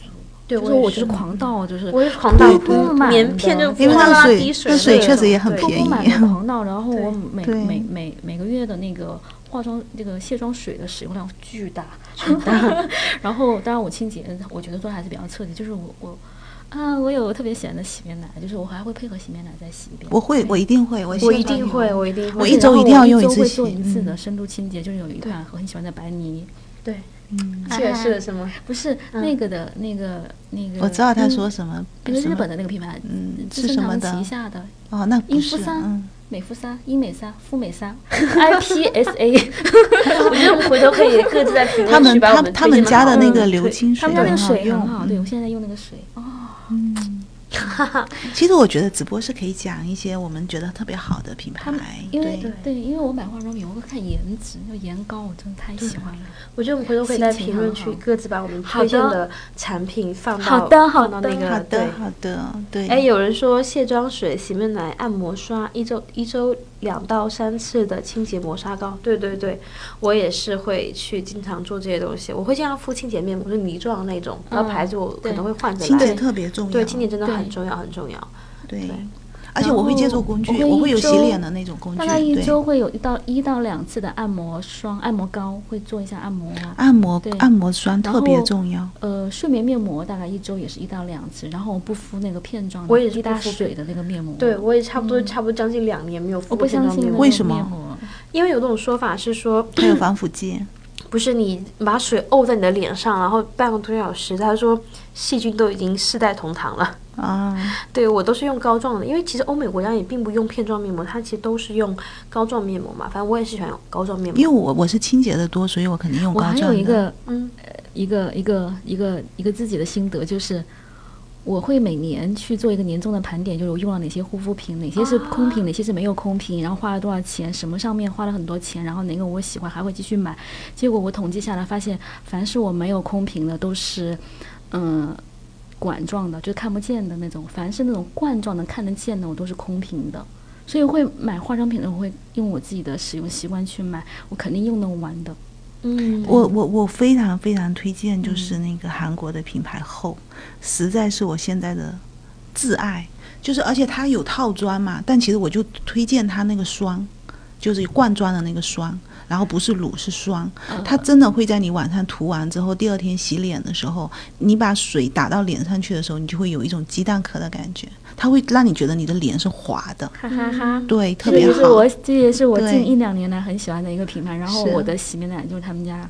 Speaker 1: 对
Speaker 3: 就是我就是狂到就是
Speaker 1: 我也是狂到
Speaker 2: 对对对
Speaker 1: 棉片就
Speaker 2: 因为
Speaker 1: 哗啦
Speaker 2: 那个
Speaker 1: 啦
Speaker 2: 水
Speaker 1: 滴，水的
Speaker 2: 那水
Speaker 1: 那
Speaker 2: 确
Speaker 1: 种
Speaker 2: 实也很
Speaker 1: 对
Speaker 2: 便
Speaker 3: 购买
Speaker 2: 宜
Speaker 3: 的。 狂到，然后我
Speaker 1: 对
Speaker 3: 每
Speaker 2: 对
Speaker 3: 每每每个月的那个化妆这个卸妆水的使用量巨 大，然后当然我清洁我觉得做得还是比较彻底，就是我我啊我有特别喜欢的洗面奶，就是我还会配合洗面奶再洗一遍。
Speaker 2: 我会，我一定会，我
Speaker 1: 我
Speaker 2: 卸
Speaker 1: 一
Speaker 2: 妆
Speaker 1: 定
Speaker 2: 油
Speaker 1: 会，我一定会，
Speaker 2: 嗯我一周一定要用一
Speaker 3: 一
Speaker 2: 次
Speaker 3: 周会
Speaker 2: 洗
Speaker 3: 做一次
Speaker 2: 嗯
Speaker 3: 的深度清洁，就是有一款我很喜欢的白泥，
Speaker 1: 对，
Speaker 2: 嗯，
Speaker 1: 这也是的什么？
Speaker 3: 不是
Speaker 1: 嗯
Speaker 3: 那个的那个那个，
Speaker 2: 我知道他
Speaker 3: 嗯
Speaker 2: 说什么，
Speaker 3: 就是
Speaker 2: 什
Speaker 3: 日
Speaker 2: 么
Speaker 3: 本的那个品牌，
Speaker 2: 嗯
Speaker 3: 资
Speaker 2: 是
Speaker 3: 生
Speaker 2: 什么
Speaker 3: 堂
Speaker 2: 的
Speaker 3: 旗下的
Speaker 2: 哦，那不
Speaker 3: 英肤
Speaker 2: 是
Speaker 3: 三
Speaker 2: 嗯，
Speaker 3: 美肤沙、医美沙、肤美沙、IPSA，
Speaker 1: 我觉得我们回头可以各自在评
Speaker 2: 他
Speaker 1: 论区
Speaker 2: 们
Speaker 1: 把我
Speaker 2: 他
Speaker 1: 们
Speaker 2: 他
Speaker 1: 推荐
Speaker 2: 们家的
Speaker 1: 好
Speaker 2: 那
Speaker 1: 物
Speaker 2: 个
Speaker 1: 推
Speaker 2: 流清水
Speaker 3: 嗯他们家那
Speaker 2: 很
Speaker 3: 个
Speaker 2: 好
Speaker 3: 水很
Speaker 2: 用嗯
Speaker 3: 好，对我现在在用那个水哦，
Speaker 2: 其实我觉得直播是可以讲一些我们觉得特别好的品
Speaker 3: 他
Speaker 2: 牌
Speaker 3: 们，因为
Speaker 2: 对，
Speaker 3: 对，因为我买化妆品我会看颜值，那颜膏我真的太喜欢了。
Speaker 1: 我觉得我们回头可以在
Speaker 3: 心情
Speaker 1: 评论
Speaker 3: 很
Speaker 1: 区
Speaker 3: 好
Speaker 1: 各自把我们
Speaker 3: 好
Speaker 1: 推荐
Speaker 3: 的
Speaker 1: 的产品放到
Speaker 3: 好的好
Speaker 1: 放到那
Speaker 3: 的
Speaker 1: 个
Speaker 2: 好
Speaker 1: 对
Speaker 2: 的好的，对，
Speaker 1: 哎，有人说卸妆水、洗面奶、按摩刷，一周一周两到三次的清洁磨砂膏。对对对，我也是会去经常做这些东西。我会经常敷清洁面膜，就泥状那种，然后
Speaker 3: 嗯
Speaker 1: 牌子我可
Speaker 3: 对
Speaker 1: 能会换着
Speaker 2: 清洁
Speaker 1: 来。
Speaker 2: 特别重要，
Speaker 1: 对，清洁真的
Speaker 3: 对
Speaker 1: 很重要，很重要。
Speaker 2: 对
Speaker 1: 对，
Speaker 2: 而且我会借助工具，
Speaker 3: 然后
Speaker 2: 我
Speaker 3: 我
Speaker 2: 会
Speaker 3: 会一
Speaker 2: 有洗
Speaker 3: 周
Speaker 2: 脸的那种工具，
Speaker 3: 大概一
Speaker 2: 对
Speaker 3: 周会有一到一到两次的按摩霜、按摩膏，会做一下按摩。
Speaker 2: 按摩
Speaker 3: 对
Speaker 2: 按摩霜特别重要，
Speaker 3: 呃，睡眠面膜大概一周也是一到两次，然后我不敷那个片状的
Speaker 1: 我也是
Speaker 3: 滴答
Speaker 1: 不敷
Speaker 3: 水的那个面膜。
Speaker 1: 对，我也差不多差不多将近两年没有敷
Speaker 3: 嗯我不
Speaker 1: 过
Speaker 3: 相
Speaker 1: 面
Speaker 3: 信
Speaker 1: 膜
Speaker 3: 那
Speaker 1: 了
Speaker 3: 个
Speaker 2: 为什么
Speaker 3: 面膜
Speaker 1: 因为有那种说法是说，
Speaker 2: 还有防腐 剂。
Speaker 1: 不是你把水沤在你的脸上，然后半个多小时，他说细菌都已经世代同堂了。
Speaker 2: 啊，
Speaker 1: 对我都是用膏状的，因为其实欧美国家也并不用片状面膜，它其实都是用膏状面膜嘛。反正我也是喜欢用膏状面
Speaker 2: 因为
Speaker 1: 膜。
Speaker 2: 我我是清洁的多，所以我肯定用
Speaker 3: 我
Speaker 2: 膏
Speaker 3: 还有
Speaker 2: 状
Speaker 3: 一
Speaker 2: 的。
Speaker 3: 个
Speaker 1: 嗯，
Speaker 3: 一个一个一个一个自己的心得，就是我会每年去做一个年终的盘点，就是我用了哪些护肤品，哪些是空瓶，哪些是没有空瓶，然后花了多少钱，什么上面花了很多钱，然后哪个我喜欢还会继续买。结果我统计下来发现，凡是我没有空瓶的都是，嗯、管状的，就是看不见的那种；凡是那种罐状的看得见的，我都是空瓶的。所以会买化妆品的，我会用我自己的使用习惯去买，我肯定用得完的。
Speaker 1: 嗯，
Speaker 2: 我我我非常非常推荐，
Speaker 3: 嗯
Speaker 2: 就是那个韩国的品牌后，实在是我现在的挚爱。就是而且它有套装嘛，但其实我就推荐它那个霜，就是罐装的那个霜，然后不是乳是霜，
Speaker 3: 嗯
Speaker 2: 它真的会在你晚上涂完之后，第二天洗脸的时候，你把水打到脸上去的时候，你就会有一种鸡蛋壳的感觉，它会让你觉得你的脸是滑的，
Speaker 3: 哈哈哈。
Speaker 2: 嗯对，特
Speaker 3: 这个
Speaker 2: 别
Speaker 3: 就是
Speaker 2: 好
Speaker 3: 我，。这也是我
Speaker 2: 对
Speaker 3: 近一两年来很喜欢的一个品牌。然后
Speaker 2: 是
Speaker 3: 我的洗面奶就是他们家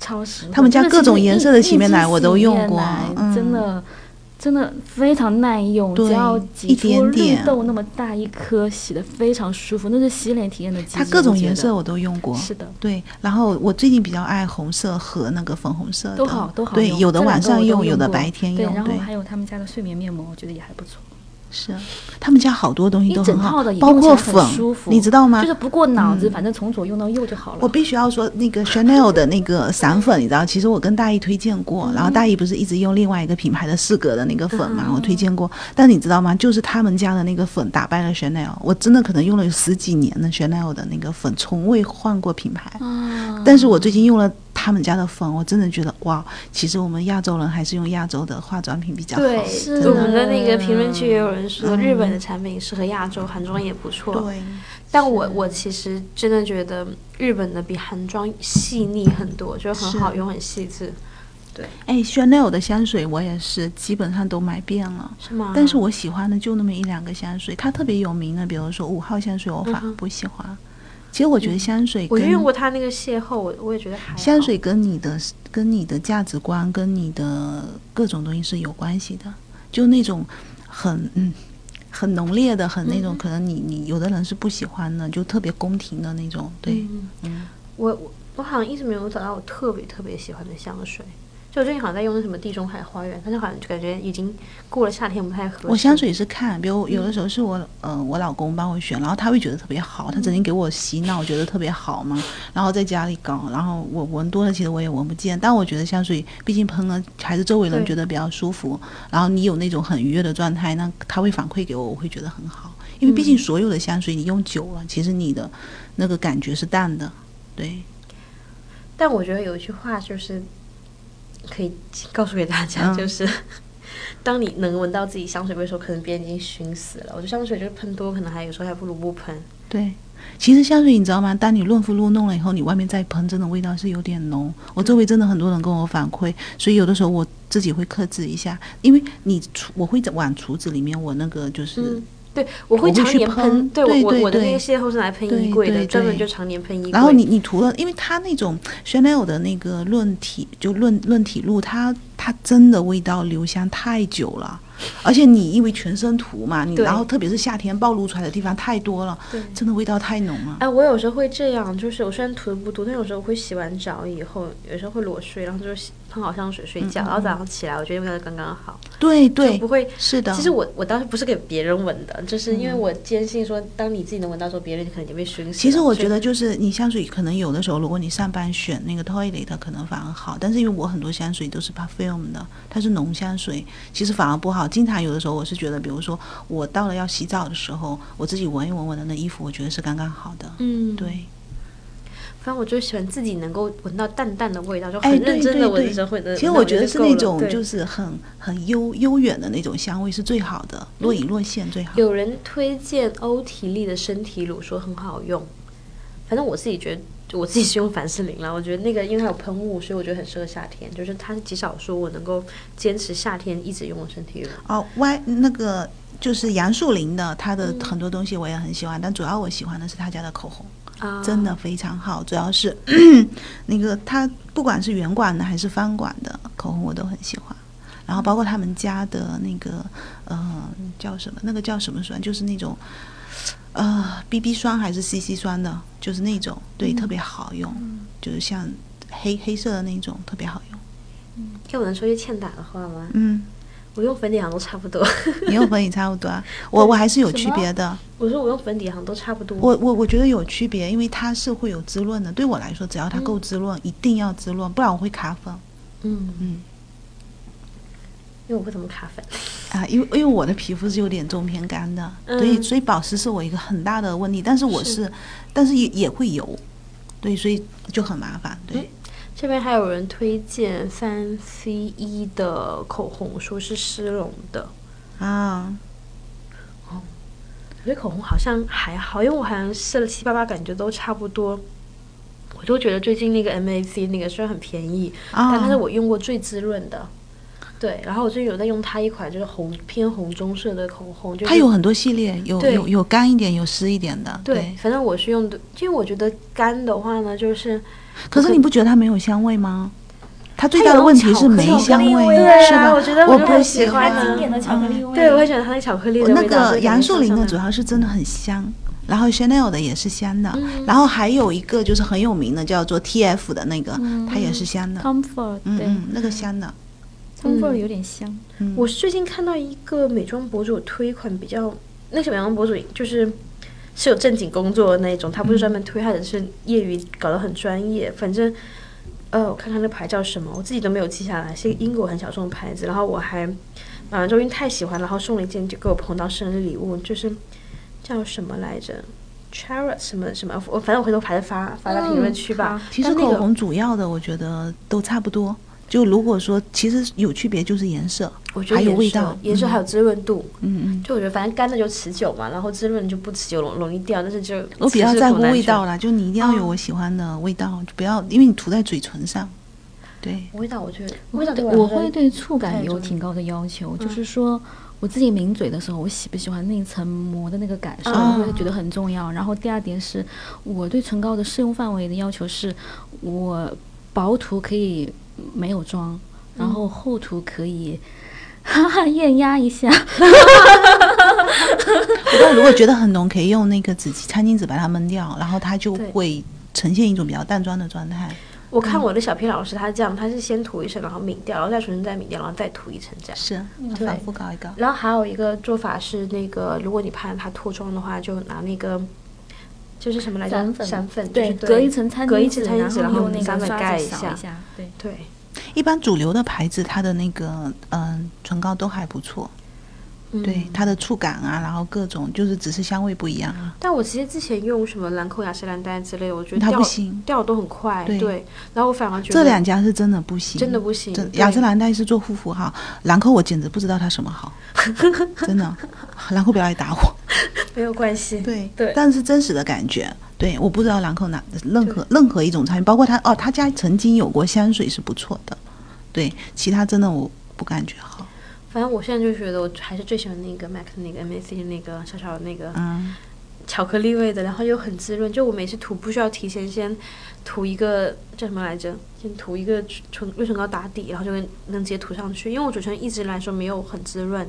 Speaker 3: 超实惠，
Speaker 2: 他们家
Speaker 3: 真的
Speaker 2: 各种
Speaker 3: 是一
Speaker 2: 颜色的洗面奶
Speaker 3: 一支
Speaker 2: 我都
Speaker 3: 洗
Speaker 2: 用
Speaker 3: 面
Speaker 2: 过
Speaker 3: 奶
Speaker 2: 嗯
Speaker 3: 真的真的非常耐用，只
Speaker 2: 对
Speaker 3: 要
Speaker 2: 一
Speaker 3: 挤
Speaker 2: 点
Speaker 3: 出绿
Speaker 2: 点
Speaker 3: 豆那么大一颗，洗的非常舒服，那是洗脸体验的极致。
Speaker 2: 它各种
Speaker 3: 我觉
Speaker 2: 颜
Speaker 3: 得
Speaker 2: 色我都用过，
Speaker 3: 是的，
Speaker 2: 对，然后我最近比较爱红色和那个粉红色的，
Speaker 3: 都好都
Speaker 2: 嗯
Speaker 3: 好
Speaker 2: 对，
Speaker 3: 用
Speaker 2: 有的
Speaker 3: 这两
Speaker 2: 晚
Speaker 3: 个
Speaker 2: 上
Speaker 3: 我都
Speaker 2: 用，
Speaker 3: 用
Speaker 2: 有的
Speaker 3: 过
Speaker 2: 白天
Speaker 3: 对，
Speaker 2: 用，
Speaker 3: 然后
Speaker 2: 对，
Speaker 3: 还有他们家的睡眠面膜，我觉得也还不错。
Speaker 2: 是他们家好多东西
Speaker 3: 一
Speaker 2: 都
Speaker 3: 整
Speaker 2: 很好
Speaker 3: 套的，也
Speaker 2: 包
Speaker 3: 用起
Speaker 2: 括
Speaker 3: 来很
Speaker 2: 粉
Speaker 3: 舒，服
Speaker 2: 你知道吗嗯
Speaker 3: 就？是不过脑子，反正从左用到右就好了。
Speaker 2: 我必须要说，那个 Chanel 的那个散粉，你知道，其实我跟大姨推荐
Speaker 3: 嗯
Speaker 2: 过，然后大姨不是一直用另外一个品牌的四格的那个粉嘛，我推荐过。但你知道吗？就是他们家的那个粉打败了 Chanel，我真的可能用了有十几年的 Chanel 的那个粉，从未换过品牌。
Speaker 3: 啊
Speaker 2: 但是我最近用了他们家的粉，我真的觉得哇，其实我们亚洲人还是用亚洲的化妆品比较好。
Speaker 1: 对，
Speaker 3: 是
Speaker 1: 我
Speaker 2: 真的嗯
Speaker 1: 们的那个评论区也有人说，日本的产品适合亚洲，韩妆也不错。
Speaker 2: 对，
Speaker 1: 但我我其实真的觉得日本的比韩妆细腻很多，就很
Speaker 2: 是
Speaker 1: 好用，很细致，
Speaker 2: 哎，Chanel 的香水我也是基本上都买遍了。
Speaker 1: 是吗？
Speaker 2: 但是我喜欢的就那么一两个香水，它特别有名的，比如说五号香水，我反而
Speaker 1: 嗯哼
Speaker 2: 不喜欢。其实我觉得香水
Speaker 1: 我就
Speaker 2: 跟
Speaker 1: 用过它那个邂逅，我我也觉得还好
Speaker 2: 香水跟你的跟你的价值观跟你的各种东西是有关系的，就那种很嗯很浓烈的，很那种、
Speaker 1: 嗯
Speaker 2: 可能你你有的人是不喜欢的，就特别宫廷的那种，对。
Speaker 1: 嗯
Speaker 2: 嗯
Speaker 1: 我我我好像一直没有找到我特别特别喜欢的香水，就我最近好像在用那什么地中海花园，但是好像感觉已经过了夏天，不太合适。嗯
Speaker 2: 我香水是看，比如有的时候是我，呃，我老公帮我选，然后他会觉得特别好，他曾
Speaker 1: 嗯
Speaker 2: 经给我洗脑，我觉得特别好嘛，然后在家里搞，然后我闻多了，其实我也闻不见，但我觉得香水毕竟喷了，还是周围人
Speaker 1: 对
Speaker 2: 觉得比较舒服，然后你有那种很愉悦的状态，那他会反馈给我，我会觉得很好，因为毕
Speaker 1: 嗯
Speaker 2: 竟所有的香水你用久了，其实你的那个感觉是淡的，对，
Speaker 1: 但我觉得有一句话就是可以告诉给大家，
Speaker 2: 嗯
Speaker 1: 就是、当你能闻到自己香水味的时候，可能别人已经熏死了。我觉得香水就是喷多，可能还有时候还不如不喷。
Speaker 2: 对，其实香水你知道吗？当你润肤露弄了以后，你外面再喷，真的味道是有点浓。我周围真的很多人跟我反馈，所以有的时候我自己会克制一下，因为你厨我会往厨子里面我那个就是，
Speaker 1: 嗯对，我会
Speaker 2: 我会
Speaker 1: 常
Speaker 2: 去
Speaker 1: 年
Speaker 2: 喷
Speaker 1: 对
Speaker 2: 对
Speaker 1: 我
Speaker 2: 对
Speaker 1: 我我的那
Speaker 2: 对
Speaker 1: 个邂逅是拿来喷
Speaker 2: 对
Speaker 1: 衣柜的，
Speaker 2: 对
Speaker 1: 专门
Speaker 2: 对
Speaker 1: 就常年喷衣柜。
Speaker 2: 然后你你涂了，因为它那种 Chanel 的那个论体就论论体露，它它真的味道留香太久了，而且你因为全身涂嘛，你
Speaker 1: 对
Speaker 2: 然后特别是夏天暴露出来的地方太多了，
Speaker 1: 对
Speaker 2: 真的味道太浓了。
Speaker 1: 哎，我有时候会这样，就是我虽然涂的不多，但有时候会洗完澡以后，有时候会裸睡，然后就是洗喷好香水睡觉，然后早上起来我觉得味道刚刚好，
Speaker 2: 对
Speaker 1: 就
Speaker 2: 嗯对
Speaker 1: 不，会。
Speaker 2: 是的。
Speaker 1: 其实我我当时不是给别人闻的，就是因为我坚信说，当你自己能闻到的时候，别人可能已经被熏死了。
Speaker 2: 嗯其实我
Speaker 1: 所以
Speaker 2: 觉得，就是你香水可能有的时候，如果你上班选那个 toilet 可能反而好，但是因为我很多香水都是 perfume 的，它是浓香水，其实反而不好。经常有的时候，我是觉得，比如说我到了要洗澡的时候，我自己闻一闻我的那衣服，我觉得是刚刚好的。
Speaker 1: 嗯，
Speaker 2: 对，
Speaker 1: 反正我就喜欢自己能够闻到淡淡的味道，就
Speaker 2: 哎
Speaker 1: 哦很
Speaker 2: 对
Speaker 1: 认真
Speaker 2: 对
Speaker 1: 的闻
Speaker 2: 对
Speaker 1: 的时候会能。
Speaker 2: 其实
Speaker 1: 能
Speaker 2: 我
Speaker 1: 闻
Speaker 2: 觉得
Speaker 1: 就是够
Speaker 2: 那
Speaker 1: 了
Speaker 2: 种
Speaker 1: 对
Speaker 2: 就是很很悠悠远的那种香味是最好的，若隐若现最好。
Speaker 1: 有人推荐欧缇丽的身体乳，说很好用。反正我自己觉得，我自己是用凡士林 了。我觉得那个因为它有喷雾，所以我觉得很适合夏天。就是它是极少数我能够坚持夏天一直用的身体乳。
Speaker 2: 哦，Y 那个就是杨树林的，它的
Speaker 1: 嗯
Speaker 2: 很多东西我也很喜欢，但主要我喜欢的是他家的口红。
Speaker 1: 啊
Speaker 2: 真的非常好，主要是 那个它不管是圆管的还是方管的口红我都很喜欢，然后包括他们家的那个呃叫什么那个叫什么霜，就是那种呃 BB 霜还是 CC 霜的，就是那种对、特别好用，就是像黑黑色的那种特别好用。
Speaker 1: 要我能说句欠打的话吗？
Speaker 2: 嗯，
Speaker 1: 我用粉底好像都差不多。
Speaker 2: 你又和你差不多啊，我我还是有区别的。
Speaker 1: 我说我用粉底好像都差不多。
Speaker 2: 我我我觉得有区别，因为它是会有滋润的。对我来说，只要它够滋润，一定要滋润，不然我会卡粉。
Speaker 1: 嗯
Speaker 2: 嗯。
Speaker 1: 因为我不怎么卡粉。
Speaker 2: 啊，因为因为我的皮肤是有点中偏干的，所以
Speaker 1: 嗯
Speaker 2: 所以保湿是我一个很大的问题，但是我是，
Speaker 1: 是
Speaker 2: 但是也也会油，对，所以就很麻烦，对，
Speaker 1: 这边还有人推荐三 C E 一的口红，说是湿绒的。
Speaker 2: 啊，
Speaker 1: 我对口红好像还好，因为我好像试了七八八，感觉都差不多。我就觉得最近那个 MAC 那个虽然很便宜，但它是
Speaker 2: 啊，
Speaker 1: 我用过最滋润的。对，然后我最近有在用它一款就是红偏红棕色的口红，就是
Speaker 2: 它有很多系列，有
Speaker 1: 对
Speaker 2: 有有干一点，有湿一点的。
Speaker 1: 对，反正我是用的，因为我觉得干的话呢，就是
Speaker 2: 可是你不觉得它没有香味吗？它最大的问题是没香
Speaker 3: 它有那种巧克力
Speaker 2: 味，
Speaker 3: 味啊
Speaker 2: 是吧？
Speaker 1: 我觉得
Speaker 2: 我
Speaker 1: 就
Speaker 2: 不
Speaker 1: 很
Speaker 2: 喜
Speaker 1: 喜
Speaker 2: 欢
Speaker 1: 欢
Speaker 3: 它
Speaker 2: 啊
Speaker 3: 经典
Speaker 1: 呢。
Speaker 3: 的巧克力味。
Speaker 1: 对，我很喜欢它那巧克力的味道
Speaker 2: 那。个
Speaker 1: 就
Speaker 2: 杨树林
Speaker 1: 感
Speaker 2: 的
Speaker 1: 觉
Speaker 2: 主
Speaker 1: 上
Speaker 2: 要是真的很香，然后 Chanel 的也是香的，
Speaker 1: 嗯
Speaker 2: 然后还有一个就是很有名的叫做 TF 的那个，
Speaker 1: 嗯
Speaker 2: 它也是香的，
Speaker 4: Comfort，
Speaker 2: 嗯
Speaker 4: 对、
Speaker 2: 嗯，那个香的，
Speaker 4: c o m f o r t 有点香。
Speaker 2: 嗯，
Speaker 1: 我最近看到一个美妆博主推一款比较，那些美妆博主就是是有正经工作的那一种，他
Speaker 2: 嗯
Speaker 1: 不是专门推，他只是业余搞得很专业。反正，呃，我看看那牌叫什么，我自己都没有记下来，是一个英国很小众的牌子。然后我还买完之后因为太喜欢，然后送了一件就给我朋友当生日礼物，就是叫什么来着？Chara 什么什么，我反正我回头还是发发到评论区吧。
Speaker 2: 嗯其实
Speaker 1: 但那
Speaker 2: 口
Speaker 1: 个
Speaker 2: 红主要的我觉得都差不多，就如果说其实有区别就是颜色，
Speaker 1: 我觉得
Speaker 2: 还有
Speaker 1: 颜
Speaker 2: 味
Speaker 1: 色
Speaker 2: 道
Speaker 1: 颜色还有滋润度。
Speaker 2: 嗯嗯。
Speaker 1: 就我觉得，反正干的就持久嘛，然后滋润就不持久，容容易掉。但是就
Speaker 2: 我比
Speaker 1: 其
Speaker 2: 较
Speaker 1: 实
Speaker 2: 在乎
Speaker 1: 口难嗯
Speaker 2: 味
Speaker 1: 选
Speaker 2: 道，啦，就你一定要有我喜欢的味道，就不要因为你涂在嘴唇上， 对，
Speaker 1: 味道我觉得
Speaker 4: 我
Speaker 1: 味道
Speaker 4: 对
Speaker 1: 对
Speaker 4: 我
Speaker 1: 我来
Speaker 4: 会
Speaker 1: 说
Speaker 4: 对触感
Speaker 1: 太重
Speaker 4: 有
Speaker 1: 要
Speaker 4: 挺高的要
Speaker 1: 嗯
Speaker 4: 求，就是说我自己抿嘴的时候，我喜不喜欢那层膜的那个感受，
Speaker 2: 啊
Speaker 4: 我
Speaker 1: 嗯
Speaker 4: 会觉得很重要。然后第二点是我对唇膏的适用范围的要求是，我薄涂可以没有妆，然
Speaker 1: 嗯
Speaker 4: 后厚涂可以。 哈哈，艳压一 下，
Speaker 2: 但如果觉得很浓，可以用那个纸餐巾纸把它闷掉，然后它就
Speaker 1: 对
Speaker 2: 会呈现一种比较淡妆的状态。
Speaker 1: 我看我的小 P 老师他这样，他是先涂一层，然后抿掉，然后再重新再抿掉，然后再涂一层这样。
Speaker 2: 是，
Speaker 1: 嗯对
Speaker 2: 反复搞一搞。
Speaker 1: 然后还有一个做法是，那个如果你怕它脱妆的话，就拿那个就是什么来着？
Speaker 4: 散粉
Speaker 1: 散粉
Speaker 4: 对，
Speaker 1: 就是
Speaker 4: 隔一层餐
Speaker 1: 隔一
Speaker 4: 巾纸，
Speaker 1: 层餐巾纸，然
Speaker 4: 后
Speaker 1: 后
Speaker 4: 用那
Speaker 1: 散
Speaker 4: 个
Speaker 1: 粉
Speaker 4: 刷
Speaker 1: 盖
Speaker 4: 子
Speaker 1: 一
Speaker 4: 扫
Speaker 1: 下
Speaker 4: 一。下，对，
Speaker 1: 对，
Speaker 2: 一般主流的牌子，它的那个嗯、唇膏都还不错，
Speaker 1: 嗯
Speaker 2: 对它的触感啊，然后各种就是只是香味不一样，
Speaker 1: 但我其实之前用什么兰蔻雅诗兰黛之类，我觉得
Speaker 2: 它
Speaker 1: 掉
Speaker 2: 不行。
Speaker 1: 掉都很快。
Speaker 2: 对
Speaker 1: 对，然后我反而觉得
Speaker 2: 这两家是真的不行，
Speaker 1: 真的不行
Speaker 2: 真。
Speaker 1: 对
Speaker 2: 雅诗兰黛是做护肤好，兰蔻我简直不知道它什么好， 真的，兰蔻不要来打 我。
Speaker 1: 没有关系。
Speaker 2: 对
Speaker 1: 对
Speaker 2: 但是真实的感觉，对，我不知道兰蔻哪任何任何一种产品，包括它哦，他家曾经有过香水是不错的，对，其他真的我不感觉好，
Speaker 1: 反正我现在就觉得，我还是最喜欢那个 MAC 的那个 MAC 的那个小小的那个
Speaker 2: 嗯，
Speaker 1: 巧克力味的，然后又很滋润。就我每次涂不需要提前先涂一个叫什么来着，先涂一个唇润唇膏打底，然后就能能直接涂上去。因为我嘴唇一直来说没有很滋润，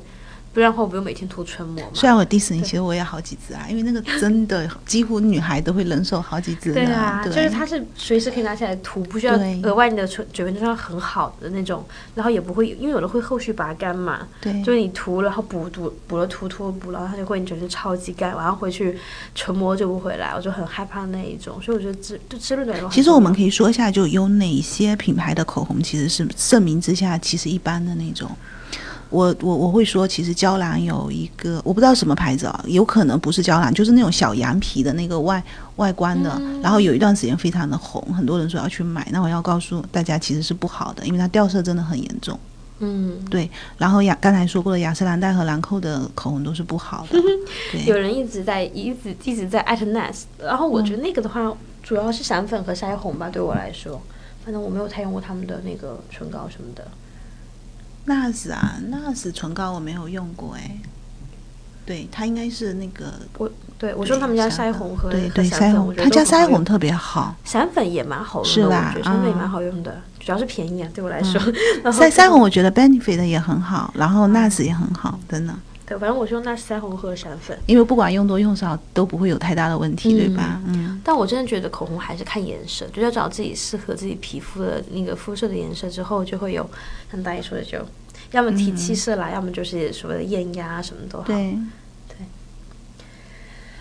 Speaker 1: 不然的话我不用每天涂唇膜嘛。
Speaker 2: 虽然我 diss 你，
Speaker 1: 对
Speaker 2: 其实我也好几支啊，因为那 个真的几乎女孩都会忍受好几支
Speaker 1: 对
Speaker 2: 呢
Speaker 1: 啊，
Speaker 2: 对
Speaker 1: 就是它是随时可以拿起来涂，不需要
Speaker 2: 对
Speaker 1: 额外你的唇嘴唇上很好的那种，然后也不会，因为有的会后续拔干嘛，
Speaker 2: 对
Speaker 1: 就是你涂，然后补涂补了涂涂了补，然后它就会你觉得超级干，晚上回去唇膜就不回来，我就很害怕那一种，所以我觉得滋对滋润的人，
Speaker 2: 其实我们可以说一下，就有哪些品牌的口红其实是盛名之下其实一般的那种。我我我会说，其实娇兰有一个我不知道什么牌子啊，有可能不是娇兰，就是那种小羊皮的那个外外观的，
Speaker 1: 嗯
Speaker 2: 然后有一段时间非常的红，很多人说要去买。那我要告诉大家，其实是不好的，因为它掉色真的很严重。
Speaker 1: 嗯，
Speaker 2: 然后雅刚才说过的雅诗兰黛和兰蔻的口红都是不好的，
Speaker 1: 嗯有
Speaker 2: 对，
Speaker 1: 人一直在一直一直在艾特 Nas，然后我觉得那个的话，主要是散粉和腮红吧，对我来说，反正我没有太用过他们的那个唇膏什么的，
Speaker 2: NARS 啊，NARS 唇膏我没有用过哎，对，它应该是那个
Speaker 1: 对我
Speaker 2: 对
Speaker 1: 说他们家
Speaker 2: 散
Speaker 1: 腮
Speaker 2: 粉
Speaker 1: 红和
Speaker 2: 对
Speaker 1: 和
Speaker 2: 对
Speaker 1: 散
Speaker 2: 腮
Speaker 1: 粉，我
Speaker 2: 红，
Speaker 1: 觉得
Speaker 2: 他家
Speaker 1: 都很好
Speaker 2: 腮
Speaker 1: 用
Speaker 2: 红特别好，
Speaker 1: 散粉也蛮好用的，
Speaker 2: 是吧
Speaker 1: 我觉得散粉也
Speaker 2: 啊
Speaker 1: 蛮好用的，主要是便宜啊，对我来说。 然后
Speaker 2: 腮腮红我觉得 Benefit 也很好，然后 NARS 也很好，真的，
Speaker 1: 对，反正我是用那腮红和散粉，
Speaker 2: 因为不管用多用少都不会有太大的问题，
Speaker 1: 嗯
Speaker 2: 对吧？嗯，
Speaker 1: 但我真的觉得口红还是看颜色，就是要找自己适合自己皮肤的那个肤色的颜色之后，就会有像大爷说的就。要么提气色啦，要么就是所谓的艳压啊什么都好。哎
Speaker 2: 嗯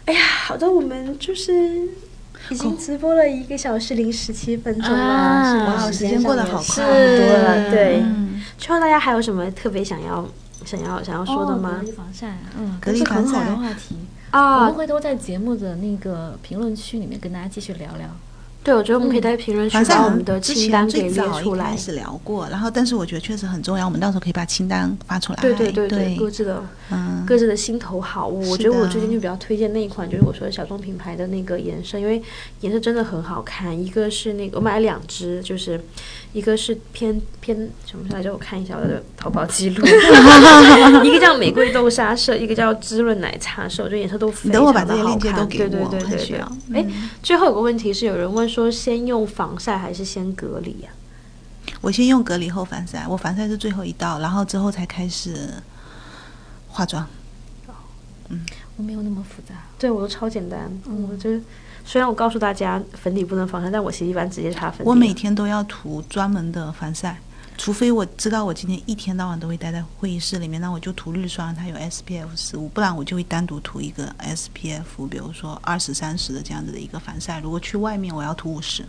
Speaker 2: 对，
Speaker 1: 好的，我们就是已
Speaker 2: 哦
Speaker 1: 经直播了一个小时零十七分钟了，
Speaker 4: 啊
Speaker 1: 是吧
Speaker 2: 哇，嗯时间过得好快，
Speaker 1: 上面也差不多了。对，
Speaker 2: 嗯
Speaker 1: 希望大家还有什么特别想要、想要、想要说
Speaker 2: 哦
Speaker 1: 的吗
Speaker 4: 隔？离防晒，嗯，
Speaker 2: 隔
Speaker 4: 都
Speaker 2: 离
Speaker 4: 是很
Speaker 2: 防
Speaker 4: 好
Speaker 2: 晒
Speaker 4: 的话题。我
Speaker 1: 啊
Speaker 4: 们，回头在节目的那个评论区里面跟大家继续聊聊。
Speaker 1: 对，我觉得我们可以在评论区
Speaker 2: 嗯反正
Speaker 1: 把
Speaker 2: 我
Speaker 1: 我们
Speaker 2: 们
Speaker 1: 的
Speaker 2: 之
Speaker 1: 清
Speaker 2: 前
Speaker 1: 单
Speaker 2: 最
Speaker 1: 给列
Speaker 2: 早一
Speaker 1: 出来
Speaker 2: 开。始聊过，然后但是我觉得确实很重要，我们到时候可以把清单发出来。
Speaker 1: 对对对
Speaker 2: 对
Speaker 1: 对，各自的
Speaker 2: 嗯，
Speaker 1: 各自的心头好物。我
Speaker 2: 是
Speaker 1: 觉得我
Speaker 2: 的
Speaker 1: 最近就比较推荐那一款，就是我说的小众品牌的那个颜色，因为颜色真的很好看。一个是那个我买了两支，就是一个是偏偏什么来着？我看一下我的淘宝记 录，一个叫玫瑰豆沙色，一个叫滋润奶茶色，我觉得颜色都非
Speaker 2: 你等
Speaker 1: 常
Speaker 2: 我
Speaker 1: 的
Speaker 2: 把这些
Speaker 1: 好
Speaker 2: 链接都
Speaker 1: 看。
Speaker 2: 给
Speaker 1: 对对
Speaker 2: 我，
Speaker 1: 对
Speaker 2: 很
Speaker 1: 对
Speaker 2: 需
Speaker 1: 对
Speaker 2: 要。。嗯
Speaker 1: 哎，最后有个问题是，有人问说先用防晒还是先隔离啊呀、
Speaker 2: 我先用隔离后防晒，我防晒是最后一道，然后之后才开始化妆。
Speaker 4: 我没有那么复杂。
Speaker 1: 对我都超简单，
Speaker 2: 嗯
Speaker 1: 我就虽然我告诉大家粉底不能防晒，但我其实一般直接擦粉底了。
Speaker 2: 我每天都要涂专门的防晒，除非我知道我今天一天到晚都会待在会议室里面，那我就涂日霜，它有 SPF 十五，不然我就会单独涂一个 SPF，比如说二十三十的这样子的一个防晒。如果去外面，我要涂五十。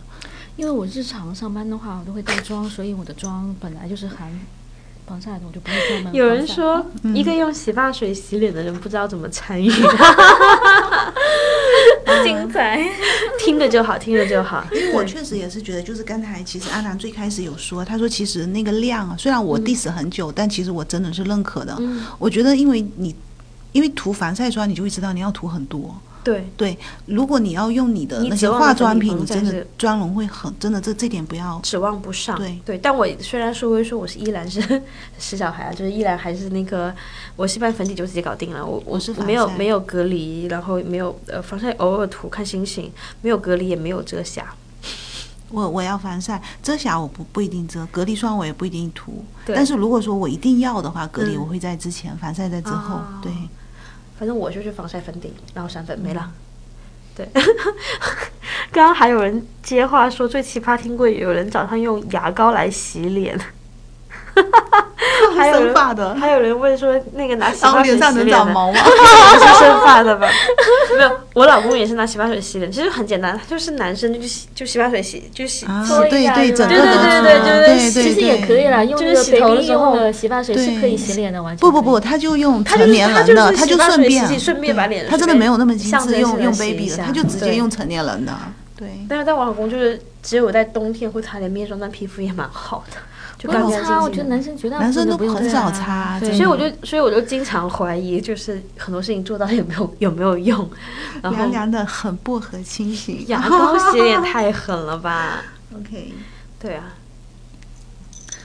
Speaker 4: 因为我日常上班的话，我都会带妆，所以我的妆本来就是含防晒的，我就不会专
Speaker 2: 嗯
Speaker 4: 门。
Speaker 1: 有人，说，一个用洗发水洗脸的人不知道怎么参 与，
Speaker 4: 嗯精彩。
Speaker 1: 听着就好，听着就好。
Speaker 2: 因为我确实也是觉得，就是刚才其实阿南最开始有说，他说其实那个量啊，虽然我 diss 很久，但其实我真的是认可的。我觉得因为你，因为涂防晒霜，你就会知道你要涂很多。
Speaker 1: 对，
Speaker 2: 对，如果你要用你的
Speaker 1: 你
Speaker 2: 那
Speaker 1: 指
Speaker 2: 些
Speaker 1: 望
Speaker 2: 化
Speaker 1: 它
Speaker 2: 妆
Speaker 1: 跟你
Speaker 2: 品，
Speaker 1: 防
Speaker 2: 你
Speaker 1: 晒
Speaker 2: 真的
Speaker 1: 是
Speaker 2: 妆容会很，真的这这点不要。
Speaker 1: 指望不上。
Speaker 2: 对
Speaker 1: 但我虽然说归说，我是依然是是小孩啊，就是依然还是那个，我是一般粉底就直接搞定了。我我
Speaker 2: 我是防晒
Speaker 1: 没有没有隔离，然后没有呃防晒，偶尔涂看心情，没有隔离也没有遮瑕。
Speaker 2: 我我要防晒，遮瑕我不不一定遮，隔离霜我也不一定涂。
Speaker 1: 对
Speaker 2: 但是如果说我一定要的话，隔离
Speaker 1: 嗯
Speaker 2: 我会在之前，防晒在之后。
Speaker 1: 哦
Speaker 2: 对，
Speaker 1: 反正我就是防晒、粉底，然后闪粉没
Speaker 2: 嗯
Speaker 1: 了。对， 刚刚还有人接话说最奇葩，听过有人早上用牙膏来洗脸，还有
Speaker 2: 生
Speaker 1: 人
Speaker 2: 发的，
Speaker 1: 还有人问说那个拿洗
Speaker 2: 然后
Speaker 1: 发水
Speaker 2: 脸上
Speaker 1: 洗
Speaker 2: 能
Speaker 1: 脸
Speaker 2: 长
Speaker 1: 的，
Speaker 2: 毛吗？
Speaker 1: 不是生发的 吧？没有，我老公也是拿洗发水洗脸，其实很简单，就是男生就洗就洗发水洗就洗，
Speaker 2: 啊
Speaker 3: 搓，一
Speaker 2: 对
Speaker 3: 下
Speaker 2: 对，
Speaker 3: 是
Speaker 2: 整
Speaker 3: 吧
Speaker 2: 个
Speaker 1: 对
Speaker 2: 的
Speaker 1: 对对对
Speaker 2: 对
Speaker 1: 对
Speaker 2: 对，
Speaker 3: 其实也可以啦，用
Speaker 1: 就是
Speaker 3: 那个
Speaker 1: 洗头的
Speaker 3: baby
Speaker 1: 时候
Speaker 3: 用的洗发水是可
Speaker 2: 对
Speaker 3: 以洗脸的，完全
Speaker 2: 不不
Speaker 3: 可以
Speaker 2: 不，他就用
Speaker 1: 他就
Speaker 2: 成
Speaker 1: 是
Speaker 2: 年
Speaker 1: 他
Speaker 2: 人
Speaker 1: 就
Speaker 2: 的，
Speaker 1: 是
Speaker 2: 他
Speaker 1: 洗
Speaker 2: 就
Speaker 1: 发
Speaker 2: 顺
Speaker 1: 水洗
Speaker 2: 便
Speaker 1: 洗顺便
Speaker 2: 对
Speaker 1: 把脸
Speaker 2: 他真
Speaker 1: 随
Speaker 2: 的
Speaker 1: 便
Speaker 2: 没有那么精
Speaker 1: 上
Speaker 2: 致
Speaker 1: 身
Speaker 2: 用
Speaker 1: 水
Speaker 2: 用
Speaker 1: 洗一
Speaker 2: baby 的，
Speaker 1: 下
Speaker 2: 他就直接
Speaker 1: 对
Speaker 2: 用成年人的，对。
Speaker 1: 但是但我老公就是只有在冬天会擦点面霜，但皮肤也蛮好的，就
Speaker 4: 不
Speaker 1: 干
Speaker 4: 用
Speaker 1: 干净净
Speaker 4: 擦，
Speaker 1: 的。
Speaker 4: 我觉得男生绝大部
Speaker 2: 男生
Speaker 4: 分
Speaker 2: 都
Speaker 4: 不用啊
Speaker 2: 很
Speaker 4: 擦
Speaker 2: 少擦，
Speaker 4: 对
Speaker 1: 所以我就，所以我就经常怀疑，就是很多事情做到底有没有有没有用，然后
Speaker 2: 凉凉的，很薄荷清新。
Speaker 1: 牙膏洗脸太狠了 吧？
Speaker 2: OK，
Speaker 1: 对啊，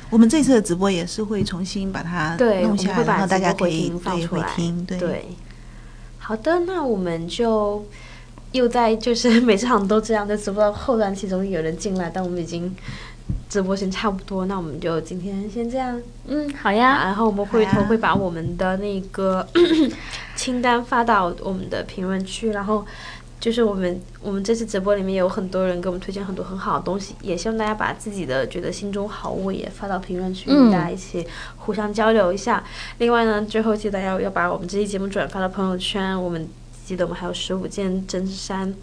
Speaker 2: 我们这次的直播也是会重新把它
Speaker 1: 对，我
Speaker 2: 嗯弄
Speaker 1: 们
Speaker 2: 下来，
Speaker 1: 会
Speaker 2: 然
Speaker 1: 把
Speaker 2: 后大
Speaker 1: 直播
Speaker 2: 家可
Speaker 1: 回
Speaker 2: 以
Speaker 1: 听放
Speaker 2: 对
Speaker 1: 出
Speaker 2: 回
Speaker 1: 来。
Speaker 2: 听，对
Speaker 1: 好的，那我们就又在就是 每次好像都这样，在直播到后段期中有人进来，但我们已经直播时间差不多，那我们就今天先这样。
Speaker 4: 嗯，好呀，
Speaker 1: 然后我们回头
Speaker 2: 好呀
Speaker 1: 会把我们的那个 清单发到我们的评论区，然后就是我们我们这次直播里面有很多人给我们推荐很多很好的东西，也希望大家把自己的觉得心中好物也发到评论区，
Speaker 4: 嗯
Speaker 1: 大家一起互相交流一下。另外呢，最后记得要要把我们这期节目转发到朋友圈，我们记得我们还有十五件真衫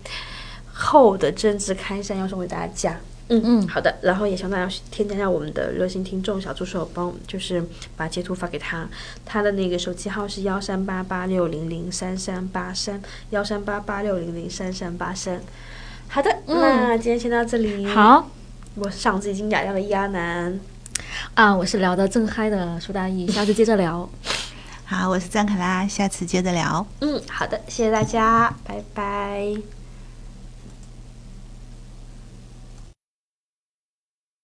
Speaker 1: 厚的针织开衫要送给大家。嗯
Speaker 4: 嗯
Speaker 1: 好的。然后也希望大家添加一下我们的热心听众小助手，帮我们就是把截图发给他，他的那个手机号是幺三八八六零零三三八三幺三八八六零零三三八三。好的，
Speaker 4: 嗯
Speaker 1: 那今天先到这里。，
Speaker 4: 好
Speaker 1: 我是嗓子已经哑掉的易阿南，
Speaker 4: 啊，我是聊的正嗨的苏大意，下次接着聊，
Speaker 2: 好，我是张可拉，下次接着聊。
Speaker 1: 嗯，好的，谢谢大家，拜拜。